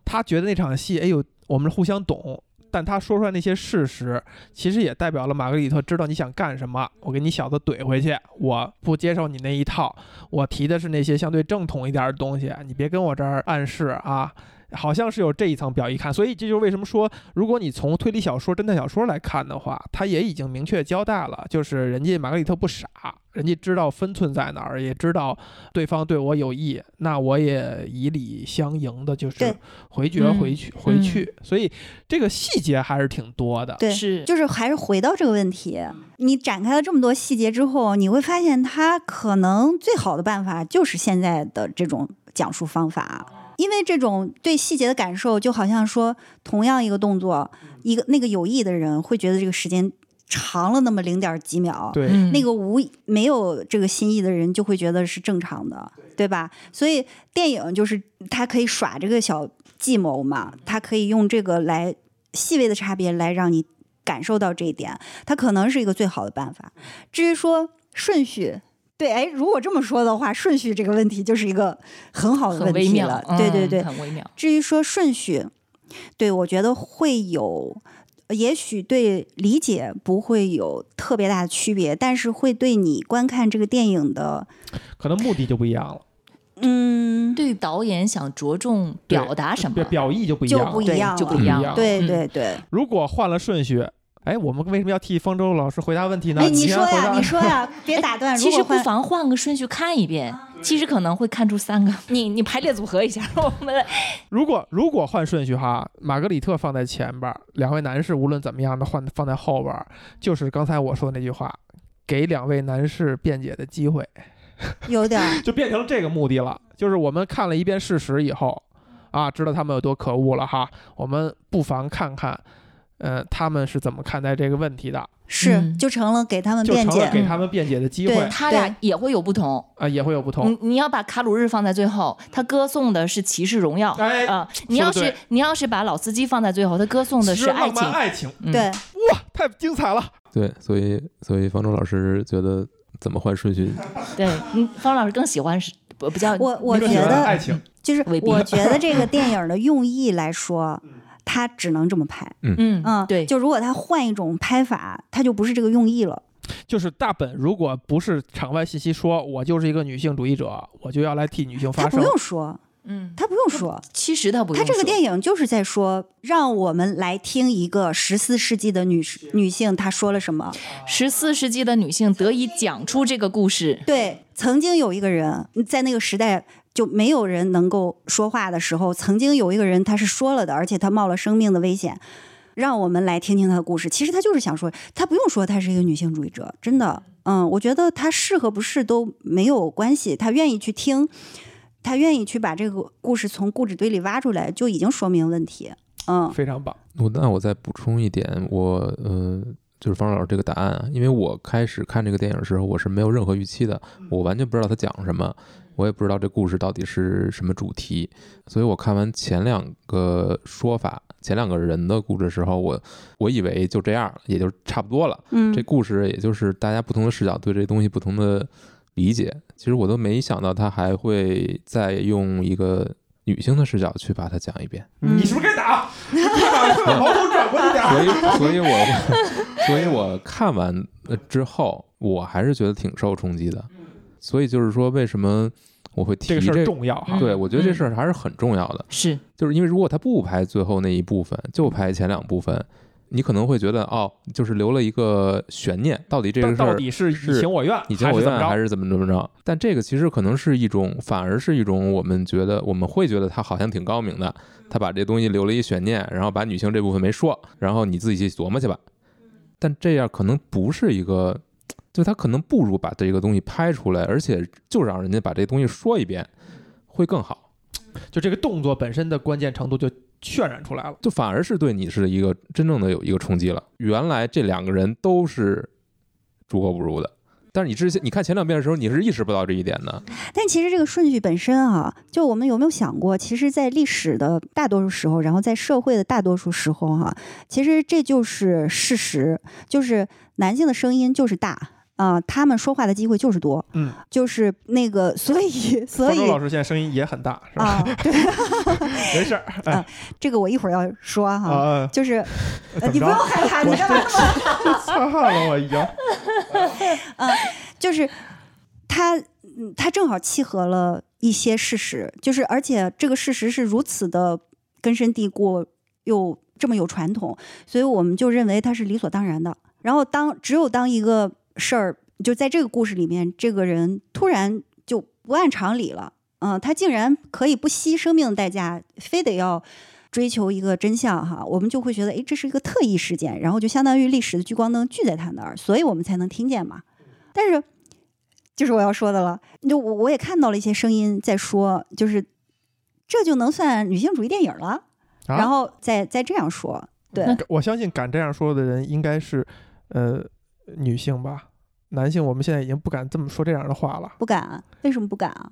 S6: 他觉得那场戏，哎呦，我们互相懂，但他说出来那些事实，其实也代表了玛格丽特知道你想干什么，我给你小子怼回去，我不接受你那一套，我提的是那些相对正统一点的东西，你别跟我这儿暗示啊。好像是有这一层表意看，所以这就是为什么说，如果你从推理小说、侦探小说来看的话，它也已经明确交代了，就是人家玛格丽特不傻，人家知道分寸在哪儿，也知道对方对我有意，那我也以理相迎的，就是
S2: 对
S6: 回绝
S3: 嗯
S6: 回去、回去，所以这个细节还是挺多的。
S2: 对，
S3: 是
S2: 就是还是回到这个问题，你展开了这么多细节之后，你会发现它可能最好的办法就是现在的这种讲述方法，因为这种对细节的感受，就好像说同样一个动作，一个那个有意的人会觉得这个时间长了那么零点几秒，
S6: 对，
S3: 嗯
S2: 那个无没有这个心意的人就会觉得是正常的，对吧？所以电影就是它可以耍这个小计谋嘛，它可以用这个来细微的差别来让你感受到这一点，它可能是一个最好的办法。至于说顺序。对，哎，如果这么说的话，顺序这个问题就是一个很好的
S3: 很
S2: 问
S3: 微
S2: 题
S3: 妙
S2: 了。，对对
S3: 嗯
S2: 对，
S3: 很微妙。
S2: 至于说顺序，对我觉得会有，也许对理解不会有特别大的区别，但是会对你观看这个电影的，
S6: 可能目的就不一样了，
S2: 嗯，
S3: 对导演想着重表达什么
S6: 表，表意就不一
S2: 就
S6: 样
S2: 不
S6: 了。
S2: 一样
S3: 就
S2: 了
S3: 不一样
S6: 不一样
S3: 了。
S2: 对
S3: 嗯
S2: 对对。
S6: 如果换了顺序，哎，我们为什么要替方舟老师回答问题呢？
S2: 哎，你
S6: 先
S2: 说
S6: 回答
S2: 呀，你说呀，别打断。
S3: 其
S2: 如
S3: 实
S2: 果
S3: 不
S2: 换
S3: 妨换个顺序看一遍，其实可能会看出三个。 你你排列组合一下， 我们来
S6: 如果如果换顺序哈，玛格丽特放在前边儿，两位男士无论怎么样的换放在后边儿，就是刚才我说的那句话，给两位男士辩解的机会，
S2: 有点儿，
S6: 就变成这个目的了。就是我们看了一遍事实以后，啊，知道他们有多可恶了哈，我们不妨看看，呃，他们是怎么看待这个问题的，
S2: 是
S3: 嗯
S2: 就成了给他们
S6: 就
S2: 辩
S6: 成了
S2: 解。嗯
S6: 给他们辩解的机会
S2: 对嗯
S3: 他俩也会有不同。
S6: 啊，也会有不同。
S3: 你你要把卡鲁日放在最后，他歌颂的是骑士荣耀啊、
S6: 哎
S3: 你要
S6: 说得
S3: 是
S6: 对
S3: 你要是把老司机放在最后，他歌颂的是爱
S6: 浪
S3: 情
S6: 漫。爱情，
S3: 嗯
S2: 对，
S6: 太精彩了！
S4: 对，所以所以方舟老师觉得怎么换顺序？
S3: 对，嗯，方老师更喜欢是不不叫
S2: 我我
S6: 你更
S2: 觉
S6: 喜欢
S2: 得
S6: 爱情，
S2: 就是
S3: 未必
S2: 我觉得这个电影的用意来说，它只能这么拍。
S3: 嗯
S2: 嗯，
S3: 对，
S2: 就如果它换一种拍法，它就不是这个用意了。
S6: 就是大本，如果不是场外信息说，我就是一个女性主义者，我就要来替女性
S2: 他
S6: 发
S2: 不
S6: 声。
S2: 用说，
S3: 嗯，
S2: 他不用说，
S3: 其实他不
S2: 他
S3: 用
S2: 这个
S3: 说
S2: 电影就是在说，让我们来听一个十四世纪的女士女性她说了什么。
S3: 十四世纪的女性得以讲出这个故事，
S2: 对，曾经有一个人在那个时代就没有人能够说话的时候，曾经有一个人他是说了的，而且他冒了生命的危险。让我们来听听她的故事。其实她就是想说，她不用说她是一个女性主义者，真的，嗯，我觉得她是和不是都没有关系。她愿意去听，她愿意去把这个故事从故事堆里挖出来，就已经说明问题。嗯，
S6: 非常棒，
S4: 我那我再补充一点，我呃，就是方舟老师这个答案啊，因为我开始看这个电影的时候，我是没有任何预期的，我完全不知道他讲什么，我也不知道这故事到底是什么主题，所以我看完前两个说法，前两个人的故事的时候，我我以为就这样，也就差不多了。
S2: 嗯
S4: 这故事也就是大家不同的视角对这东西不同的理解。其实我都没想到他还会再用一个女性的视角去把它讲一遍，
S2: 嗯
S1: 你是不是该打？你把快把矛头转过去点儿。
S4: 所以所以我 所以我看完呃之后，我还是觉得挺受冲击的。所以就是说，为什么我会提
S6: 这个事
S4: 这
S6: 儿
S4: 个？
S6: 重嗯要哈。
S4: 对，我觉得这事儿还是很重要的。
S3: 是
S4: 就是因为如果他不拍最后那一部分，就拍前两部分，你可能会觉得哦，就是留了一个悬念，到底这
S1: 到
S4: 个事
S1: 到
S4: 儿
S1: 底是你
S4: 是
S1: 情我愿，
S4: 你情我
S1: 怎么
S4: 愿还
S1: 着？
S4: 是怎么怎么着？但这个其实可能是一种，反而是一种我们觉得我们会觉得他好像挺高明的，
S1: 嗯
S4: 他把这东西留了一悬念，然后把女性这部分没说，然后你自己去琢磨去吧。
S1: 嗯
S4: 但这样可能不是一个，就他可能不如把这个东西拍出来，而且就让人家把这东西说一遍
S1: 嗯
S4: 会更好。
S1: 就这个动作本身的关键程度就渲染出来了。
S4: 就反而是对你是一个真正的有一个冲击了。原来这两个人都是猪狗不如的，但是你之前你看前两遍的时候，你是意识不到这一点的。
S2: 但其实这个顺序本身啊，就我们有没有想过，其实，在历史的大多数时候，然后在社会的大多数时候、哈，其实这就是事实，就是男性的声音就是大啊、他们说话的机会就是多，
S1: 嗯，
S2: 就是那个，所以，所
S1: 方舟
S2: 以
S1: 老师现在声音也很大，是吧？
S2: 啊，对， 嗯
S1: 没事儿，哎，
S2: 这个我一会儿要说哈、
S1: 啊，
S2: 就是、
S1: 怎
S2: 呃
S1: 么
S2: 你不用
S1: 着？
S2: 害怕，你
S1: 我
S2: 干嘛？
S1: 擦汗
S6: 啊
S1: 了，我已经。
S2: 就是它，嗯，它正好契合了一些事实，就是而且这个事实是如此的根深蒂固，又这么有传统，所以我们就认为它是理所当然的。然后当只有当一个事儿，就在这个故事里面，这个人突然就不按常理了，嗯、他竟然可以不惜生命代价，非得要。追求一个真相哈，我们就会觉得，诶，这是一个特异事件，然后就相当于历史的聚光灯聚在他那儿，所以我们才能听见嘛。但是就是我要说的了，就我我也看到了一些声音在说，就是这就能算女性主义电影了，
S1: 啊
S2: 然后再再这样说，对，
S1: 我相信敢这样说的人应该是，呃，女性吧。男性，我们现在已经不敢这么说这样的话了，
S2: 不敢，为什么不敢啊？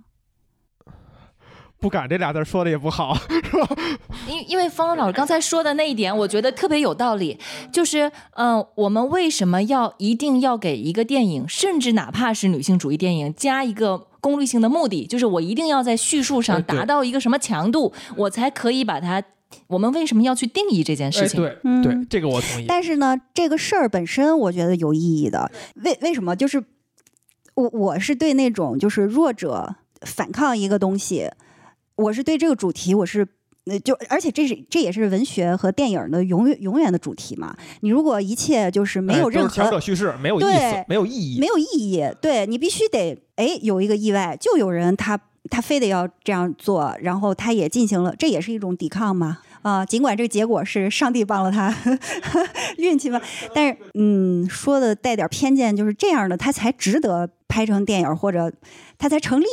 S1: 不敢这俩字儿说的也不好，是吧？
S3: 因因为方舟老师刚才说的那一点，我觉得特别有道理，就是嗯、呃我们为什么要一定要给一个电影，甚至哪怕是女性主义电影，加一个功利性的目的，就是我一定要在叙述
S1: 哎
S3: 上
S1: 对
S3: 达到一个什么强度，我才可以把它。我们为什么要去定义这件事情？
S1: 哎、对
S2: 嗯
S1: 对，这个我同意。
S2: 但是呢，这个事儿本身我觉得有意义的，为为什么？就是我我是对那种就是弱者反抗一个东西，我是对这个主题我是。呃，就而且这是这也是文学和电影的永远永远的主题嘛。你如果一切就是没有
S1: 哎都是
S2: 任
S1: 强
S2: 何
S1: 者叙事，没有意思
S2: 对，
S1: 没有意义。
S2: 没有意义。对你必须得哎有一个意外，就有人他他非得要这样做，然后他也进行了，这也是一种抵抗嘛。啊、尽管这个结果是上帝帮了他， 运气吧，但是嗯，说的带点偏见，就是这样的，他才值得拍成电影或者他才成立。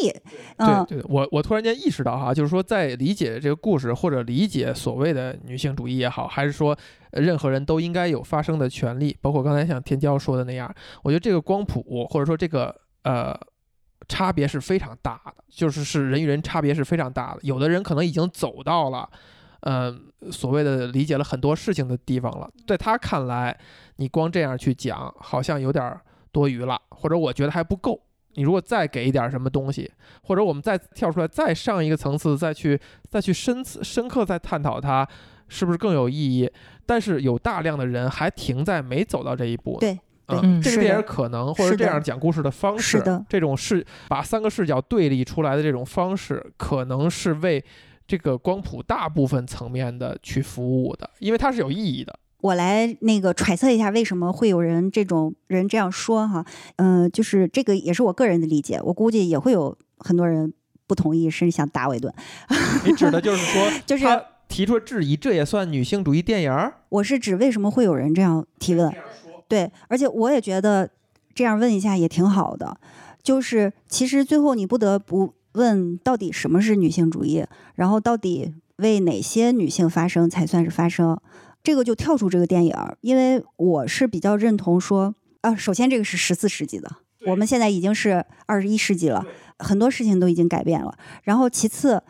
S2: 嗯，
S1: 对对，我我突然间意识到哈，就是说在理解这个故事或者理解所谓的女性主义也好，还是说呃任何人都应该有发声的权利，包括刚才像天骄说的那样，我觉得这个光谱或者说这个呃。差别是非常大的，就是是人与人差别是非常大的。有的人可能已经走到了，嗯、所谓的理解了很多事情的地方了。在他看来，你光这样去讲，好像有点儿多余了，或者我觉得还不够。你如果再给一点儿什么东西，或者我们再跳出来，再上一个层次，再去再去深次深刻再探讨它，是不是更有意义？但是有大量的人还停在没走到这一步。
S2: 对
S1: 嗯
S3: 对
S1: 这
S2: 是
S1: 个
S2: 的
S1: 电影可能或者
S2: 是
S1: 这
S2: 的
S1: 样讲故事的方式，
S2: 是的
S1: 这种视把三个视角对立出来的这种方式，可能是为这个光谱大部分层面的去服务的，因为它是有意义的。
S2: 我来那个揣测一下，为什么会有人这种人这样说哈？嗯、就是这个也是我个人的理解，我估计也会有很多人不同意，甚至想打我一顿。
S1: 你指的就是说，
S2: 就是
S1: 他提出质疑，这也算女性主义电影儿？
S2: 我是指为什么会有人这样提问？对，而且我也觉得这样问一下也挺好的。就是其实最后你不得不问，到底什么是女性主义，然后到底为哪些女性发声才算是发声？这个就跳出这个电影儿，因为我是比较认同说，啊，首先这个是十四世纪的，我们现在已经是二十一世纪了，很多事情都已经改变了。然后其次，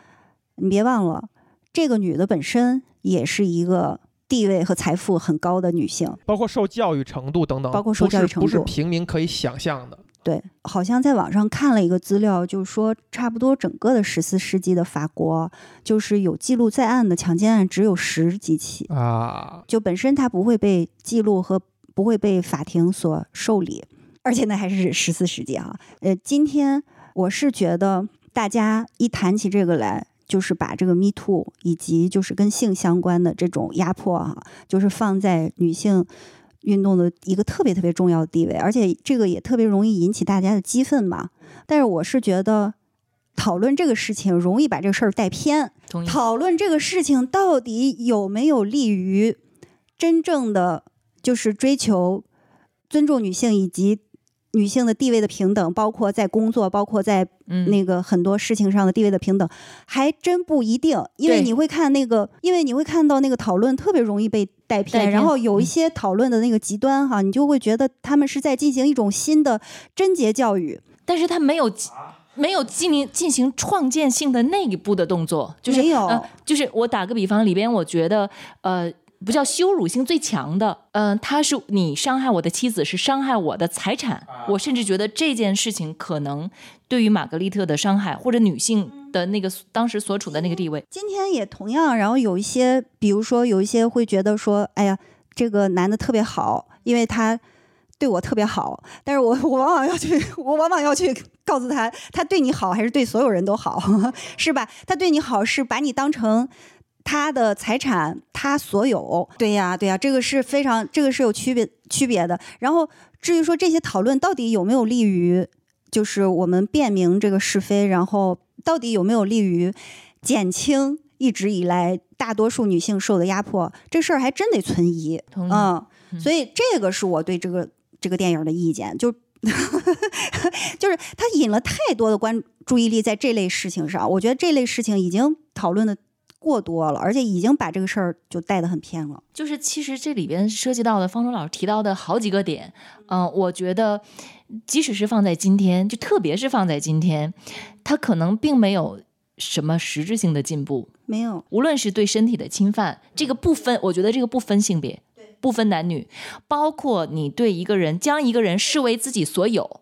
S2: 你别忘了，这个女的本身也是一个地位和财富很高的女性。
S1: 包括受教育程度等等，
S2: 包括受
S1: 不是
S2: 教育程
S1: 不是
S2: 度
S1: 平民可以想象的。
S2: 对，好像在网上看了一个资料，就是说差不多整个的十四世纪的法国，就是有记录在案的强奸案只有十几起，
S1: 啊，
S2: 就本身它不会被记录和不会被法庭所受理，而且那还是十四世纪啊。呃，今天我是觉得大家一谈起这个来，就是把这个 Me Too 以及就是跟性相关的这种压迫啊，就是放在女性运动的一个特别特别重要的地位，而且这个也特别容易引起大家的激愤嘛。但是我是觉得。讨论这个事情容易把这个事儿带偏，
S3: 同意。
S2: 讨论这个事情到底有没有利于真正的就是追求尊重女性以及女性的地位的平等，包括在工作，包括在
S3: 嗯，
S2: 那个很多事情上的地位的平等，还真不一定，因为
S3: 对
S2: 你会看那个，因为你会看到那个讨论特别容易被带偏，
S3: 带偏
S2: 然后有一
S3: 嗯
S2: 些讨论的那个极端哈，你就会觉得他们是在进行一种新的贞洁教育，
S3: 但是他没有没有进行进行创建性的那一步的动作，就是
S2: 没有
S3: 呃，就是我打个比方，里边我觉得呃。不叫羞辱性最强的，嗯、他是你伤害我的妻子，是伤害我的财产。我甚至觉得这件事情可能对于玛格丽特的伤害，或者女性的那个当时所处的那个地位，
S2: 今天也同样，然后有一些，比如说有一些会觉得说，哎呀，这个男的特别好，因为他对我特别好，但是我我往往要去，我往往要去告诉他，他对你好还是对所有人都好， 是吧？他对你好是把你当成。他的财产，他所有，对呀，对呀，这个是非常，这个是有区别区别的。然后，至于说这些讨论到底有没有利于，就是我们辨明这个是非，然后到底有没有利于减轻一直以来大多数女性受的压迫，这事儿还真得存疑。
S3: 同意
S2: 嗯，
S3: 嗯
S2: 所以这个是我对这个这个电影的意见，就 就是它引了太多的关注意力在这类事情上，我觉得这类事情已经讨论的过多了，而且已经把这个事儿就带得很偏了。
S3: 就是其实这里边涉及到的方舟老师提到的好几个点，嗯、我觉得即使是放在今天，就特别是放在今天，它可能并没有什么实质性的进步。
S2: 没有，
S3: 无论是对身体的侵犯，这个不分，我觉得这个不分性别，不分男女，包括你对一个人将一个人视为自己所有，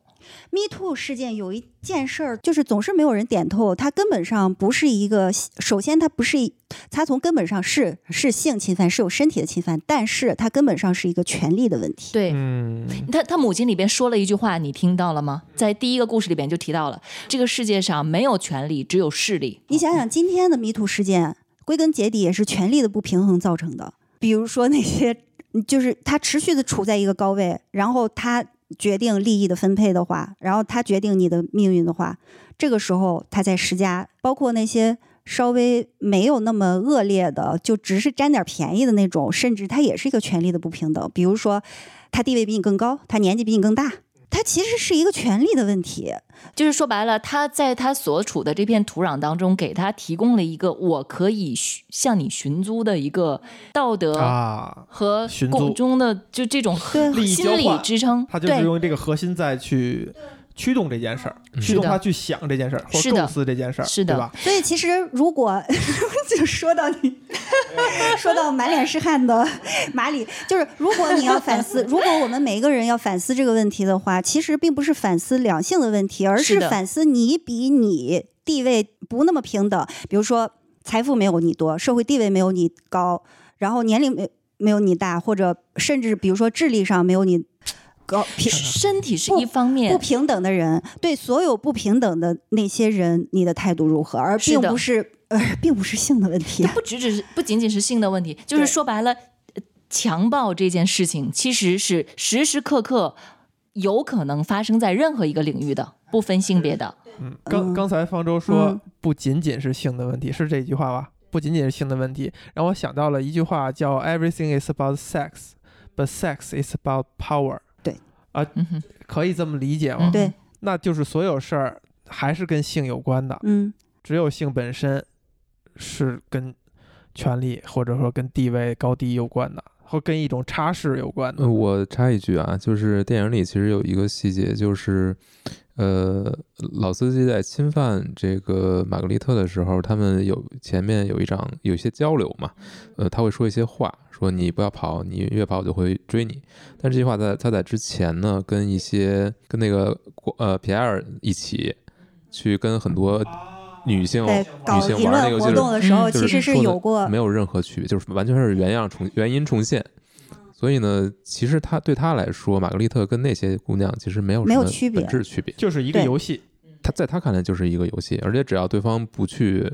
S2: Me Too 事件有一件事儿，就是总是没有人点透，它根本上不是一个。首先，它不是一，它从根本上是是性侵犯，是有身体的侵犯，但是它根本上是一个权利的问题。
S3: 对，
S1: 嗯，
S3: 他他母亲里边说了一句话，你听到了吗？在第一个故事里边就提到了，这个世界上没有权利，只有势力。
S2: 你想想，今天的 Me Too 事件，归根结底也是权力的不平衡造成的。比如说那些， 就是他持续的处在一个高位，然后他决定利益的分配的话，然后他决定你的命运的话，这个时候他在施加，包括那些稍微没有那么恶劣的，就只是占点便宜的那种，甚至他也是一个权力的不平等。比如说，他地位比你更高，他年纪比你更大，他其实是一个权力的问题。
S3: 就是说白了，他在他所处的这片土壤当中，给他提供了一个我可以寻向你寻租的一个道德
S2: 嗯
S1: 啊，
S3: 和
S1: 寻租
S3: 共中的，就这种
S2: 对
S6: 利益交
S3: 心理
S6: 换，
S3: 支撑。
S6: 他就是
S3: 对，
S6: 用这个核心在去驱动这件事儿，
S3: 是
S1: 嗯
S6: 驱
S3: 的
S6: 动他去想这件事儿或
S3: 是
S6: 者
S3: 的
S6: 构思这件事儿，
S3: 是的
S6: 对吧？
S2: 所以其实如果 就说到你， 说到满脸是汗的马里，就是如果你要反 思，如果我们每一个人要反思这个问题的话，其实并不是反思两性的问题，而
S3: 是
S2: 是
S3: 的
S2: 反思你比你地位不那么平等，比如说财富没有你多，社会地位没有你高，然后年龄没没有你大，或者甚至比如说智力上没有你高平。
S3: 身体是
S2: 不
S3: 一方面，
S2: 不平等的人，对所有不平等的那些人，你的态度如何，而并
S3: 是的
S2: 不是呃，并不是性的问题啊
S3: 它。 不只只是不仅仅是性的问题，就是
S2: 对
S3: 说白了，呃强暴这件事情其实是时时刻刻有可能发生在任何一个领域的，不分性别的。
S1: 嗯，刚
S2: 嗯
S1: 刚才方舟说
S2: 嗯
S1: 不仅仅是性的问题，是这句话吧？不仅仅是性的问题，让我想到了一句话，叫 “Everything is about sex, but sex is about power”。
S3: 嗯哼，
S1: 可以这么理解吗？
S3: 嗯
S2: 对，
S1: 那就是所有事儿还是跟性有关的，
S2: 嗯，
S1: 只有性本身是跟权力或者说跟地位高低有关的，或跟一种差事有关的。
S4: 呃，我插一句啊，就是电影里其实有一个细节，就是呃，老司机在侵犯这个玛格丽特的时候，他们有前面有一场有一些交流嘛，呃，他会说一些话，说你不要跑，你越跑我就会追你。但这句话在他在之前呢，跟一些跟那个呃皮埃尔一起去跟很多女性
S2: 在搞
S4: 哦女性
S2: 舆
S4: 玩那
S2: 论
S4: 个
S2: 活
S4: 劲
S2: 动
S4: 儿。
S2: 的时候，
S4: 就
S2: 其实
S4: 是
S2: 是有过
S4: 没有任何区别，就是完全是原样重原因重现。所以呢，其实他对他来说，玛格丽特跟那些姑娘其实没有
S2: 没
S4: 什
S2: 有
S4: 么
S2: 区别
S4: 本质区别。
S1: 就是一个
S2: 对
S1: 游戏，
S4: 他在他看来就是一个游戏，而且只要对方不去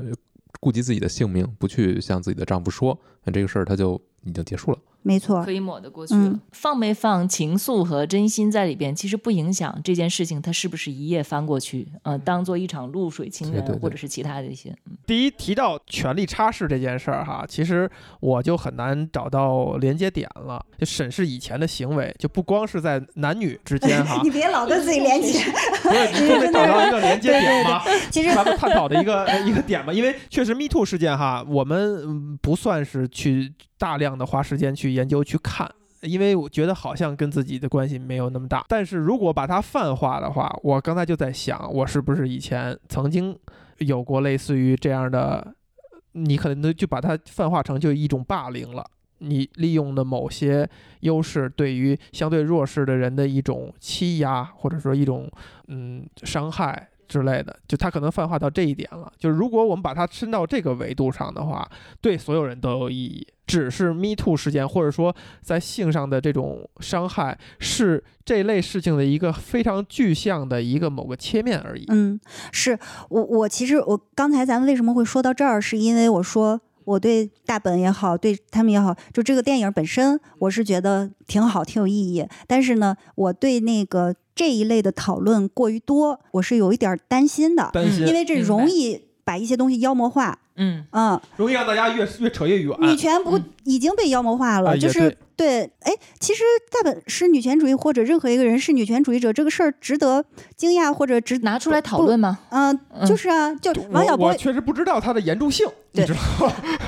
S4: 顾及自己的性命，不去向自己的丈夫说，那这个事儿他就已经结束了。
S2: 没错
S3: 可，以抹得过去了。
S2: 嗯，
S3: 放没放情愫和真心在里边，其实不影响这件事情，它是不是一夜翻过去，呃，当做一场露水情缘，
S4: 对对对
S3: 或者是其他的一些。
S1: 第一提到权力差事这件事儿哈，其实我就很难找到连接点了。就审视以前的行为，就不光是在男女之间哈
S2: 你别老跟自己连 起来。
S1: 不是你总得找到一个连接点吗？
S2: 其实
S1: 咱们探讨的一个 一个点吧，因为确实 Me Too 事件哈，我们嗯不算是去大量的花时间去研究去看。因为我觉得好像跟自己的关系没有那么大，但是如果把它泛化的话，我刚才就在想，我是不是以前曾经有过类似于这样的，你可能就把它泛化成就一种霸凌了。你利用的某些优势对于相对弱势的人的一种欺压，或者说一种嗯伤害之类的，就他可能泛化到这一点了。就是如果我们把它伸到这个维度上的话，对所有人都有意义。只是 Me Too 事件，或者说在性上的这种伤害，是这类事情的一个非常具象的一个某个切面而已。
S2: 嗯，是我我其实我刚才咱们为什么会说到这儿，是因为我说我对大本也好，对他们也好，就这个电影本身，我是觉得挺好，挺有意义。但是呢，我对那个这一类的讨论过于多，我是有一点儿担心的，
S1: 担心
S2: 因为这
S3: 明白
S2: 容易把一些东西妖魔化。
S3: 嗯，
S2: 嗯，
S1: 容易让大家越越扯越远。
S2: 女权不、
S3: 嗯
S2: 已经被妖魔化了，
S1: 啊
S2: 就
S1: 也
S2: 是对，哎，其实大本是女权主义或者任何一个人是女权主义者这个事儿值得惊讶或者值
S3: 拿出来讨论吗？
S2: 嗯、
S3: 嗯
S2: 就是啊，就王小
S1: 我
S2: 波
S1: 我确实不知道它的严重性，你
S2: 对
S1: 知道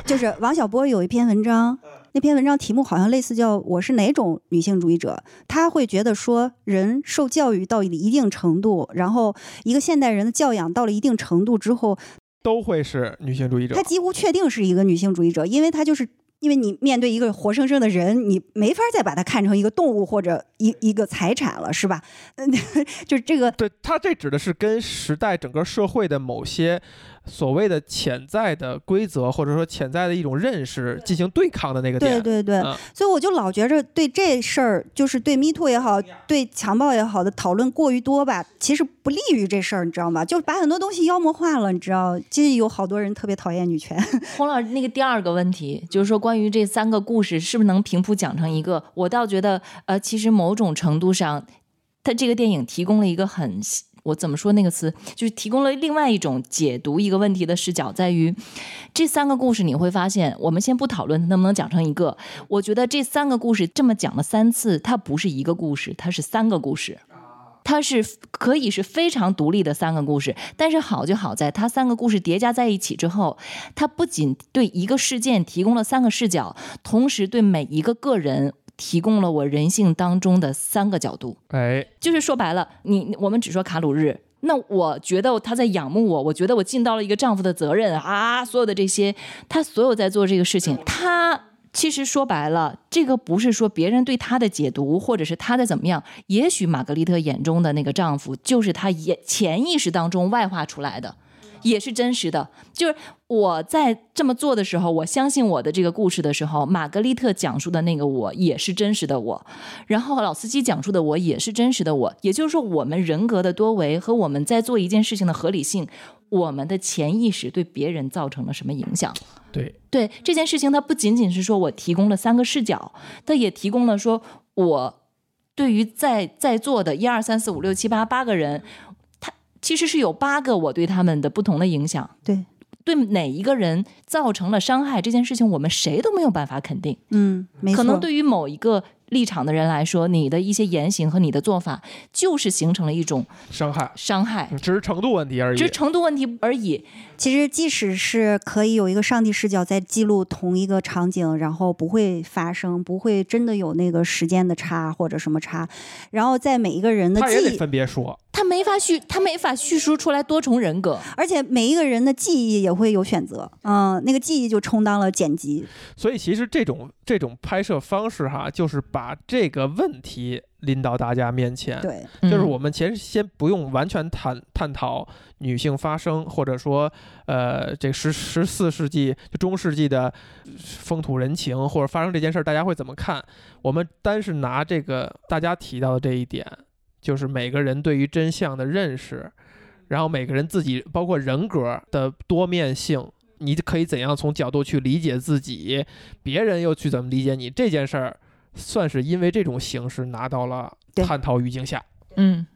S2: 就是王小波有一篇文章，那篇文章题目好像类似叫“我是哪种女性主义者”，他会觉得说人受教育到一定程度，然后一个现代人的教养到了一定程度之后，
S1: 都会是女性主义者
S2: 他。几乎确定是一个女性主义者，因为他就是因为你面对一个活生生的人，你没法再把他看成一个动物或者一一个财产了，是吧？嗯， 就是这个
S1: 对他这指的是跟时代整个社会的某些所谓的潜在的规则，或者说潜在的一种认识进行对抗的那个
S2: 对
S1: 点。
S2: 对对，
S1: 嗯
S2: 所以我就老觉着对这事儿，就是对 Me Too 也好，对强暴也好的讨论过于多吧，其实不利于这事儿，你知道吗？就把很多东西妖魔化了，你知道，这有好多人特别讨厌女权。
S3: 洪老师，那个第二个问题就是说，关于这三个故事，是不是能平铺讲成一个？我倒觉得，呃，其实某种程度上，它这个电影提供了一个很，我怎么说那个词，就是提供了另外一种解读一个问题的视角，在于这三个故事，你会发现，我们先不讨论它能不能讲成一个，我觉得这三个故事这么讲了三次，它不是一个故事，它是三个故事。它是可以是非常独立的三个故事，但是好就好在它三个故事叠加在一起之后，它不仅对一个事件提供了三个视角，同时对每一个个人提供了我人性当中的三个角度。
S1: 哎，
S3: 就是说白了，你我们只说卡鲁日，那我觉得他在仰慕我，我觉得我尽到了一个丈夫的责任啊，所有的这些，他所有在做这个事情，他。其实说白了，这个不是说别人对他的解读，或者是他在怎么样。也许玛格丽特眼中的那个丈夫，就是他也潜意识当中外化出来的，也是真实的。就是我在这么做的时候，我相信我的这个故事的时候，玛格丽特讲述的那个我也是真实的我。然后老司机讲述的我也是真实的我，也就是说，我们人格的多维和我们在做一件事情的合理性，我们的潜意识对别人造成了什么影响？
S1: 对，
S3: 对这件事情，它不仅仅是说我提供了三个视角，它也提供了说我对于在在座的一二三四五六七八八个人，他其实是有八个我对他们的不同的影响。
S2: 对，
S3: 对哪一个人造成了伤害这件事情，我们谁都没有办法肯定。
S2: 嗯，没错，
S3: 可能对于某一个立场的人来说，你的一些言行和你的做法，就是形成了一种
S1: 伤害
S3: 伤害，
S1: 只是程度问题而已
S3: 只。是程度问题而已。
S2: 其实即使是可以有一个上帝视角在记录同一个场景，然后不会发生，不会真的有那个时间的差或者什么差，然后在每一个人的
S1: 他也
S2: 记
S1: 得
S2: 忆
S1: 分别说，
S3: 他没法叙，他没法叙述出来多重人格。
S2: 而且每一个人的记忆也会有选择，嗯、那个记忆就充当了剪辑，
S1: 所以其实这种这种拍摄方式哈，就是把这个问题拎到大家面前。
S2: 对，
S1: 就是
S3: 嗯
S1: 我们其实先不用完全探探讨女性发声，或者说，呃，这十十四世纪就中世纪的呃风土人情或者发生这件事儿，大家会怎么看？我们单是拿这个大家提到的这一点，就是每个人对于真相的认识，然后每个人自己包括人格的多面性。你可以怎样从角度去理解自己，别人又去怎么理解你这件事儿，算是因为这种形式拿到了
S2: 对
S1: 探讨语境下，
S7: 嗯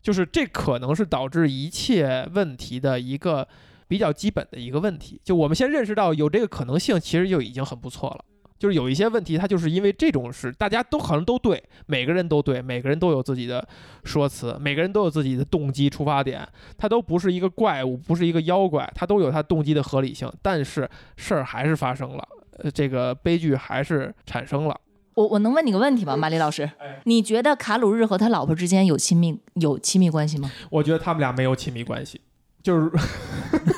S1: 就是这可能是导致一切问题的一个比较基本的一个问题。就我们先认识到有这个可能性，其实就已经很不错了。就是有一些问题，它就是因为这种事，大家都好像都对，每个人都对，每个人都有自己的说辞，每个人都有自己的动机出发点，它都不是一个怪物，不是一个妖怪，它都有它动机的合理性。但是事儿还是发生了，呃，这个悲剧还是产生了。
S3: 我我能问你个问题吗，马丽老师？
S1: 哎
S3: 你觉得卡鲁日和他老婆之间有亲密有亲密关系吗？
S1: 我觉得他们俩没有亲密关系，就是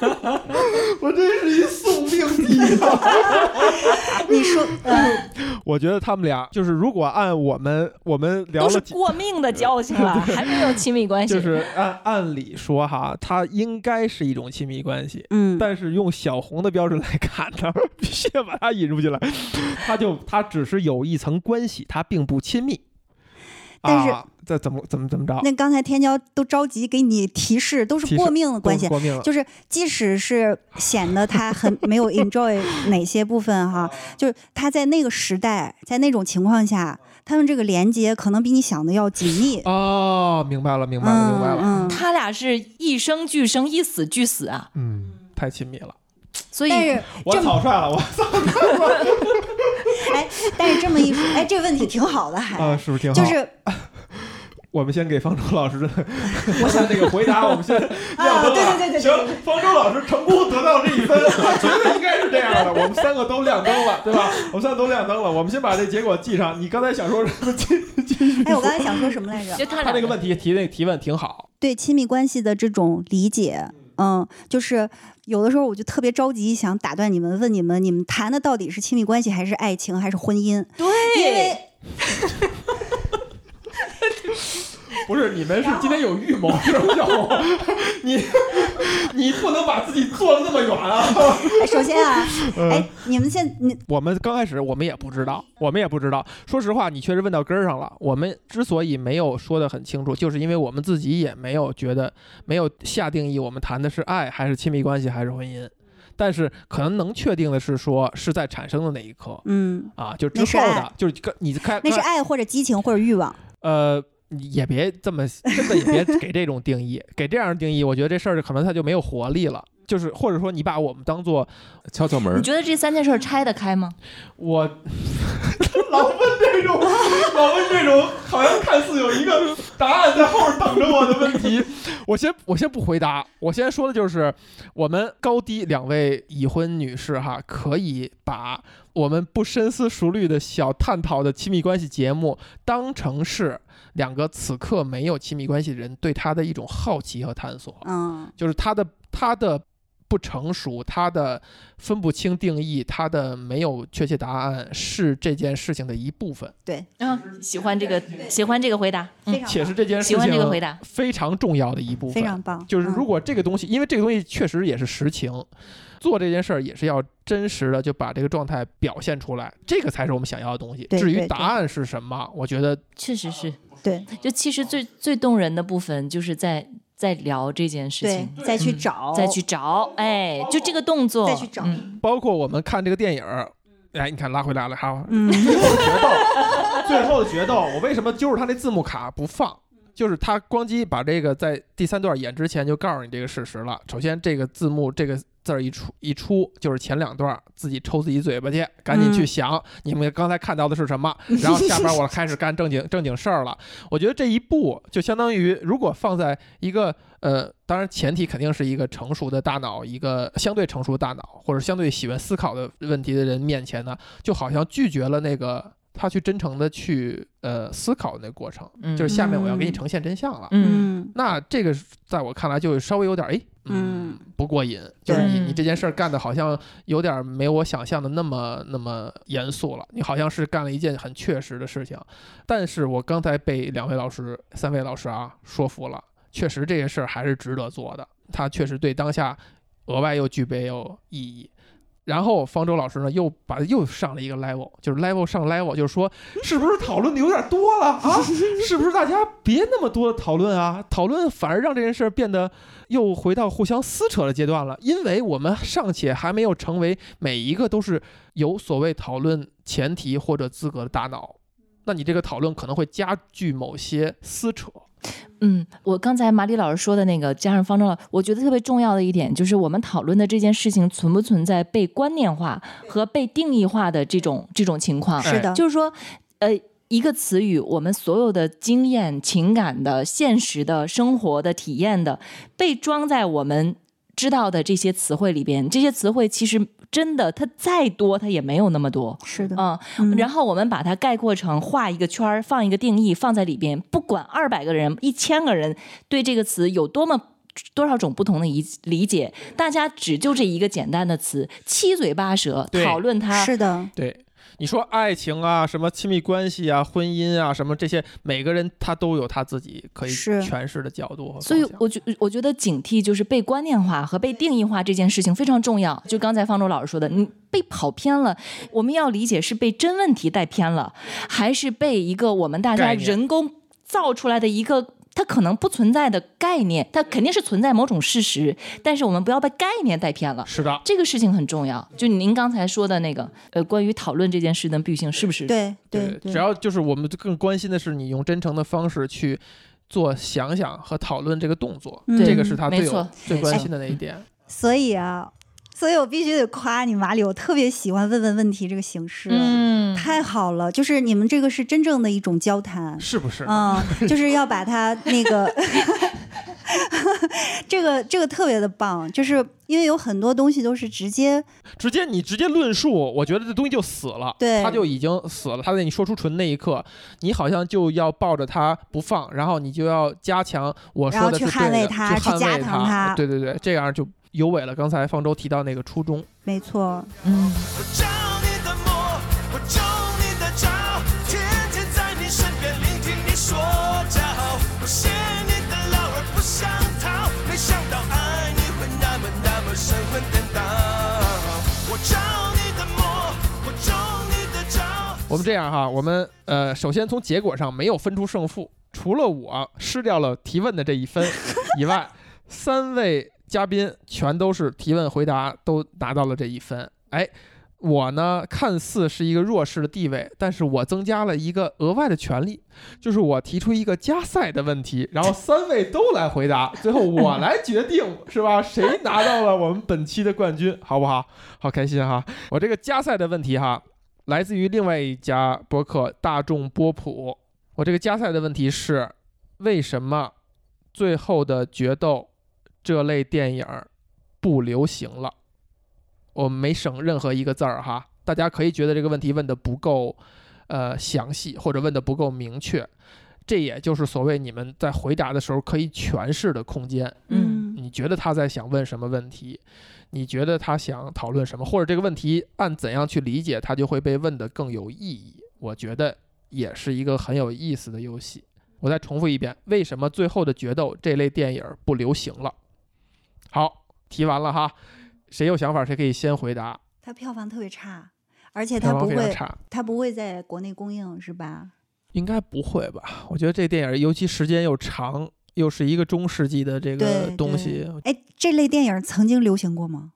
S6: 我这是一送命题啊！
S2: 你说，
S1: 我觉得他们俩就是，如果按我们我们聊
S3: 都是
S1: 了几，
S3: 过命的交情 了，还没有亲密关系。
S1: 就是按按理说哈，它应该是一种亲密关系，
S2: 嗯，
S1: 但是用小红的标准来看呢，必须要把它引入进来，它就它只是有一层关系，它并不亲密。
S2: 但是
S1: 啊、这怎么怎么怎么着？
S2: 那刚才天骄都着急给你提示，都
S1: 提
S2: 是
S1: 示
S2: 过命的关
S1: 都
S2: 系
S1: 是，过命了，
S2: 就是即使是显得他很 没有 enjoy 哪些部分哈，就是他在那个时代，在那种情况下，他们这个连接可能比你想的要紧密。
S1: 哦，明白了，明白了，明白了，
S2: 嗯嗯，
S3: 他俩是一生俱生，一死俱死啊！
S1: 嗯，太亲密了。
S3: 所以
S2: 但是
S6: 我草率了，我
S2: 哎，但是这么一说，哎，这问题挺好的，还
S1: 啊，是不是挺好？
S2: 就是
S1: 我们先给方舟老师的
S6: 我想那个回答，我 们先
S2: 啊，对对对对对，
S6: 行，方舟老师成功得到这一 分，我觉得应该是这样的。我们三个都亮灯了，对吧？我们三个都亮灯了，我们先把这结果记上。你刚才想说什么？
S2: 哎，我刚才想说什么来着？
S3: 就他
S1: 他
S3: 俩
S1: 那个问题提那提问挺好，
S2: 对亲密关系的这种理解。嗯，就是有的时候我就特别着急，想打断你们，问你们，你们谈的到底是亲密关系，还是爱情，还是婚姻？
S3: 对，
S2: 因为
S6: 不是，你们是今天有预谋是吧？小红，你 你不能把自己做的那么远啊！
S2: 哎首先啊，
S1: 嗯
S2: 哎，你们现你
S1: 我们刚开始我们也不知道，
S2: 嗯
S1: 我们也不知道。说实话，你确实问到根儿上了。我们之所以没有说得很清楚，就是因为我们自己也没有觉得，没有下定义我们谈的是爱还是亲密关系还是婚
S2: 嗯
S1: 姻。但是可能能确定的是说是在产生的那一刻
S2: 嗯，
S1: 啊，就之
S2: 那是
S1: 后
S2: 爱
S1: 的，就是跟你开
S2: 那是爱或者激情或者欲望，
S1: 呃，也别这么，真的也别给这种定义，给这样的定义，我觉得这事儿可能它就没有活力了。就是或者说你把我们当做
S4: 敲敲门
S3: 你，觉得这三件事儿拆得开吗？
S1: 我
S6: 老问这种，老问这种，好像看似有一个答案在后面等着我的问题。
S1: 我先我先不回答，我先说的就是我们高低两位已婚女士哈，可以把我们不深思熟虑的小探讨的亲密关系节目当成是两个此刻没有亲密关系的人对他的一种好奇和探索，
S2: 嗯，
S1: 就是他的他的。不成熟，他的分不清定义，他的没有确切答案，是这件事情的一部分，
S2: 对，
S3: 嗯，喜欢这个，喜欢这个回答。嗯
S2: 非常
S1: 且
S2: 棒
S1: 是这件事
S3: 喜欢这个回
S1: 情
S3: 答
S1: 非常重要的一部分。
S2: 非常棒，
S1: 就是
S2: 嗯
S1: 如果这个东西，因为这个东西确实也是实情，做这件事儿也是要真实的，就把这个状态表现出来，这个才是我们想要的东西。
S2: 对
S1: 至于
S2: 对
S1: 答
S2: 对
S1: 案是什么，我觉得
S3: 确实是，
S2: 对
S3: 就其实最最动人的部分就是在在聊这件事
S2: 对
S3: 情，，嗯
S2: 再去
S1: 嗯
S2: 找，
S3: 再去找，哎，就这个动作，
S2: 再去找
S3: 嗯
S1: 包括我们看这个电影儿，哎，你看拉回来了哈，
S2: 嗯，
S1: 决斗，最后的决斗，我为什么揪着他那字幕卡不放？就是他光机把这个在第三段演之前就告诉你这个事实了。首先，这个字幕这个字儿一出一出，就是前两段自己抽自己嘴巴去，赶紧
S2: 嗯
S1: 去想、你们刚才看到的是什么。 然后下边我开始干正经正经事儿了。我觉得这一步就相当于，如果放在一个呃，当然前提肯定是一个成熟的大脑，一个相对成熟的大脑或者相对喜欢思考的问题的人面前呢，就好像拒绝了那个他去真诚的去呃思考的那个过程，
S3: 嗯
S1: 就是下面我要给你
S2: 嗯
S1: 呈现真相了。
S3: 嗯，
S2: 嗯
S1: 那这个是在我看来就稍微有点哎，嗯
S2: 嗯，
S1: 不过瘾，就是你
S3: 对
S1: 你这件事儿干的好像有点没我想象的那么那么严肃了，你好像是干了一件很确实的事情。但是我刚才被两位老师、三位老师啊说服了，确实这些事儿还是值得做的，它确实对当下额外又具备有意义。然后方舟老师呢，又把又上了一个 level，就是 level 上 level，就是说， 是不是讨论的有点多 了啊？是不是大家别那么多讨论啊？讨论反而让这件事儿变得又回到互相撕扯的阶段了，因为我们尚且还没有成为每一个都是有所谓讨论前提或者资格的大脑，那你这个讨论可能会加剧某些撕扯。
S3: 嗯，我刚才马里老师说的那个，加上方舟老师，我觉得特别重要的一点就是，我们讨论的这件事情存不存在被观念化和被定义化的这种这种情
S1: 嗯
S3: 况。
S2: 是
S1: 哎
S2: 的，
S3: 就是说，呃，一个词语，我们所有的经验、情感的、现实的、生活的体验的，被装在我们知道的这些词汇里边。这些词汇其实真的，它再多，它也没有那么多。
S2: 是的，
S3: 嗯，
S2: 嗯
S3: 然后我们把它概括成画一个圈儿，放一个定义放在里边，不管二百个人、一千个人对这个词有多么。多少种不同的理理解，大家只就这一个简单的词，七嘴八舌
S1: 对
S3: 讨论它，
S2: 是的，
S1: 对，你说爱情啊，什么亲密关系啊，婚姻啊，什么这些，每个人他都有他自己可以
S2: 是
S1: 诠释的角度和
S3: 所以
S1: 方向
S3: 我觉我觉得警惕就是被观念化和被定义化这件事情非常重要。就刚才方舟老师说的，你被跑偏了，我们要理解是被真问题带偏了，还是被一个我们大家
S1: 概念
S3: 人工造出来的一个。它可能不存在的概念，它肯定是存在某种事实，但是我们不要被概念带偏了，
S1: 是的，
S3: 这个事情很重要。就您刚才说的那个，呃，关于讨论这件事的必须性，是不是？
S2: 对嗯
S1: 只要就是我们更关心的是你用真诚的方式去做想想和讨论这个动作，
S2: 嗯
S1: 这个是他
S3: 没
S1: 最有
S3: 错哎
S1: 最
S3: 没
S1: 关
S3: 错
S1: 心的那一点。
S2: 所以啊，所以我必须得夸你马里，我特别喜欢问问问题这个形
S1: 啊
S2: 式，
S3: 嗯，
S2: 太好了，就是你们这个是真正的一种交谈。
S1: 是不是？
S2: 嗯，就是要把它那个， 这个这个特别的棒，就是因为有很多东西都是直接
S1: 直接你直接论述，我觉得这东西就死了，
S2: 对
S1: 他就已经死了。他在你说出唇那一刻，你好像就要抱着他不放，然后你就要加强我
S2: 然
S1: 说
S2: 后
S1: 的
S2: 去
S1: 是对
S2: 捍卫
S1: 的，
S2: 它
S1: 去
S2: 去加
S1: 捍卫
S2: 强它
S1: 对对对，这样就有违了刚才方舟提到那个初衷。
S2: 没错，
S3: 嗯，
S5: 我着你的魔，我中你的招，天天在你身边聆听你说教，我陷你的牢而不想逃，没想到爱你会那么那么神魂颠倒。我着你的魔，我中你的招。
S1: 我们这样哈，我们呃，首先从结果上没有分出胜负，除了我失掉了提问的这一分以外， 三位嘉宾全都是提问回答都拿到了这一分。哎，我呢看似是一个弱势的地位，但是我增加了一个额外的权利，就是我提出一个加赛的问题，然后三位都来回答，最后我来决定是吧？谁拿到了我们本期的冠军，好不好？好开心哈！我这个加赛的问题哈，来自于另外一家播客大众波普。我这个加赛的问题是：为什么《最后的决斗》这类电影儿不流行了？我没省任何一个字儿哈，大家可以觉得这个问题问的不够呃详细，或者问的不够明确。这也就是所谓你们在回答的时候可以诠释的空间。
S3: 嗯
S1: 你觉得他在想问什么问题？你觉得他想讨论什么？或者这个问题按怎样去理解，它就会被问得更有意义。我觉得也是一个很有意思的游戏。我再重复一遍，为什么最后的决斗这类电影不流行了？好，提完了哈，谁有想法谁可以先回答。
S2: 它票房特别差，而且它
S1: 票
S2: 哎
S1: 房
S2: 不
S1: 非常
S2: 会，
S1: 差，
S2: 它不会在国内公映是吧？
S1: 应该不会吧？我觉得这电影尤其时间又长，又是一个中世纪的这个
S2: 对
S1: 东西，
S2: 哎，这类电影曾经流行过吗？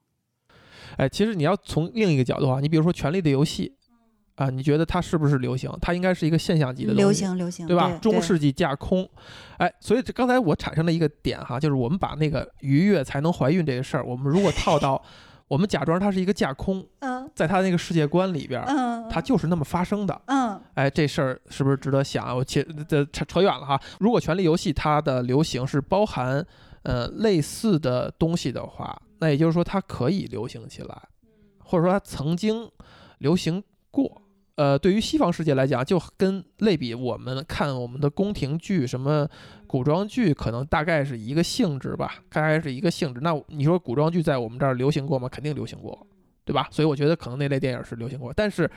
S1: 哎，其实你要从另一个角度啊，你比如说《权力的游戏》，啊，你觉得它是不是流行？它应该是一个现象级的东西
S2: 嗯流，行流行，
S1: 对吧？中
S2: 对
S1: 世纪架空，哎，所以这刚才我产生了一个点哈，就是我们把那个愉悦才能怀孕这个事儿，我们如果套到，我们假装它是一个架空，
S2: 嗯
S1: 在它那个世界观里边儿，
S2: 嗯，
S1: 它就是那么发生的。
S2: 嗯
S1: 哎，这事儿是不是值得想啊？我切这扯扯远了哈。如果《权力游戏》它的流行是包含呃类似的东西的话，那也就是说它可以流行起来，或者说它曾经流行过。呃，对于西方世界来讲，就跟类比我们看我们的宫廷剧、什么古装剧，可能大概是一个性质吧，大概是一个性质。那你说古装剧在我们这儿流行过吗？肯定流行过，对吧？所以我觉得可能那类电影是流行过，但是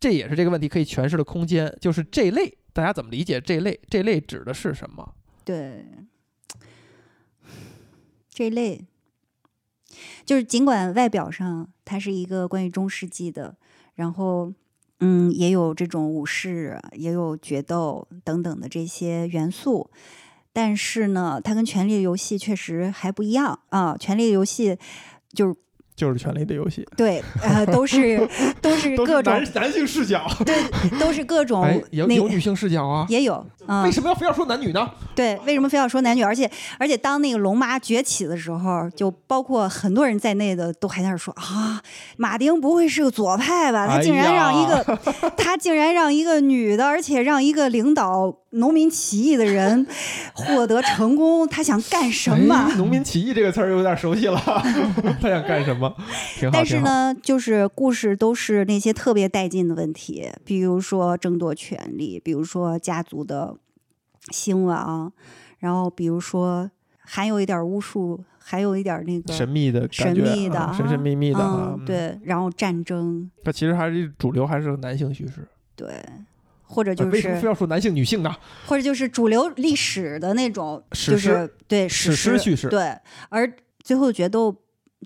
S1: 这也是这个问题可以诠释的空间，就是这类大家怎么理解这类？这类指的是什么？
S2: 对，这类就是尽管外表上它是一个关于中世纪的，然后嗯，也有这种武士，也有决斗等等的这些元素。但是呢，它跟《权力的游戏》确实还不一样啊，《权力的游戏》就是
S1: 就是《权力的游戏》。
S2: 对，呃，都是 都是
S6: 都
S2: 各
S6: 是
S2: 种
S6: 男男性视 角，
S2: 对，都是各种
S1: 哎，有
S2: 哦那
S1: 有女性视角啊？
S2: 也有啊
S6: 为，什么要非要说男女呢？
S2: 对，为什么非要说男女？而且而且，当那个龙妈崛起的时候，就包括很多人在内的都还在那儿说啊，马丁不会是个左派吧？他竟然让一个、他竟然让一个女的，而且让一个领导农民起义的人获得成功，他想干什么？啊
S6: 哎农民起义这个词儿有点熟 悉了，他想干什么？
S1: 挺好，
S2: 但是
S1: 挺好，
S2: 呢，就是故事都是那些特别带劲的问题，比如说争夺权力，比如说家族的兴亡，然后比如说还有一点巫术，还有一点那个
S1: 神秘的感觉
S2: 神秘的
S1: 啊
S2: 啊
S1: 神神秘秘的啊。嗯，
S2: 嗯对，然后战争，
S1: 它其实还是主流，还是男性叙事。
S2: 对，或者就
S6: 呃为什么非
S2: 是
S6: 要说男性女性呢？
S2: 或者就是主流历史的那种，
S1: 史
S2: 就
S1: 诗
S2: 是对
S1: 史诗
S2: 诗
S1: 叙事
S2: 对，而最后决斗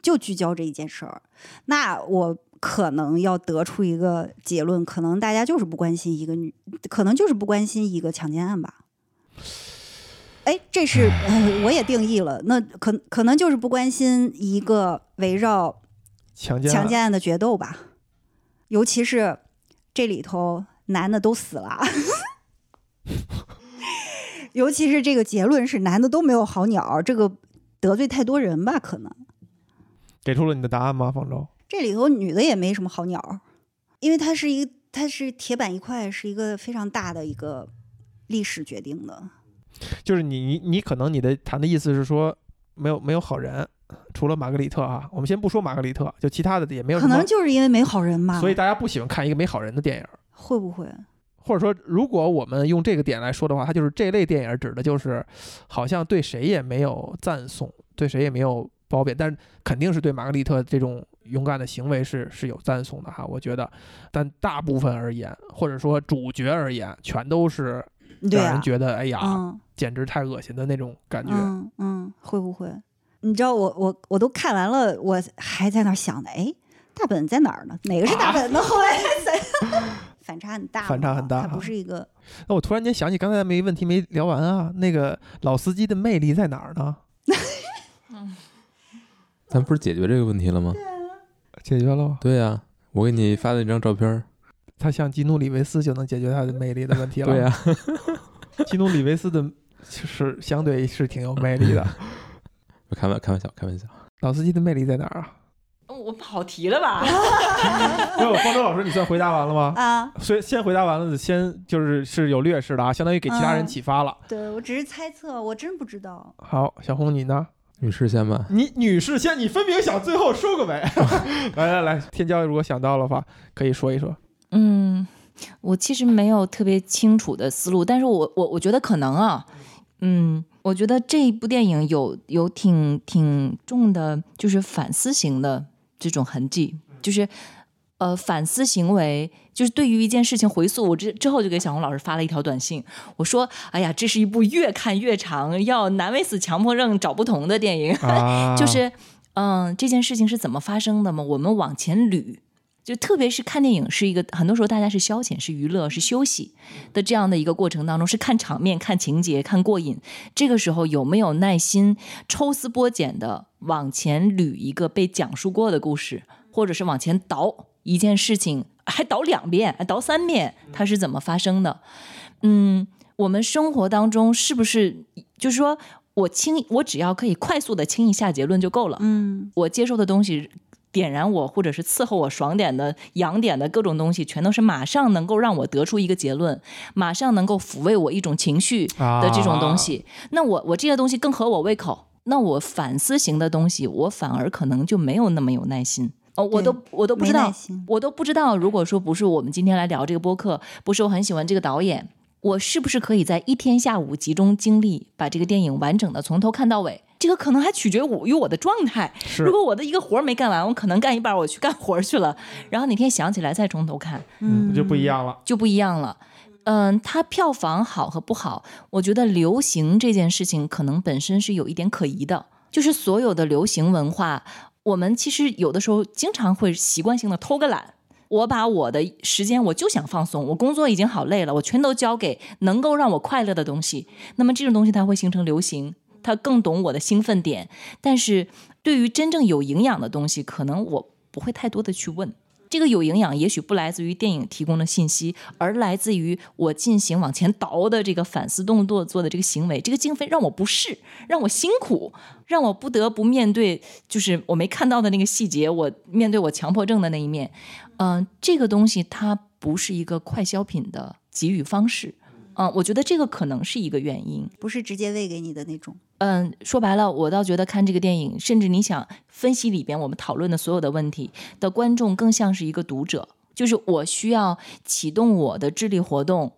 S2: 就聚焦这一件事儿，那我。可能要得出一个结论，可能大家就是不关心一个女，可能就是不关心一个强奸案吧。哎，这是、呃我也定义了，那可可能就是不关心一个围绕
S1: 强奸，
S2: 强奸案的决斗吧，尤其是这里头男的都死了， 尤其是这个结论是男的都没有好鸟，这个得罪太多人吧？可能
S1: 给出了你的答案吗？方舟，
S2: 这里头女的也没什么好鸟，因为它是一个它是铁板一块，是一个非常大的一个历史决定的。
S1: 就是你你你可能你的谈的意思是说，没有没有好人，除了玛格丽特啊，我们先不说玛格丽特，就其他的也没有什
S2: 可
S1: 么
S2: 能，就是啊因为没好人嘛，
S1: 所以大家不喜欢看一个没好人的电影。
S2: 会不会？
S1: 或者说，如果我们用这个点来说的话，它就是这类电影指的就是，好像对谁也没有赞颂，对谁也没有褒贬，但是肯定是对玛格丽特这种勇敢的行为是是有赞颂的哈，我觉得。但大部分而言，或者说主角而言，全都是
S2: 对
S1: 让人
S2: 啊，
S1: 觉得、哎呀，
S2: 嗯。
S1: 简直太恶心的那种感觉。
S2: 嗯嗯，会不会？你知道我我我都看完了，我还在那儿想呢，哎，大本在哪儿呢？哪个是大本呢？ 后来才反差很大嘛，
S1: 反差很大
S2: 它
S1: 哈
S2: 不是 一个
S1: 那我突然间想起刚才没问题没聊完啊，那个老司机的魅力在哪儿呢？
S4: 咱不是解决这个问题了吗？
S2: 啊
S1: 解决了，
S4: 对呀、我给你发的那张照片儿。
S1: 他像基努里维斯就能解决他的魅力的问题了。
S4: 对呀、啊
S1: 基努里维斯的其实相对是挺有魅 力的。
S4: 我开玩开玩笑，开玩笑。
S1: 老司机的魅力在哪儿 啊？
S3: 我跑题了吧？
S1: 没有，方舟老师，你算回答完了吗？
S2: 啊，
S1: 所以先回答完了，先就是是有劣势的啊，相当于给其他人
S2: 嗯
S1: 启发了。
S2: 对我只是猜测，我真不知道。
S1: 好，小红你呢？
S4: 女士先吧，
S6: 你女士先，你分明想最后收个尾。
S1: 来来来，天骄如果想到的话，可以说一 说。
S3: 嗯，我其实没有特别清楚的思路，但是我我我觉得可能啊，嗯，我觉得这一部电影有有挺挺重的，就是反思型的这种痕迹，就是呃反思行为，就是对于一件事情回溯。我之之后就给小红老师发了一条短信，我说：“哎呀，这是一部越看越长，要难为死强迫症找不同的电影。”
S6: 哎
S1: 啊
S3: 就是，嗯、这件事情是怎么发生的吗？我们往前捋，就特别是看电影是一个很多时候大家是消遣、是娱乐、是休息的这样的一个过程当中，是看场面、看情节、看过瘾。这个时候有没有耐心抽丝剥茧的往前捋一个被讲述过的故事，或者是往前倒一件事情，还倒两遍、还倒三遍，它是怎么发生的？嗯，我们生活当中是不是就是说我轻，我只要可以快速的轻易下结论就够了。
S2: 嗯
S3: 我接受的东西点燃我或者是伺候我爽点的、痒点的各种东西，全都是马上能够让我得出一个结论，马上能够抚慰我一种情绪的这
S2: 啊
S3: 种
S1: 啊
S3: 东西。那我我这些东西更合我胃口，那我反思型的东西，我反而可能就没有那么有耐心。哦，我都
S2: 对
S3: 我都不
S2: 没
S3: 知
S2: 耐
S3: 道
S2: 心，
S3: 我都不知道，如果说不是我们今天来聊这个播客，不是我很喜欢这个导演。我是不是可以在一天下午集中精力把这个电影完整的从头看到尾？这个可能还取决我于我的状态。
S1: 是
S3: 如果我的一个活儿没干完，我可能干一半儿我去干活儿去了，然后哪天想起来再从头看
S1: 嗯，就不一样了。
S3: 就不一样了。嗯，它票房好和不好，我觉得流行这件事情可能本身是有一点可疑的，就是所有的流行文化，我们其实有的时候经常会习惯性的偷个懒。我把我的时间，我就想放松，我工作已经好累了，我全都交给能够让我快乐的东西。那么这种东西它会形成流行，它更懂我的兴奋点。但是对于真正有营养的东西，可能我不会太多的去问。这个有营养，也许不来自于电影提供的信息，而来自于我进行往前倒的这个反思动作做的这个行为。这个经费让我不适，让我辛苦，让我不得不面对，就是我没看到的那个细节，我面对我强迫症的那一面。嗯、这个东西它不是一个快消品的给予方式。嗯、我觉得这个可能是一个原因。
S2: 不是直接喂给你的那种。
S3: 嗯，说白了，我倒觉得看这个电影，甚至你想分析里边我们讨论的所有的问题的观众，更像是一个读者，就是我需要启动我的智力活动，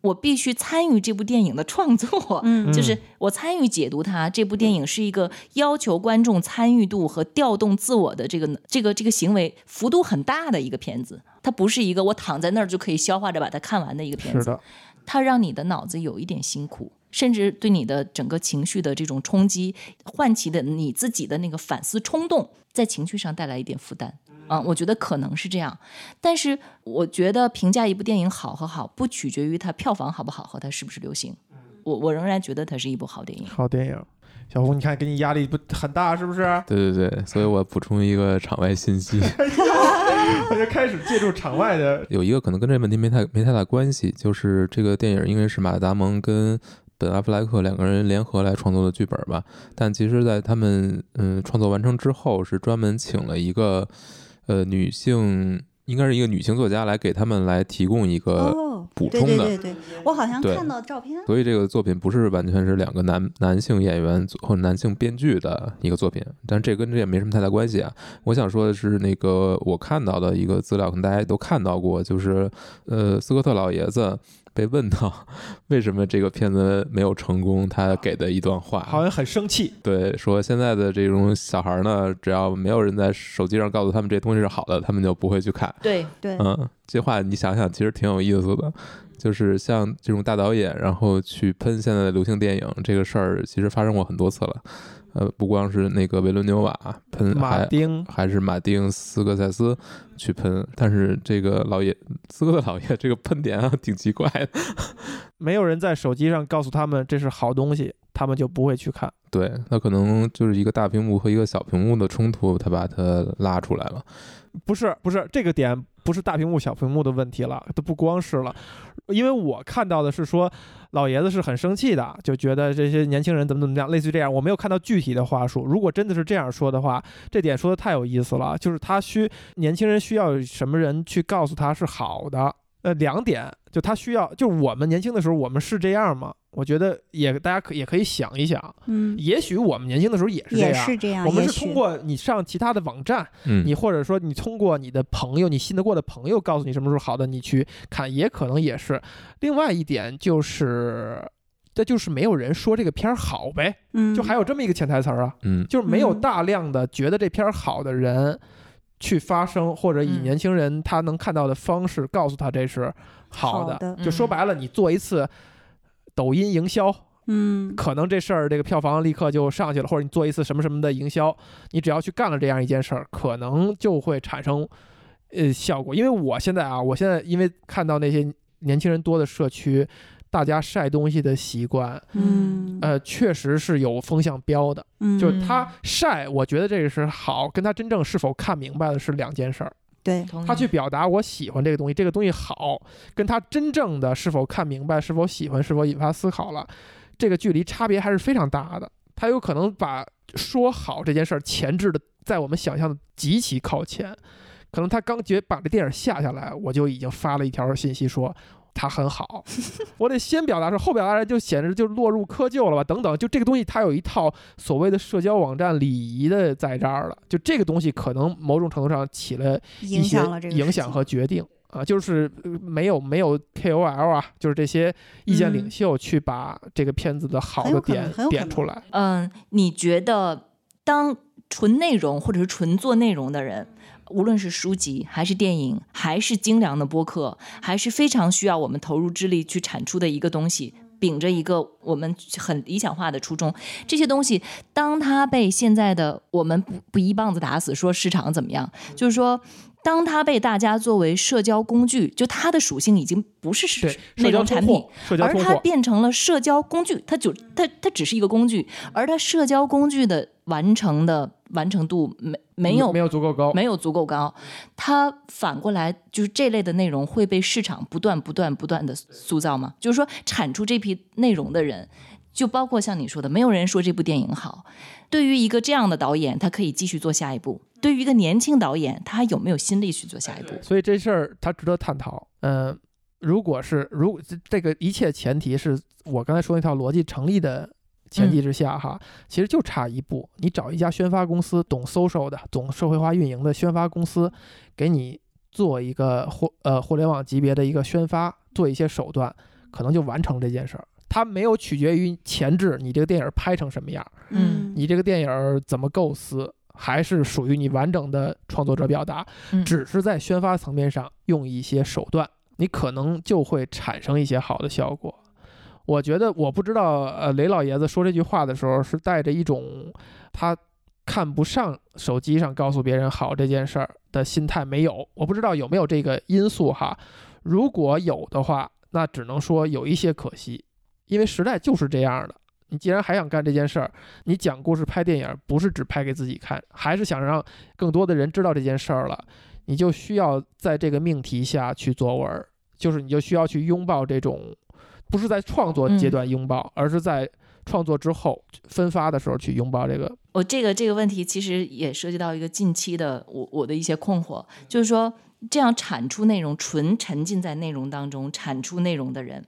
S3: 我必须参与这部电影的创作，
S2: 嗯
S3: 就是我参与解读它。这部电影是一个要求观众参与度和调动自我的这个这个这个行为幅度很大的一个片子，它不是一个我躺在那儿就可以消化着把它看完的一个片
S1: 是
S3: 子。
S1: 的，
S3: 它让你的脑子有一点辛苦，甚至对你的整个情绪的这种冲击，唤起的你自己的那个反思冲动，在情绪上带来一点负担。啊、我觉得可能是这样，但是我觉得评价一部电影好和好，不取决于它票房好不好和它是不是流行。我我仍然觉得它是一部好电影。
S1: 好电影。小红，你看给你压力不很大是不 是？
S4: 对对对，所以我补充一个场外信息，
S6: 他就开始借助场外的
S4: 有一个可能跟这个问题没太没太大关系，就是这个电影应该是马达蒙跟本阿弗莱克两个人联合来创作的剧本吧。但其实，在他们嗯创作完成之后，是专门请了一个呃女性，应该是一个女性作家来给他们来提供一个
S2: 哦，
S4: 补
S2: 对
S4: 充
S2: 对
S4: 的
S2: 对对，我好像
S4: 对
S2: 看到照片。
S4: 所以这个作品不是完全是两个男男性演员或者男性编剧的一个作品，但这跟这也没什么太大关系啊。我想说的是，那个我看到的一个资料，可能大家都看到过，就是呃，斯科特老爷子被问到为什么这个片子没有成功，他给的一段
S1: 好
S4: 话，
S1: 像很生气，
S4: 对，说现在的这种小孩呢，只要没有人在手机上告诉他们这东西是好的，他们就不会去看。
S3: 对，
S2: 对，
S4: 嗯，这话你想想，其实挺有意思的。就是像这种大导演，然后去喷现在的流行电影这个事儿，其实发生过很多次了。呃，不光是那个维伦纽瓦喷，
S1: 马
S4: 还
S1: 丁
S4: 还是马丁斯科塞斯去喷，但是这个老爷斯科特老爷这个喷点啊，挺奇怪的。
S1: 没有人在手机上告诉他们这是好东西，他们就不会去看。
S4: 对，那可能就是一个大屏幕和一个小屏幕的冲突，他把它拉出来了。
S1: 不是不是，这个点不是大屏幕小屏幕的问题了，都不光是了，因为我看到的是说老爷子是很生气的，就觉得这些年轻人怎么怎么样，类似于这样，我没有看到具体的话术。如果真的是这样说的话，这点说的太有意思了，就是他需年轻人需要什么人去告诉他是好的。呃，两点，就他需要，就我们年轻的时候，我们是这样吗？我觉得也，大家可也可以想一想，
S2: 嗯，
S1: 也许我们年轻的时候也是这
S2: 也
S1: 样，
S2: 是这样。
S1: 我们
S2: 也
S1: 是通
S2: 许
S1: 过你上其他的网站，
S4: 嗯，
S1: 你或者说你通过你的朋友，你信得过的朋友告诉你什么时候好的，你去看，也可能也是。另外一点就是，这就是没有人说这个片儿好呗，
S2: 嗯，
S1: 就还有这么一个潜台词儿啊，
S4: 嗯，
S1: 就是没有
S2: 嗯
S1: 大量的觉得这片儿好的人去发声，或者以
S3: 嗯
S1: 年轻人他能看到的方式告诉他这是好
S2: 好的
S1: 就说
S3: 嗯
S1: 白了，你做一次抖音营销，
S2: 嗯，
S1: 可能这事儿这个票房立刻就上去了，或者你做一次什么什么的营销，你只要去干了这样一件事儿，可能就会产生呃效果。因为我现在啊，我现在因为看到那些年轻人多的社区，大家晒东西的习惯，
S2: 嗯，
S1: 呃，确实是有风向标的。
S2: 嗯，
S1: 就是他晒，我觉得这个是好，跟他真正是否看明白了是两件事儿。
S2: 对，
S3: 同意
S1: 他去表达我喜欢这个东西，这个东西好，跟他真正的是否看明白、是否喜欢、是否引发思考了，这个距离差别还是非常大的。他有可能把说好这件事儿前置的，在我们想象的极其靠前。可能他刚觉把这电影下下来，我就已经发了一条信息说他很 好，我得先表达说，后表达人就显示就落入窠臼了吧？等等，就这个东西它有一套所谓的社交网站礼仪的在这儿了，就这个东西可能某种程度上起了一
S2: 影
S1: 些
S2: 响了这个
S1: 影
S2: 事
S1: 响
S2: 情
S1: 和决定啊，就是呃没有没有 KOL 啊，就是这些意见领
S3: 嗯
S1: 袖去把这个片子的好
S2: 很有
S1: 的
S2: 可能
S1: 点
S2: 很有可
S1: 点
S2: 能
S1: 出来。
S3: 嗯，你觉得当纯内容或者是纯做内容的人，无论是书籍还是电影，还是精良的播客，还是非常需要我们投入智力去产出的一个东西，秉着一个我们很理想化的初衷，这些东西，当它被现在的我们不不一棒子打死，说市场怎么样，就是说。当它被大家作为社交工具，就它的属性已经不是
S1: 对
S3: 是
S1: 社
S3: 那
S1: 交
S3: 种
S1: 通
S3: 产品
S1: 货，，社交
S3: 而
S1: 通
S3: 它
S1: 货，
S3: 变成了社交工具，它就它它只是一个工具，而它社交工具的完成的完成度没没有
S1: 没有足够高，
S3: 没有足够高，它反过来就是这类的内容会被市场不断不断不断的塑造嘛，就是说产出这批内容的人，就包括像你说的，没有人说这部电影好。对于一个这样的导演，他可以继续做下一步；对于一个年轻导演，他还有没有心力去做下一步？
S1: 所以这事儿它值得探讨。嗯，如果是如果这这个一切前提是我刚才说那套逻辑成立的前提之下哈，其实就差一步，你找一家宣发公司，懂 social 的，懂社会化运营的宣发公司，给你做一个互呃互联网级别的一个宣发，做一些手段，可能就完成这件事儿。它没有取决于前置，你这个电影拍成什么样，
S3: 嗯
S1: 你这个电影儿怎么构思，还是属于你完整的创作者表达。
S3: 嗯
S1: 只是在宣发层面上用一些手段，你可能就会产生一些好的效果。我觉得我不知道，呃，雷老爷子说这句话的时候是带着一种他看不上手机上告诉别人好这件事儿的心态，没有，我不知道有没有这个因素哈。如果有的话，那只能说有一些可惜，因为时代就是这样的。你既然还想干这件事儿，你讲故事、拍电影不是只拍给自己看，还是想让更多的人知道这件事儿了，你就需要在这个命题下去作文儿，就是你就需要去拥抱这种，不是在创作阶段拥抱，而是在创作之后分发的时候去拥抱这个。
S3: 我这个这个问题其实也涉及到一个近期的我我的一些困惑，就是说这样产出内容，纯沉浸在内容当中产出内容的人，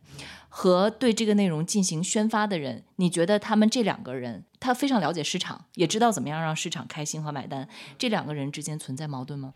S3: 和对这个内容进行宣发的人，你觉得他们这两个人，他非常了解市场，也知道怎么样让市场开心和买单，这两个人之间存在矛盾吗？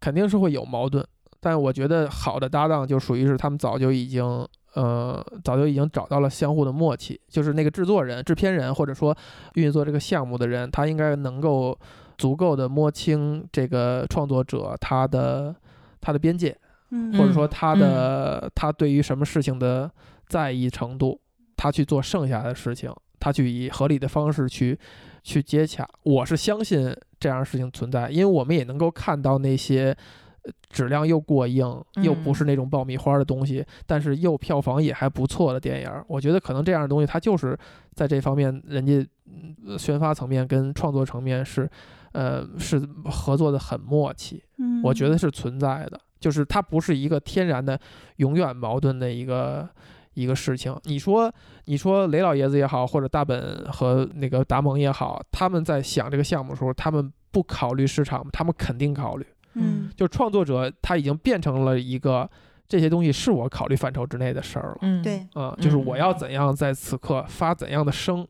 S1: 肯定是会有矛盾，但我觉得好的搭档就属于是他们早就已经。呃，早就已经找到了相互的默契，就是那个制作人、制片人，或者说运作这个项目的人，他应该能够足够的摸清这个创作者他的他的边界，
S2: 嗯
S1: 或者说他的、他对于什么事情的在意程度，他去做剩下的事情，他去以合理的方式去去接洽。我是相信这样的事情存在，因为我们也能够看到那些呃质量又过硬，又不
S2: 嗯
S1: 是那种爆米花的东西，但是又票房也还不错的电影儿。我觉得可能这样的东西，它就是在这方面，人家嗯呃宣发层面跟创作层面是。呃，是合作的很默契，
S2: 嗯
S1: 我觉得是存在的，就是它不是一个天然的永远矛盾的一个一个事情。你说，你说雷老爷子也好，或者大本和那个达蒙也好，他们在想这个项目的时候，他们不考虑市场，他们肯定考虑。
S2: 嗯
S1: 就创作者他已经变成了一个这些东西是我考虑范畴之内的事儿了。
S3: 嗯，
S2: 对，
S1: 啊、就是
S3: 嗯
S1: 我要怎样在此刻发怎样的声，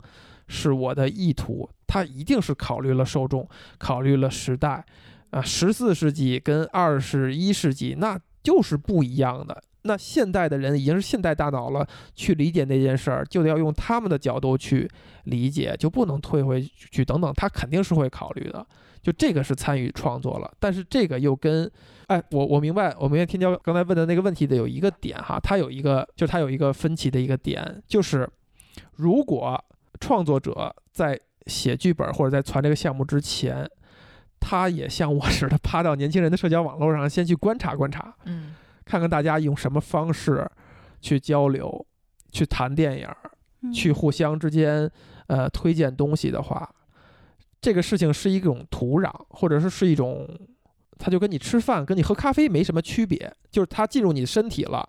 S1: 是我的意图。他一定是考虑了受众，考虑了时代，啊、十四世纪跟二十一世纪那就是不一样的。那现代的人已经是现代大脑了，去理解那件事儿，就得要用他们的角度去理解，就不能退回去等等。他肯定是会考虑的，就这个是参与创作了，但是这个又跟哎，我我明白，我明白天骄刚才问的那个问题的有一个点哈，它有一个就是它有一个分歧的一个点，就是如果创作者在写剧本或者在传这个项目之前，他也像我似的趴到年轻人的社交网络上，先去观察观察，
S3: 嗯
S1: 看看大家用什么方式去交流、去谈电影、
S2: 嗯
S1: 去互相之间呃推荐东西的话，这个事情是一种土壤，或者是是一种，它就跟你吃饭、跟你喝咖啡没什么区别，就是它进入你的身体了。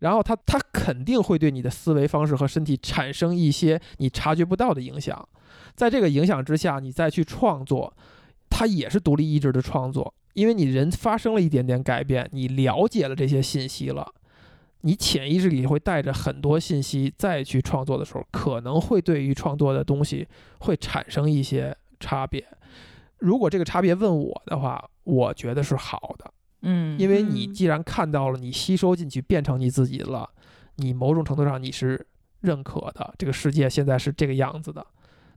S1: 然后它它肯定会对你的思维方式和身体产生一些你察觉不到的影响，在这个影响之下，你再去创作，它也是独立意志的创作，因为你人发生了一点点改变，你了解了这些信息了，你潜意识里会带着很多信息再去创作的时候，可能会对于创作的东西会产生一些差别。如果这个差别问我的话，我觉得是好的，
S3: 嗯
S1: 因为你
S2: 嗯
S1: 既然看到了，你吸收进去变成你自己了，你某种程度上你是认可的，这个世界现在是这个样子的。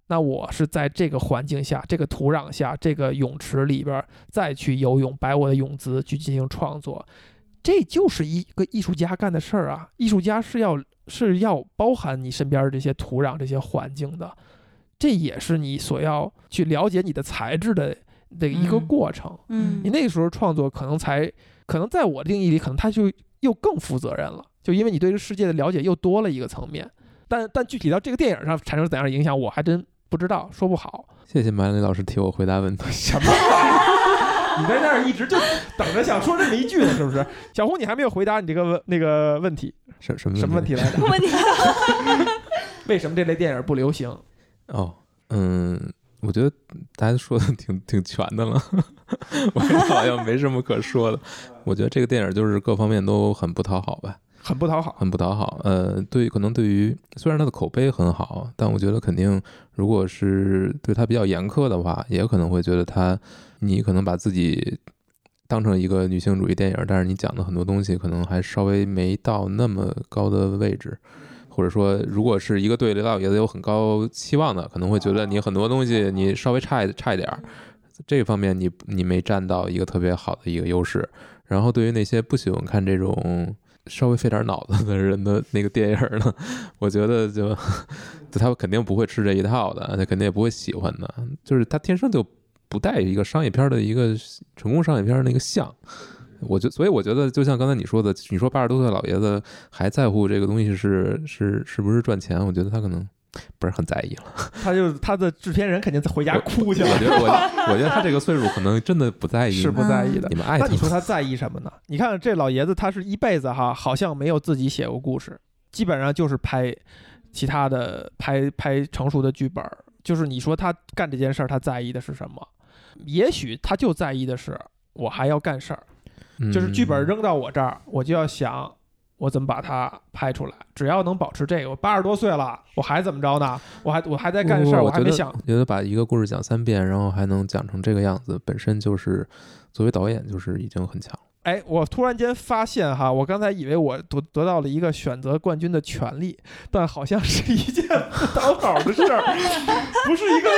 S1: 那我是在这个环境下、这个土壤下、这个泳池里边儿再去游泳，摆我的泳姿去进行创作，这就是一个艺术家干的事儿啊！艺术家是要
S6: 是要包含你身边儿这些土壤、这些环境的，这也是你所要去了解你的材质的的一个
S3: 嗯
S6: 过程。
S2: 嗯
S6: 你那个时候创作可能才，可能在我定义里，可能他就又更负责任了，就因为你对这个世界的了解又多了一个层面。但但具体到这个电影上产生怎样的影响，我还真不知道，说不好。
S4: 谢谢马里老师替我回答问题。
S8: 什么玩 意儿？你在那儿一直就等着想说这么一句呢，是不是？
S6: 小红，你还没有回答你这个问那个问题，
S4: 什什么
S6: 什么问题来着？
S3: 问你
S6: 为什么这类电影不流行？
S4: 哦，嗯，我觉得大家说的挺挺全的了， 我好像没什么可说的。我觉得这个电影就是各方面都很不讨好吧，
S6: 很不讨好。
S4: 很不讨好。呃，对，可能对于虽然它的口碑很好，但我觉得肯定如果是对它比较严苛的话，也可能会觉得它，你可能把自己。当成一个女性主义电影，但是你讲的很多东西可能还稍微没到那么高的位置，或者说，如果是一个对刘老爷子有很高期望的，可能会觉得你很多东西你稍微差一差一点儿，这方面你你没占到一个特别好的一个优势。然后对于那些不喜欢看这种稍微费点脑子的人的那个电影儿呢，我觉得就就他们肯定不会吃这一套的，他肯定也不会喜欢的，就是他天生就不带一个商业片儿的一个成功商业片儿的那个像。我觉，所以我觉得，就像刚才你说的，你说八十多岁老爷子还在乎这个东西是是是不是赚钱，我觉得他可能不是很在意 了。
S6: 他就他的制片人肯定回家哭去
S4: 我
S6: 了，
S4: 觉得我我觉得他这个岁数可能真的不在意，
S6: 是不在意的。
S4: 你们爱
S6: 那
S4: 他
S6: 你 说
S4: 吗？
S6: 他在意什么呢？你看这老爷子，他是一辈子哈，好像没有自己写过故事，基本上就是拍其他的拍拍成熟的剧本儿。就是你说他干这件事儿，他在意的是什么？也许他就在意的是我还要干事儿，
S4: 嗯
S6: 就是剧本扔到我这儿，我就要想我怎么把它拍出来。只要能保持这个，我八十多岁了，我还怎么着呢？我还我还在干事儿，
S4: 不不不我
S6: 还
S4: 觉
S6: 没
S4: 得
S6: 想
S4: 我觉得把一个故事讲三遍，然后还能讲成这个样子，本身就是作为导演就是已经很强了。
S6: 哎，我突然间发现哈，我刚才以为我得得到了一个选择冠军的权利，但好像是一件不讨好的事儿， 不是一个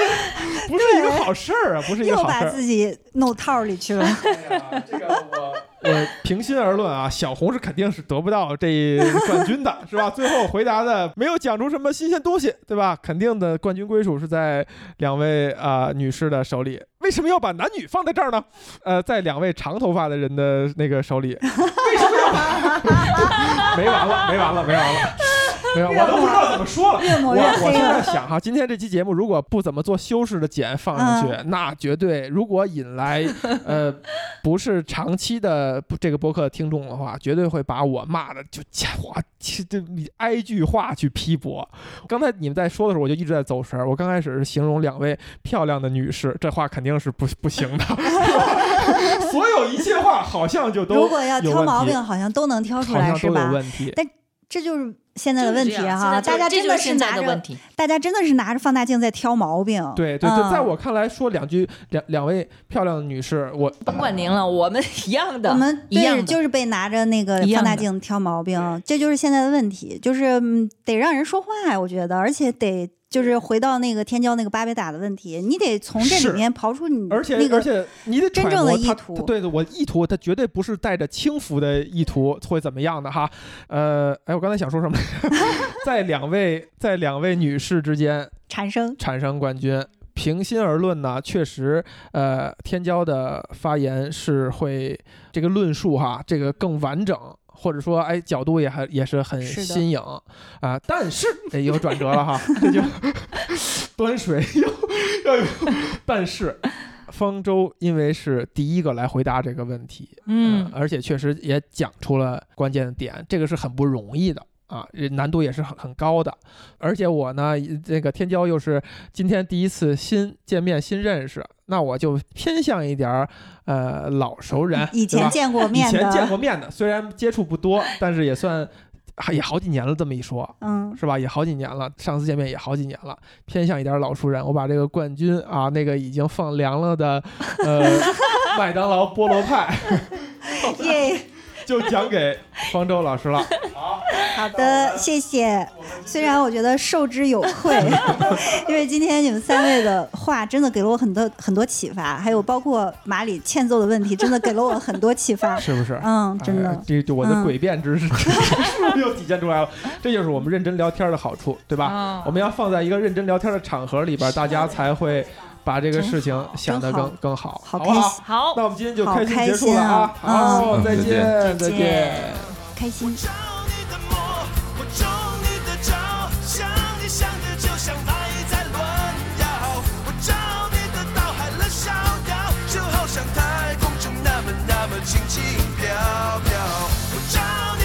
S6: 不是一个好事儿啊，不是一个
S2: 又
S6: 好事
S2: 把
S6: 儿。
S2: 自己弄套里 去了。
S6: 啊这个我我平心而论啊，小红是肯定是得不到这冠军的，是吧？最后回答的没有讲出什么新鲜东西，对吧？肯定的冠军归属是在两位啊、呃女士的手里。为什么要把男女放在这儿呢？呃，在两位长头发的人的那个手里，为什么要把？没完了，没完了，没完了。没 有，我都不知道怎么说了。
S2: 越抹
S6: 我
S2: 越
S6: 我
S2: 黑
S6: 就在
S2: 了。
S6: 想哈，今天这期节目如果不怎么做修饰的剪放上去，
S2: 嗯
S6: 那绝对如果 引来呃不是长期的不这个播客听众的话，绝对会把我骂的就家伙这这你挨句话去批驳。刚才你们在说的时候，我就一直在走神儿。我刚开始是形容两位漂亮的女士，这话肯定是不不行的。所有一切话好像就
S2: 如
S6: 都
S2: 果要
S6: 有
S2: 挑
S6: 问
S2: 毛
S6: 题
S2: 病，好像都能挑出
S6: 好
S2: 来，
S6: 像
S2: 是
S6: 都有
S2: 吧？
S6: 问题。
S2: 这就是现在的问题
S3: 就是这样
S2: 哈，
S3: 现
S2: 大
S3: 在就
S2: 家
S3: 这
S2: 真
S3: 就
S2: 的
S3: 是现在
S2: 拿
S3: 的问
S2: 着，
S3: 题，
S2: 大家真的是拿着放大镜在挑毛病。
S6: 对对对，
S2: 嗯
S6: 在我看来，说两句两两位漂亮的女士，我
S3: 甭管您了，我们一样的，
S2: 我们
S3: 一样
S2: 对，
S3: 的
S2: 就是被拿着那个
S3: 一样
S2: 放大
S3: 的
S2: 镜挑毛病，这就是现在的问题，就是、嗯得让人说话呀，我觉得，而且得就是回到那个天骄那个巴别塔的问题，你得从这
S6: 是
S2: 里面刨出你
S6: 而且、
S2: 嗯那个
S6: 而且你得
S2: 真
S6: 揣
S2: 正
S6: 摩
S2: 的意
S6: 他
S2: 图
S6: 他对的，我意图他绝对不是带着轻浮的意图会怎么样的哈。呃，哎，我刚才想说什么？ 在两位在两位女士之间
S2: 产生
S6: 产生冠军。平心而论呢，确实，呃，天骄的发言是会这个论述哈，这个更完整，或者说，哎，角度也还也是很
S2: 是的
S6: 新颖啊、但是、哎、有转折 了哈，这就 端水又 又有，但是方舟因为是第一个来回答这个问题，
S3: 嗯，
S6: 啊而且确实也讲出了关键的点，这个是很不容易的啊，也难度也是很很高的。而且我呢，这个天骄又是今天第一次新见面、新认识，那我就偏向一点儿呃老熟 人，
S2: 以
S6: 对吧
S2: 前见过
S6: 以
S2: 面
S6: 前见
S2: 的，
S6: 过面的，虽然接触不多，但是也算还也好几年了。这么一说，
S2: 嗯，
S6: 是吧？也好几年了，上次见面也好几年了，偏向一点老熟人。我把这个冠军啊，那个已经放凉了的，呃， 麦当劳菠萝派，
S2: 耶，
S6: 就讲给方舟老师了。
S2: 好的，谢谢，虽然我觉得受之有愧， 因为今天你们三位的话真的给了我很多很多启发，还有包括马里欠揍的问题，真的给了我很多启发。
S6: 是不是？
S2: 嗯，真
S6: 哎
S2: 的，
S6: 这就我的
S2: 嗯
S6: 诡辩之识 是不是又体现出 来了？这就是我们认真聊天的好处，对吧？
S2: 嗯
S3: 啊
S6: 我们要放在一个认真聊天的场合里边，大家才会把这个事情想得
S2: 真
S6: 更
S2: 好
S6: 更
S2: 好
S6: 好，好不
S2: 开
S6: 好
S2: 心？，
S3: 好
S6: 那，我们今天就
S2: 好
S6: 开心结束
S2: 开心
S6: 了啊！
S2: 啊
S6: 好，
S4: 嗯
S6: 再
S4: 再见
S6: 见，再见。
S2: 开心。
S5: 着你的魔，我中你的招，想你想的就像爱在乱摇，我着你的道还乱逍遥，就好像太空中那么那么轻轻飘飘，我着